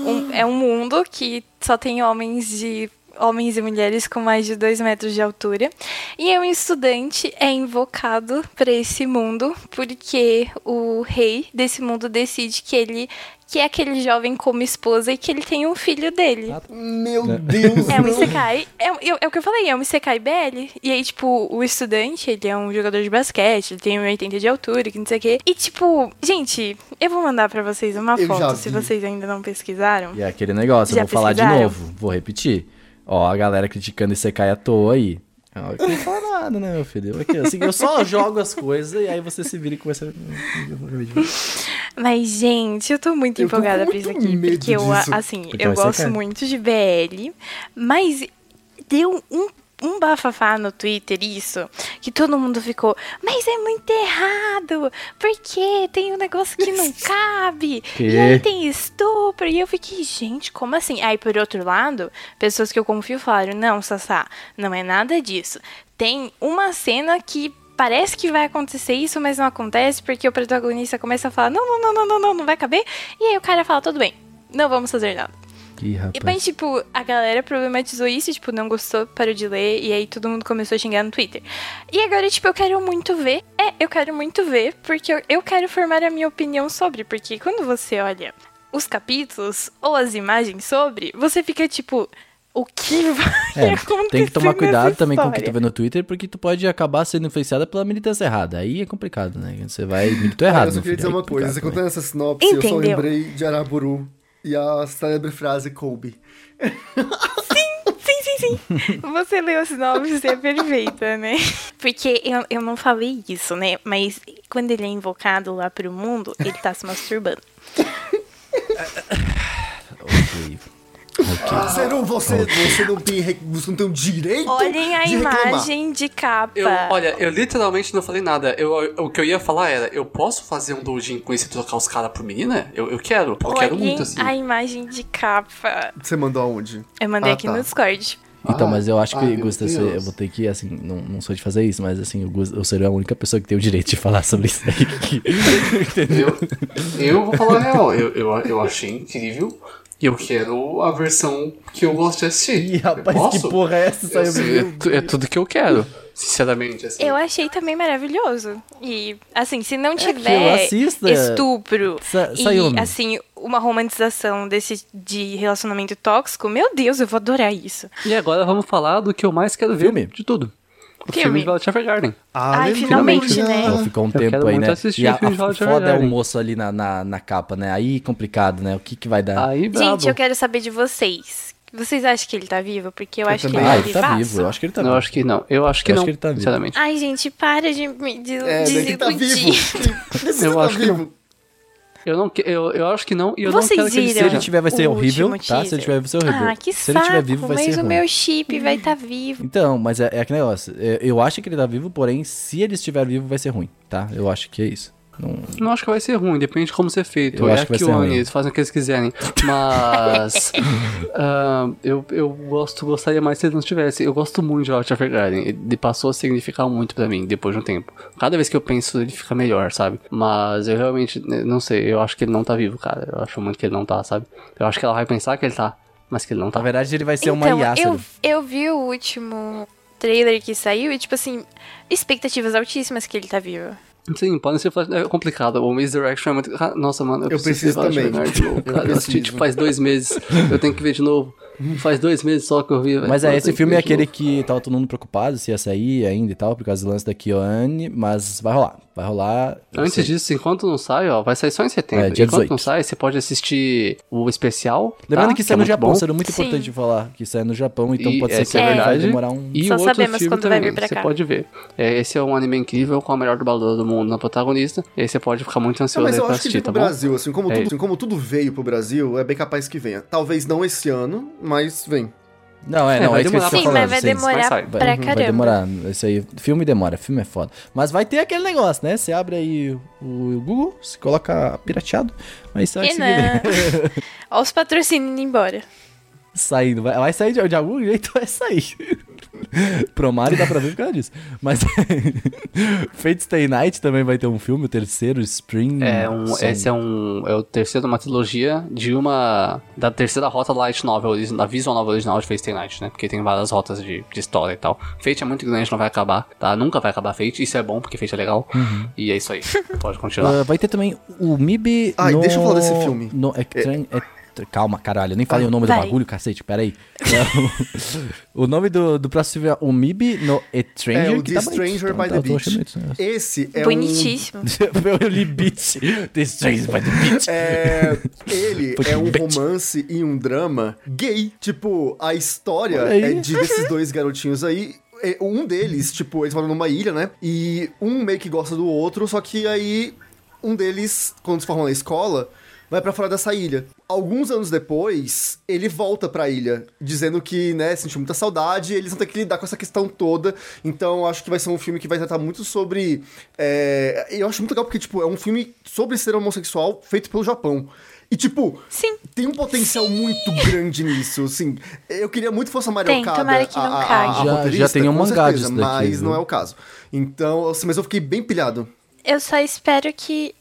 Speaker 2: um- É um mundo que só tem homens de. Homens e mulheres com mais de 2 metros de altura. E um estudante é invocado para esse mundo porque o rei desse mundo decide que ele quer aquele jovem como esposa e que ele tem um filho dele.
Speaker 4: Meu Deus.
Speaker 2: É um
Speaker 4: Ah, tá. não.
Speaker 2: Isekai. É, um- eu- é o que eu falei, é um Isekai BL. E aí, tipo, o estudante, ele é um jogador de basquete, ele tem 1,80 de altura, que não sei o quê. E, tipo, gente, eu vou mandar pra vocês uma
Speaker 4: Eu já
Speaker 2: foto, se
Speaker 4: vi.
Speaker 2: vocês ainda não pesquisaram.
Speaker 1: E é aquele negócio, eu
Speaker 2: Já
Speaker 1: vou falar de
Speaker 2: pesquisaram?
Speaker 1: novo, vou repetir. Ó, a galera criticando esse cai à toa aí. Ah, Eu não falo nada, né, meu filho? Eu, aqui, assim, eu só jogo as coisas e aí você se vira e começa a.
Speaker 2: Mas, gente, eu tô muito
Speaker 4: Eu tô com
Speaker 2: empolgada pra
Speaker 4: muito
Speaker 2: isso aqui.
Speaker 4: medo
Speaker 2: Porque eu, a-
Speaker 4: disso.
Speaker 2: assim,
Speaker 1: Porque
Speaker 2: eu
Speaker 1: vai ser
Speaker 2: gosto
Speaker 1: caro.
Speaker 2: muito de BL, mas deu um, um bafafá no Twitter isso, que todo mundo ficou, mas é muito errado, porque tem um negócio que não cabe, e
Speaker 1: Quê?
Speaker 2: aí tem estupro, e eu fiquei, gente, como assim? Aí, por outro lado, pessoas que eu confio falaram, não, Sassá, não é nada disso. Tem uma cena que parece que vai acontecer isso, mas não acontece, porque o protagonista começa a falar, não, não, não, não, não, não, não vai caber, e aí o cara fala, tudo bem, não vamos fazer nada.
Speaker 1: Ih,
Speaker 2: E,
Speaker 1: rapaz.
Speaker 2: mas, tipo, a galera problematizou isso, tipo, não gostou, parou de ler, e aí todo mundo começou a xingar no Twitter. E agora, tipo, eu quero muito ver. É, eu quero muito ver, porque eu, eu quero formar a minha opinião sobre, porque quando você olha os capítulos ou as imagens sobre, você fica tipo, o que [LAUGHS] vai
Speaker 1: É,
Speaker 2: acontecer?
Speaker 1: tem que tomar
Speaker 2: nessa
Speaker 1: cuidado também com o que tu
Speaker 2: história?
Speaker 1: vê no Twitter, porque tu pode acabar sendo influenciada pela militância errada. Aí é complicado, né? Você vai. Militou
Speaker 3: Tá
Speaker 1: errado.
Speaker 4: Ah, eu só
Speaker 1: meu filho,
Speaker 4: queria dizer
Speaker 1: aí é
Speaker 4: uma coisa. Você
Speaker 1: complicado
Speaker 4: contando essa sinopse, eu só
Speaker 2: Entendeu.
Speaker 4: lembrei de Araburu e a célebre frase Kobe.
Speaker 2: Sim, sim,
Speaker 1: [LAUGHS]
Speaker 2: sim. Você leu a sinopse é perfeita, né? Porque eu, eu não falei isso, né? Mas quando ele é invocado lá pro mundo, ele tá se masturbando.
Speaker 1: também. Ok. Ok.
Speaker 4: Ah, Você não, você, você não tem, re- você não tem o direito
Speaker 2: Olhem a
Speaker 4: de reclamar.
Speaker 2: imagem de capa.
Speaker 3: Eu, olha, eu literalmente não falei nada. Eu, o que eu ia falar era, eu posso fazer um doujin com isso e trocar os caras por menina? Eu, eu quero, eu quero
Speaker 2: Olhem
Speaker 3: muito assim.
Speaker 2: a imagem de capa.
Speaker 4: Você mandou aonde?
Speaker 2: Eu mandei
Speaker 4: Ah,
Speaker 2: aqui
Speaker 4: tá.
Speaker 2: no Discord.
Speaker 1: Então,
Speaker 3: Ah,
Speaker 1: mas eu acho que,
Speaker 3: ah,
Speaker 1: Gusta,
Speaker 3: meu
Speaker 1: eu- eu
Speaker 3: Deus.
Speaker 1: vou ter que, assim, não, não sou de fazer isso, mas assim, o Gusta, eu seria a única pessoa que tem o direito de falar sobre isso aí. Entendeu?
Speaker 2: [LAUGHS]
Speaker 3: Eu, eu vou falar a real, eu, eu, eu achei incrível e eu quero a versão que eu gosto de assistir.
Speaker 1: Ih, rapaz,
Speaker 3: Posso?
Speaker 1: que porra é essa?
Speaker 3: Eu
Speaker 1: Saiu
Speaker 3: sei, é, tu- é tudo que eu quero, sinceramente. Assim.
Speaker 2: Eu achei também maravilhoso. E, assim, se
Speaker 1: É
Speaker 2: não
Speaker 1: aquilo,
Speaker 2: tiver
Speaker 1: assista.
Speaker 2: estupro
Speaker 1: é. Sa-
Speaker 2: e,
Speaker 1: saiu, né?
Speaker 2: assim, uma romantização desse de relacionamento tóxico, meu Deus, eu vou adorar isso.
Speaker 3: E agora vamos falar do que eu mais quero ver é
Speaker 1: Filme.
Speaker 3: de tudo. O
Speaker 2: Filme.
Speaker 3: filme, de Violet Evergarden.
Speaker 2: Ai, finalmente, né?
Speaker 1: Então ficou um
Speaker 3: Ah, Eu
Speaker 1: tempo
Speaker 3: quero
Speaker 1: aí,
Speaker 3: muito
Speaker 1: né?
Speaker 3: assistir
Speaker 1: E a,
Speaker 3: o filme
Speaker 1: a
Speaker 3: de Howard
Speaker 1: foda é o
Speaker 3: Hernandez.
Speaker 1: moço ali na, na, na capa, né? Aí complicado, né? O que que vai dar?
Speaker 3: Aí, brabo.
Speaker 2: Gente, eu quero saber de vocês. Vocês acham que ele tá vivo? Porque eu, acho que ele
Speaker 4: também.
Speaker 1: ah,
Speaker 2: tá
Speaker 1: ele tá vivo,
Speaker 2: vivaço.
Speaker 1: eu acho que ele tá
Speaker 3: é Não, eu
Speaker 1: vivo.
Speaker 3: acho que não. Eu acho que
Speaker 1: Eu acho
Speaker 3: não,
Speaker 1: que ele tá vivo.
Speaker 3: sinceramente.
Speaker 2: Ai, gente, para de me de,
Speaker 4: É, mas ele tá vivo.
Speaker 2: desiludir.
Speaker 4: Ele
Speaker 3: Eu
Speaker 4: tá
Speaker 3: acho que
Speaker 4: vivo.
Speaker 3: Eu, não, que- eu, eu acho que não e eu
Speaker 2: Vocês
Speaker 3: não quero que ele
Speaker 2: viram?
Speaker 1: Se
Speaker 3: seja.
Speaker 1: ele tiver, vai ser
Speaker 2: O
Speaker 1: horrível,
Speaker 2: último
Speaker 1: tá? Se
Speaker 2: teaser.
Speaker 1: ele tiver, vai ser horrível.
Speaker 2: Ah, que
Speaker 1: Se
Speaker 2: saco,
Speaker 1: ele tiver vivo, vai
Speaker 2: mas
Speaker 1: ser
Speaker 2: o
Speaker 1: ruim.
Speaker 2: meu chip vai estar vivo.
Speaker 1: Então, mas é, é aquele negócio. É, Eu acho que ele tá vivo, porém, se ele estiver vivo, vai ser ruim, tá? Eu acho que é isso. Não...
Speaker 3: Não acho que vai ser ruim, depende de como ser feito.
Speaker 1: Eu
Speaker 3: é
Speaker 1: acho que vai
Speaker 3: que
Speaker 1: ser
Speaker 3: o
Speaker 1: ruim.
Speaker 3: eles fazem o que eles quiserem.
Speaker 1: [LAUGHS]
Speaker 3: Mas. ah, eu, eu gosto, gostaria mais se eles não tivessem. Eu gosto muito de Out of Garden. Ele passou a significar muito pra mim depois de um tempo. Cada vez que eu penso, ele fica melhor, sabe? Mas eu realmente. né, Não sei, eu acho que ele não tá vivo, cara. Eu acho muito que ele não tá, sabe? Eu acho que ela vai pensar que ele tá, mas que ele não
Speaker 1: Na
Speaker 3: tá.
Speaker 1: verdade, ele vai ser uma
Speaker 2: então,
Speaker 1: Yasser.
Speaker 2: eu, eu vi o último trailer que saiu e, tipo assim, expectativas altíssimas que ele tá vivo.
Speaker 3: Sim, pode ser flash- é complicado. O Misdirection é muito. Ah, Nossa, mano, eu,
Speaker 4: preciso
Speaker 3: ver Flash
Speaker 4: também.
Speaker 3: Bernard de novo,
Speaker 4: Eu
Speaker 3: cara. Eu assisti
Speaker 4: preciso. Uhum.
Speaker 3: tipo, faz dois meses. Eu tenho que ver de novo. Faz dois meses só que eu vi. velho.
Speaker 1: Mas
Speaker 3: Eu
Speaker 1: é, esse
Speaker 3: tenho
Speaker 1: filme é
Speaker 3: ver de
Speaker 1: aquele
Speaker 3: novo.
Speaker 1: que tava todo mundo preocupado se ia sair ainda e tal, por causa do lance da Kyoane, mas vai rolar. Vai rolar. eu
Speaker 3: Antes
Speaker 1: sei.
Speaker 3: disso, enquanto não sai, ó, vai sair só em setembro.
Speaker 1: É, dia
Speaker 3: enquanto
Speaker 1: 18.
Speaker 3: não sai, você pode assistir o especial.
Speaker 1: Lembrando
Speaker 3: tá?
Speaker 1: que isso é no
Speaker 3: muito
Speaker 1: Japão,
Speaker 3: bom.
Speaker 1: seria muito
Speaker 2: Sim.
Speaker 1: importante de falar que isso é no Japão, então
Speaker 3: E
Speaker 1: pode ser
Speaker 3: essa
Speaker 1: que
Speaker 2: é a
Speaker 1: ele vai
Speaker 3: verdade.
Speaker 1: demorar um.
Speaker 3: E
Speaker 2: Só
Speaker 3: outro
Speaker 2: sabemos
Speaker 3: filme
Speaker 2: quando vai
Speaker 3: também,
Speaker 2: vir pra
Speaker 3: você
Speaker 2: cá.
Speaker 3: pode ver. É, esse é um anime incrível com a melhor dubladora do mundo na protagonista. E aí você pode ficar muito
Speaker 4: Não,
Speaker 3: ansioso
Speaker 4: mas
Speaker 3: aí
Speaker 4: eu
Speaker 3: pra
Speaker 4: acho que
Speaker 3: assistir,
Speaker 4: vem
Speaker 3: tá
Speaker 4: pro
Speaker 3: bom?
Speaker 4: Brasil, assim como,
Speaker 3: É
Speaker 4: tudo,
Speaker 3: isso.
Speaker 4: assim como tudo veio pro Brasil, é bem capaz que venha. Talvez não esse ano, mas vem.
Speaker 1: Não, é,
Speaker 3: É,
Speaker 1: não,
Speaker 3: vai
Speaker 1: é isso que eu
Speaker 3: demorar
Speaker 1: tô
Speaker 3: pra
Speaker 2: Sim,
Speaker 1: falando.
Speaker 2: mas vai
Speaker 1: sim.
Speaker 2: demorar
Speaker 3: Mas sai, vai.
Speaker 2: pra
Speaker 1: Uhum,
Speaker 2: caramba.
Speaker 1: Vai demorar. Isso aí, filme demora, filme é foda. Mas vai ter aquele negócio, né? Você abre aí o Google, se coloca pirateado, mas sai
Speaker 2: E
Speaker 1: em seguida.
Speaker 2: não. [LAUGHS] Olha os patrocínios indo embora.
Speaker 1: [LAUGHS] Saindo. Vai, vai sair de, de algum jeito, vai sair. [LAUGHS] Promare dá pra ver por causa disso. Mas [LAUGHS] Fate Stay Night também vai ter um filme, o terceiro, Spring.
Speaker 3: É um,
Speaker 1: Song.
Speaker 3: esse é um é o terceiro de uma trilogia de uma da terceira rota da Light Novel, origi- da Visual Novel original de Fate Stay Night, né? Porque tem várias rotas de, de história e tal. Fate é muito grande, não vai acabar, tá? Nunca vai acabar Fate, isso é bom porque Fate é legal.
Speaker 1: Uhum.
Speaker 3: E é isso aí. Pode continuar.
Speaker 1: [LAUGHS] Ah, vai ter também o MIB.
Speaker 4: Ai,
Speaker 1: no...
Speaker 4: deixa eu falar desse filme.
Speaker 1: no- é tran- é tr- Calma, caralho, eu nem falei o nome do
Speaker 2: Ah, Vai.
Speaker 1: bagulho, cacete, peraí. É, o... [LAUGHS] o nome do, do próximo filme é o MIB no Stranger.
Speaker 4: É, o
Speaker 1: que
Speaker 4: The
Speaker 1: tá bonito.
Speaker 4: Stranger
Speaker 1: Então,
Speaker 4: by
Speaker 1: tá-
Speaker 4: the
Speaker 1: eu tô achando
Speaker 4: Beach.
Speaker 1: isso, né? [LAUGHS]
Speaker 4: Esse é
Speaker 2: Bonitíssimo.
Speaker 1: Eu li Beach. The Stranger by the Beach.
Speaker 4: um... É,
Speaker 1: [LAUGHS]
Speaker 4: ele
Speaker 1: Putin
Speaker 4: é um
Speaker 1: bitch.
Speaker 4: romance e um drama gay. Tipo, a história
Speaker 1: Olha aí. Uhum.
Speaker 4: é de desses dois garotinhos aí. É, Um deles, tipo, eles moram numa ilha, né? E um meio que gosta do outro, só que aí um deles, quando se formam na escola, vai pra fora dessa ilha. Alguns anos depois, ele volta pra ilha, dizendo que, né, sentiu muita saudade, e eles vão ter que lidar com essa questão toda. Então, acho que vai ser um filme que vai tratar muito sobre. é, Eu acho muito legal porque, tipo, é um filme sobre ser homossexual feito pelo Japão. E, tipo,
Speaker 2: Sim.
Speaker 4: tem um potencial muito grande nisso, assim. Eu queria muito que fosse a
Speaker 2: Tem,
Speaker 4: Mariocada.
Speaker 2: tomara que não caia. Já-
Speaker 1: já tem um mangá disso daqui, né?
Speaker 4: mas
Speaker 1: viu?
Speaker 4: não é o caso. Então, assim, mas eu fiquei bem
Speaker 1: [COUGHS]
Speaker 4: pilhado.
Speaker 2: Eu só espero que.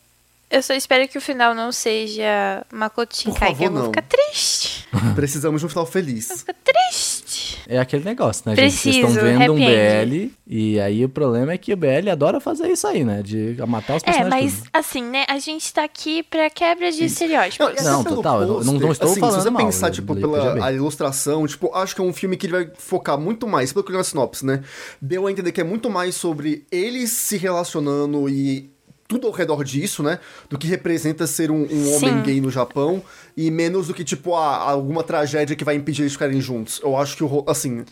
Speaker 2: Eu só espero que o final não seja Makoto Shinkai,
Speaker 4: favor,
Speaker 2: que eu vou
Speaker 4: não.
Speaker 2: ficar triste. Eu
Speaker 4: Precisamos de um final feliz.
Speaker 2: vou ficar triste.
Speaker 1: É aquele negócio, né, gente? Vocês
Speaker 2: Preciso,
Speaker 1: estão vendo um
Speaker 2: happy
Speaker 1: BL.
Speaker 2: end.
Speaker 1: E aí o problema é que o BL adora fazer isso aí, né? De matar os
Speaker 2: É,
Speaker 1: personagens.
Speaker 2: mas assim, né? A gente tá aqui pra quebra de
Speaker 4: Não, e
Speaker 2: estereótipos.
Speaker 4: até
Speaker 1: Não,
Speaker 4: pelo
Speaker 1: total, eu não- não- não estou
Speaker 4: assim,
Speaker 1: falando
Speaker 4: Se você
Speaker 1: mal,
Speaker 4: pensar,
Speaker 1: eu-
Speaker 4: tipo,
Speaker 1: eu- veja bem.
Speaker 4: pela a ilustração, tipo, acho que é um filme que ele vai focar muito mais, pelo que eu li na sinopse, né? Deu a entender que é muito mais sobre eles se relacionando e tudo ao redor disso, né? Do que representa ser um, um
Speaker 2: Sim.
Speaker 4: homem gay no Japão. E menos do que, tipo, a, alguma tragédia que vai impedir eles ficarem juntos. Eu acho que o... ro- Assim,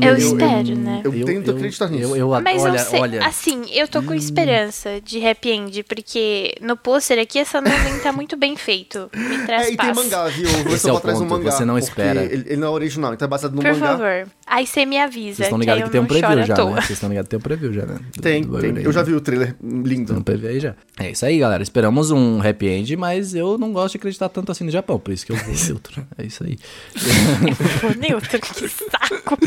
Speaker 2: eu,
Speaker 4: eu-
Speaker 2: espero, né?
Speaker 4: eu tento acreditar nisso.
Speaker 1: Eu, eu,
Speaker 2: Mas
Speaker 1: olha,
Speaker 2: eu sei,
Speaker 1: olha.
Speaker 2: assim, eu tô com esperança de happy end, porque no pôster aqui essa nuvem tá muito bem feito. Me
Speaker 4: É,
Speaker 2: traz
Speaker 4: e tem
Speaker 2: paz.
Speaker 1: [LAUGHS]
Speaker 4: mangá, viu? Eu vou
Speaker 1: Esse é o
Speaker 4: só atrás do
Speaker 1: ponto,
Speaker 4: mangá.
Speaker 1: você não
Speaker 4: porque
Speaker 1: espera.
Speaker 4: Ele, ele não é original, então é baseado no
Speaker 2: Por
Speaker 4: mangá.
Speaker 2: favor. Aí você me avisa.
Speaker 1: Vocês estão
Speaker 2: que aí
Speaker 1: ligados
Speaker 2: eu
Speaker 1: que tem um
Speaker 2: não choro
Speaker 1: preview
Speaker 2: à
Speaker 1: já, né?
Speaker 2: toa.
Speaker 1: Vocês estão ligados que tem um preview já, né? Do-
Speaker 4: Tem,
Speaker 1: do
Speaker 4: tem.
Speaker 1: bagulho aí,
Speaker 4: Eu já
Speaker 1: né?
Speaker 4: vi o trailer
Speaker 1: Tem um
Speaker 4: lindo.
Speaker 1: preview. teve aí já. É isso aí, galera. Esperamos um happy end, mas eu não gosto de acreditar tanto assim no Japão, por isso que eu [LAUGHS] vou neutro. É isso aí.
Speaker 2: Pô, neutro, que saco.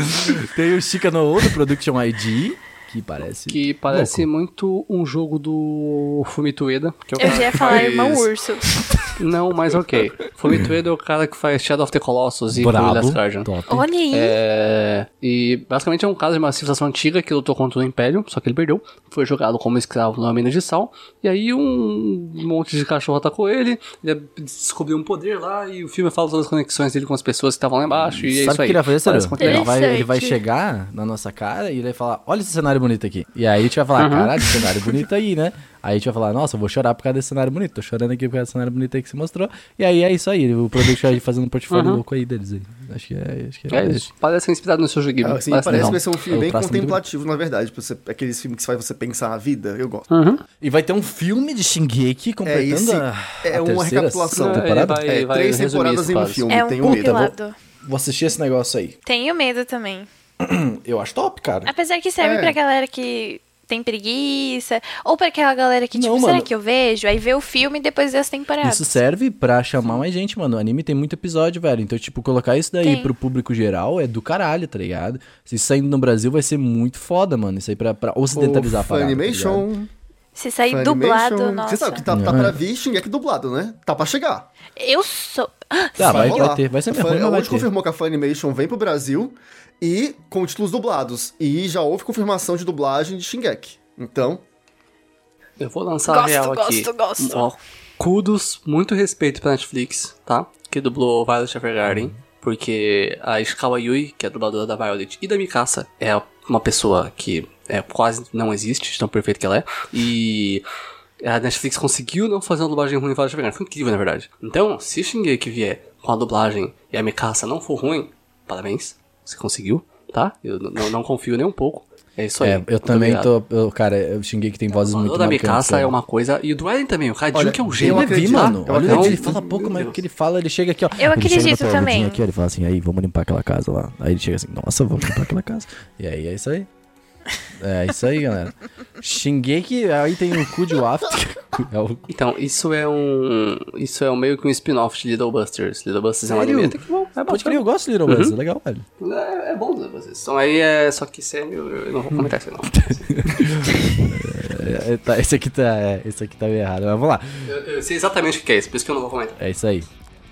Speaker 1: Tem o Chica no outro Production ID, que parece.
Speaker 3: Que parece muito um jogo do Fumitueda. Que é o
Speaker 2: Eu
Speaker 3: cara
Speaker 2: já ia
Speaker 3: que
Speaker 2: falar
Speaker 3: faz-
Speaker 2: irmão urso.
Speaker 3: Não,
Speaker 1: [LAUGHS]
Speaker 3: mas ok. Fumitueda é o cara que faz Shadow of the Colossus e Blue
Speaker 1: brabo.
Speaker 3: Last
Speaker 2: né?
Speaker 3: Guardian.
Speaker 1: Top.
Speaker 2: Olha aí.
Speaker 3: É, e basicamente é um caso de uma civilização antiga que lutou contra o Império, só que ele perdeu. Foi jogado como escravo numa mina de sal. E aí um monte de cachorro atacou ele. Ele descobriu um poder lá e o filme fala todas as conexões dele com as pessoas que estavam lá embaixo. E é
Speaker 1: Sabe
Speaker 3: isso
Speaker 1: o
Speaker 3: aí.
Speaker 1: que ele vai fazer,
Speaker 3: Parece
Speaker 1: Sérgio?
Speaker 3: muito
Speaker 1: Ele
Speaker 3: legal.
Speaker 1: vai, ele vai
Speaker 2: Interessante.
Speaker 1: chegar na nossa cara e ele vai falar, olha esse cenário bonito aqui. E aí a gente vai falar, caralho, que cenário bonito aí, né? Aí a gente vai falar, nossa, eu vou chorar por causa desse cenário bonito. Tô chorando aqui por causa desse cenário bonito aí que você mostrou. E aí é isso aí, o Production ID fazendo um portfólio louco aí deles aí. Acho que é, acho que é,
Speaker 3: É isso. Parece ser inspirado no seu jogo.
Speaker 4: Ah, assim,
Speaker 3: parece
Speaker 4: parece
Speaker 3: legal.
Speaker 4: que vai ser um filme
Speaker 1: É o
Speaker 4: bem
Speaker 1: traço muito
Speaker 4: contemplativo, na verdade. pra você- Aqueles filmes que faz você pensar a vida, eu gosto.
Speaker 3: Uhum.
Speaker 1: E vai ter um filme de Shingeki completando
Speaker 4: É, esse
Speaker 1: a,
Speaker 4: é
Speaker 1: a
Speaker 4: uma
Speaker 1: terceira
Speaker 4: recapitulação.
Speaker 1: temporada.
Speaker 3: Ele vai-
Speaker 4: É, três
Speaker 3: resumir
Speaker 4: temporadas
Speaker 3: isso
Speaker 4: em um
Speaker 3: quase.
Speaker 4: filme,
Speaker 2: é um
Speaker 4: tenho medo.
Speaker 2: compilado.
Speaker 1: Vou assistir esse negócio aí. Hum,
Speaker 2: Tenho medo também.
Speaker 1: Eu acho top, cara.
Speaker 2: Apesar que serve
Speaker 4: É.
Speaker 2: pra galera que tem preguiça, ou pra aquela galera que, tipo,
Speaker 1: Não,
Speaker 2: será
Speaker 1: mano.
Speaker 2: que eu vejo? Aí vê o filme depois das
Speaker 3: É,
Speaker 2: temporadas.
Speaker 1: Isso serve pra chamar mais gente, mano. O anime tem muito episódio, velho. Então, tipo, colocar isso daí
Speaker 2: Tem.
Speaker 1: pro público geral é do caralho, tá ligado? Se isso saindo no Brasil vai ser muito foda, mano. Isso aí pra, pra ocidentalizar a
Speaker 4: Pô,
Speaker 1: parada. tá ligado?
Speaker 4: Funimation.
Speaker 2: Se sair
Speaker 4: Funimation.
Speaker 2: dublado, nossa.
Speaker 4: Você sabe que tá, tá
Speaker 1: É.
Speaker 4: pra vir Shingeki dublado, né? Tá pra chegar.
Speaker 2: Eu sou. [GASPS]
Speaker 1: Tá, vai, vai
Speaker 4: rolar.
Speaker 1: ter. Vai ser
Speaker 4: A
Speaker 1: mesmo,
Speaker 4: Fun-
Speaker 1: mas vai
Speaker 4: Hoje
Speaker 1: ter.
Speaker 4: confirmou que a Funimation vem pro Brasil e com títulos dublados. E já houve confirmação de dublagem de Shingeki. Então,
Speaker 3: Eu vou lançar a
Speaker 2: Gosto,
Speaker 3: real
Speaker 2: gosto,
Speaker 3: aqui.
Speaker 2: gosto.
Speaker 3: Ó, kudos, muito respeito pra Netflix, tá? Que dublou Violet Evergarden.
Speaker 1: Uhum.
Speaker 3: Porque a Ishikawa Yui, que é a dubladora da Violet, e da Mikasa, é uma pessoa que é, quase não existe, de tão perfeito que ela é. E a Netflix conseguiu não fazer uma dublagem ruim em Violet Evergarden. Foi incrível, na verdade. Então, se Shingeki vier com a dublagem e a Mikasa não for ruim, parabéns, você conseguiu, tá? Eu n- não, não confio nem um pouco. É isso aí.
Speaker 1: É, eu
Speaker 3: Muito
Speaker 1: também
Speaker 3: obrigado. É,
Speaker 1: tô. Eu, cara, eu xinguei que tem vozes
Speaker 3: O
Speaker 1: muito
Speaker 3: da
Speaker 1: marcantes,
Speaker 3: Mikasa
Speaker 1: né?
Speaker 3: é uma coisa. E o do Eren também. O Radil
Speaker 4: Olha,
Speaker 3: que é um
Speaker 1: Eu
Speaker 4: Eu
Speaker 3: gênio.
Speaker 1: não vi,
Speaker 4: acredito,
Speaker 1: mano.
Speaker 4: eu
Speaker 1: Olha,
Speaker 4: acredito.
Speaker 1: ele fala pouco, mas o que ele fala, ele chega aqui, ó.
Speaker 2: Eu
Speaker 1: Ele chega
Speaker 2: acredito
Speaker 1: na televisão
Speaker 2: também.
Speaker 1: Aqui, ele fala assim, aí, vamos limpar aquela casa lá. Aí ele chega assim, nossa, vamos limpar aquela casa. E aí é isso aí. É isso aí,
Speaker 3: [LAUGHS]
Speaker 1: galera. Shingeki, aí tem o cu de Waft. [LAUGHS] que É o...
Speaker 3: Então, isso é um. Isso é um meio que um spin-off de Little Busters. Little Busters é um
Speaker 1: Sério?
Speaker 3: anime. até que bom, é
Speaker 1: Pode
Speaker 3: bastante-
Speaker 1: crer, eu gosto de Little Busters,
Speaker 3: Uhum.
Speaker 1: é legal, velho.
Speaker 3: É, é bom Little Busters. Então aí é. Só que isso é meio. Eu não vou comentar isso aí, não. [LAUGHS]
Speaker 1: É, é, tá, esse aqui tá, é, esse aqui tá meio errado, mas vamos lá.
Speaker 3: Eu, eu sei exatamente o que é isso, por isso que eu não vou comentar.
Speaker 1: É isso aí.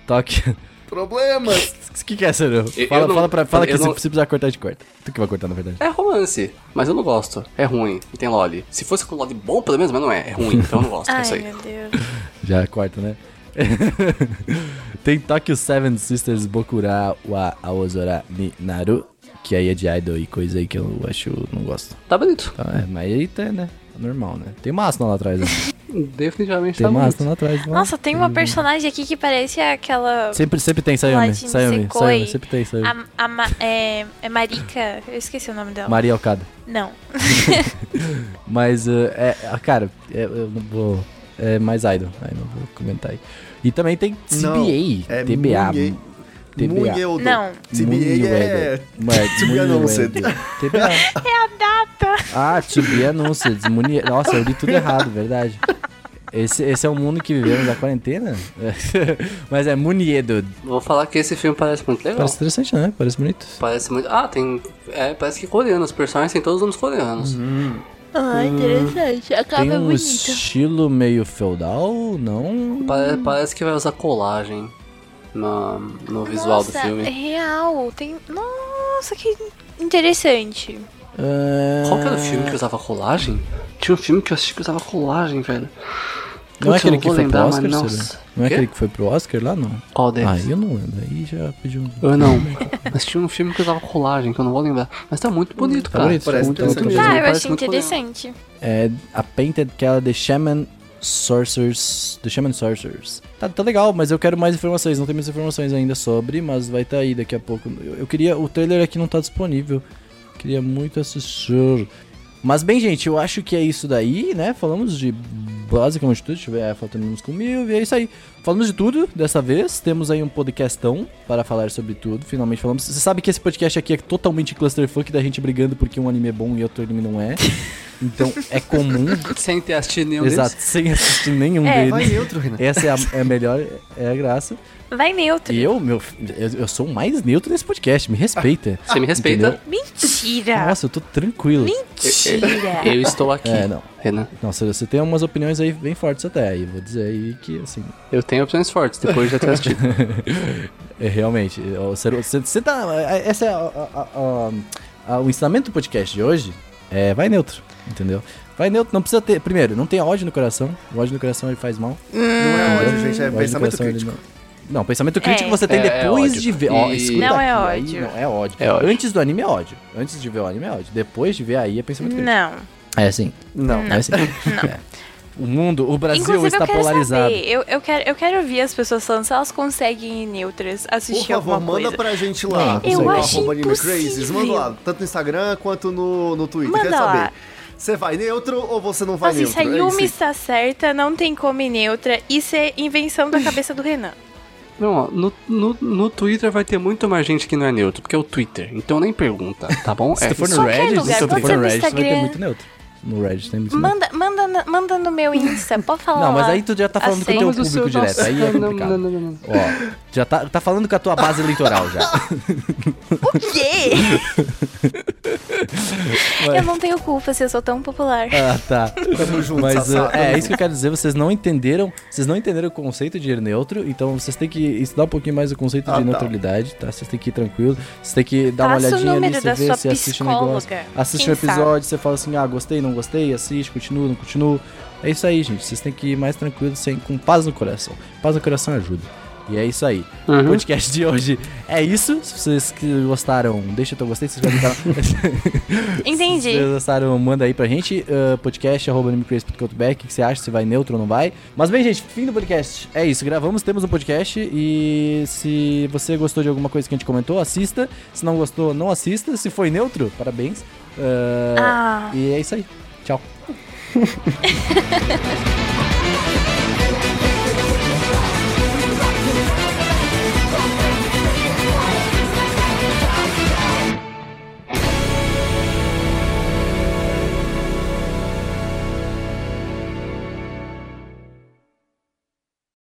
Speaker 1: Toque. [LAUGHS]
Speaker 4: problemas.
Speaker 1: O que, que é, Sérgio?
Speaker 3: Eu-
Speaker 1: Fala,
Speaker 3: eu não-
Speaker 1: fala, pra, fala
Speaker 3: eu
Speaker 1: que se,
Speaker 3: não-
Speaker 1: se precisar cortar, a gente corta. Tu que vai cortar, na verdade.
Speaker 3: É romance, mas eu não gosto. É ruim. E tem Loli. Se fosse com Loli bom, pelo menos, mas não é. É ruim, então eu não gosto. É isso
Speaker 2: Ai,
Speaker 3: aí.
Speaker 2: meu Deus.
Speaker 1: Já corta, né? [LAUGHS] Tem Tokyo Seven Sisters Bokura wa Aozora ni Naru, que aí é de idol e coisa aí que eu acho, não gosto.
Speaker 3: Tá bonito.
Speaker 1: Então, é, mas aí tá, né? Normal, né? Tem uma asna lá atrás,
Speaker 3: [LAUGHS]
Speaker 1: né?
Speaker 3: Definitivamente
Speaker 1: Tem né?
Speaker 3: tá
Speaker 1: uma
Speaker 3: bonito.
Speaker 1: asna lá atrás. lá.
Speaker 2: Nossa, tem uma personagem aqui que parece aquela.
Speaker 1: Sempre, sempre tem, Sayumi.
Speaker 2: Lightning
Speaker 1: Sayumi,
Speaker 2: Sekoi.
Speaker 1: Sayumi, sempre tem, Sayumi.
Speaker 2: A, a Ma- é, é Marika. Eu esqueci o nome dela.
Speaker 1: Maria Okada.
Speaker 2: Não.
Speaker 1: Mas, eh, é, cara, é, eu não vou... É mais idol, aí não vou comentar aí. E também tem CBA,
Speaker 4: é
Speaker 1: TBA,
Speaker 4: Munhei-
Speaker 1: TBA.
Speaker 4: Munheudo.
Speaker 2: Não.
Speaker 4: CBA
Speaker 3: [LAUGHS]
Speaker 4: é...
Speaker 1: Tibia
Speaker 4: Tibia
Speaker 1: Nunced.
Speaker 4: Nunced.
Speaker 1: É a data. Ah, Tibia Nunced. Muni... Nossa, eu li tudo errado, verdade. Esse, esse é o mundo que vivemos da quarentena? [LAUGHS] Mas é Muniedo.
Speaker 3: Vou falar que esse filme parece muito legal.
Speaker 1: Parece interessante, né? Parece bonito.
Speaker 3: Parece muito. Ah, tem. É, parece que é coreano. Os personagens têm todos os nomes coreanos.
Speaker 1: Uhum.
Speaker 2: Ah, interessante. A
Speaker 1: Tem
Speaker 2: capa é
Speaker 1: um
Speaker 2: bonita.
Speaker 1: estilo meio feudal, não?
Speaker 3: Pare- parece que vai usar colagem na- no visual
Speaker 2: Nossa,
Speaker 3: do filme.
Speaker 2: é real. Tem... Nossa, que interessante.
Speaker 1: Ah,
Speaker 3: Qual que era o filme que usava colagem? Tinha um filme que eu assisti que usava colagem, velho.
Speaker 1: Não é
Speaker 3: Putz, eu
Speaker 1: aquele que
Speaker 3: vou
Speaker 1: foi pro
Speaker 3: lembrar,
Speaker 1: Oscar,
Speaker 3: mas
Speaker 1: será?
Speaker 3: nossa.
Speaker 1: Não é
Speaker 3: Quê?
Speaker 1: aquele que foi pro Oscar lá, não?
Speaker 3: Qual deles?
Speaker 1: Ah, eu não lembro. Aí já pediu um... [LAUGHS]
Speaker 3: Eu não. Mas tinha um filme que usava colagem, que eu não vou lembrar. Mas tá muito bonito, cara.
Speaker 1: bonito,
Speaker 4: parece
Speaker 3: muito, muito
Speaker 4: interessante.
Speaker 3: mesmo.
Speaker 2: Ah, eu
Speaker 3: Parece
Speaker 2: achei
Speaker 3: muito coreano.
Speaker 2: interessante.
Speaker 1: É a Painted, que é a The Shaman Sorcerers. The Shaman Sorcerers. Tá, tá legal, mas eu quero mais informações. Não tem mais informações ainda sobre, mas vai tá aí daqui a pouco. Eu, eu queria. O trailer aqui não tá disponível. Queria muito assistir. Mas bem, gente, eu acho que é isso daí, né? Falamos de basicamente tudo. Deixa eu ver, é, faltando uns com mil, e é isso aí. Falamos de tudo dessa vez. Temos aí um podcastão para falar sobre tudo. Finalmente falamos. Você sabe que esse podcast aqui é totalmente clusterfuck da gente brigando porque um anime é bom e outro anime não é. Então é comum,
Speaker 3: Sem ter assistido nenhum
Speaker 1: exato, sem assistir nenhum
Speaker 2: É,
Speaker 4: Vai
Speaker 1: deles.
Speaker 4: neutro, Renan.
Speaker 1: Essa é a, é a melhor, é a graça.
Speaker 2: Vai neutro.
Speaker 1: E eu, meu, fi- eu, eu sou o mais neutro nesse podcast, me respeita.
Speaker 3: Você me respeita?
Speaker 1: Entendeu? [LAUGHS]
Speaker 2: Mentira!
Speaker 1: Nossa, eu tô tranquilo.
Speaker 2: Mentira!
Speaker 3: Eu estou aqui.
Speaker 1: É, não.
Speaker 3: Renan,
Speaker 1: Nossa, você tem umas opiniões aí bem fortes até, e vou dizer aí que, assim,
Speaker 3: eu tenho opções fortes depois de eu ter assistido.
Speaker 1: É, realmente. o ser- Você, você tá. Essa é a- a- a- a- o ensinamento do podcast de hoje. É, vai neutro, entendeu? Vai neutro, não precisa ter. Primeiro, não tem ódio no coração. O ódio no coração ele faz mal.
Speaker 4: Não é ódio, gente, é
Speaker 1: O Uhum. ódio no
Speaker 4: pensamento
Speaker 1: coração, ele
Speaker 4: crítico.
Speaker 1: Não, não, pensamento crítico
Speaker 2: É.
Speaker 1: você tem
Speaker 3: É, é
Speaker 1: depois
Speaker 3: ódio.
Speaker 1: de ver. Ó,
Speaker 3: E-
Speaker 1: escuta
Speaker 2: Não é
Speaker 1: aqui, aí
Speaker 2: ódio.
Speaker 1: Não é ódio.
Speaker 3: É ódio.
Speaker 1: Antes do anime é ódio. Antes de ver o anime é ódio. Depois de ver aí é pensamento crítico.
Speaker 2: Não.
Speaker 1: É assim.
Speaker 4: Não.
Speaker 1: É assim. É. O mundo, o Brasil
Speaker 2: Inclusive,
Speaker 1: está
Speaker 2: eu quero
Speaker 1: polarizado.
Speaker 2: saber. Eu, eu, quero, eu quero ouvir as pessoas falando se elas conseguem ir neutras,
Speaker 4: Por
Speaker 2: assistir
Speaker 4: favor,
Speaker 2: alguma
Speaker 4: manda
Speaker 2: coisa.
Speaker 4: pra gente lá. é
Speaker 1: Eu
Speaker 4: no
Speaker 1: acho
Speaker 4: arroba Anime
Speaker 2: impossível.
Speaker 4: Crazes. Manda lá, tanto no Instagram quanto no, no Twitter.
Speaker 2: Manda
Speaker 4: Quer saber?
Speaker 2: lá.
Speaker 4: Você vai neutro ou você não vai
Speaker 2: Nossa, isso
Speaker 4: neutro?
Speaker 2: aí
Speaker 4: É
Speaker 2: uma
Speaker 4: isso.
Speaker 2: está certa, não tem como ir neutra. Isso é invenção da cabeça do Renan.
Speaker 1: [LAUGHS]
Speaker 3: Não, ó, no, no, no Twitter vai ter muito mais gente que não é neutro, porque é o Twitter. Então nem pergunta, tá bom?
Speaker 1: Se tu for
Speaker 3: isso.
Speaker 1: no
Speaker 2: qualquer
Speaker 1: Reddit,
Speaker 2: lugar,
Speaker 1: se tu
Speaker 2: pode
Speaker 1: for
Speaker 2: ser
Speaker 1: no
Speaker 2: no
Speaker 1: Reddit, tu vai ter
Speaker 2: Instagram.
Speaker 1: muito neutro. No Reddit tem muito neutro.
Speaker 2: Manda, manda, na- manda no meu Insta, pode falar.
Speaker 1: Não, mas
Speaker 2: lá.
Speaker 1: aí tu já tá falando com o
Speaker 2: Aceito.
Speaker 1: teu
Speaker 3: Mas o
Speaker 1: público
Speaker 3: seu-
Speaker 1: direto, aí é
Speaker 3: [LAUGHS] Não, não,
Speaker 1: complicado.
Speaker 3: não, não, não.
Speaker 1: Ó, já tá, tá falando com a tua
Speaker 2: [LAUGHS]
Speaker 1: base eleitoral já.
Speaker 2: O quê? eu não tenho culpa se eu sou tão popular.
Speaker 1: Ah, tá.
Speaker 4: Tamo junto,
Speaker 1: Mas
Speaker 4: Sassá, né?
Speaker 1: uh,
Speaker 4: tamo
Speaker 1: é
Speaker 4: junto.
Speaker 1: isso que eu quero dizer, vocês não entenderam, vocês não entenderam o conceito de ir neutro, então vocês têm que estudar um pouquinho mais o conceito
Speaker 4: Ah,
Speaker 1: de
Speaker 4: tá.
Speaker 1: neutralidade, tá? Vocês têm que ir tranquilo, vocês têm que dar
Speaker 2: Passa o
Speaker 1: uma olhadinha ali,
Speaker 2: número
Speaker 1: você
Speaker 2: da
Speaker 1: vê,
Speaker 2: sua
Speaker 1: você assiste o
Speaker 2: psicóloga,
Speaker 1: negócio, assiste o
Speaker 2: quem
Speaker 1: episódio, você fala assim, ah, gostei, não gostei, assiste, continua, não continua. É isso aí, gente, vocês têm que ir mais tranquilo, sem, com paz no coração. Paz no coração ajuda. E é isso aí. O
Speaker 3: Uhum.
Speaker 1: podcast de hoje é isso. Se vocês que gostaram, deixa o teu gostei, se inscreve no
Speaker 4: [LAUGHS]
Speaker 1: canal. Se
Speaker 2: Entendi.
Speaker 1: vocês gostaram, manda aí pra gente. Uh, podcast arroba animecrazy.com.br, O que que você acha? Se vai neutro ou não vai? Mas bem, gente, fim do podcast. É isso. Gravamos, temos um podcast. E se você gostou de alguma coisa que a gente comentou, assista. Se não gostou, não assista. Se foi neutro, parabéns. Uh,
Speaker 2: Ah.
Speaker 1: E é isso aí. Tchau.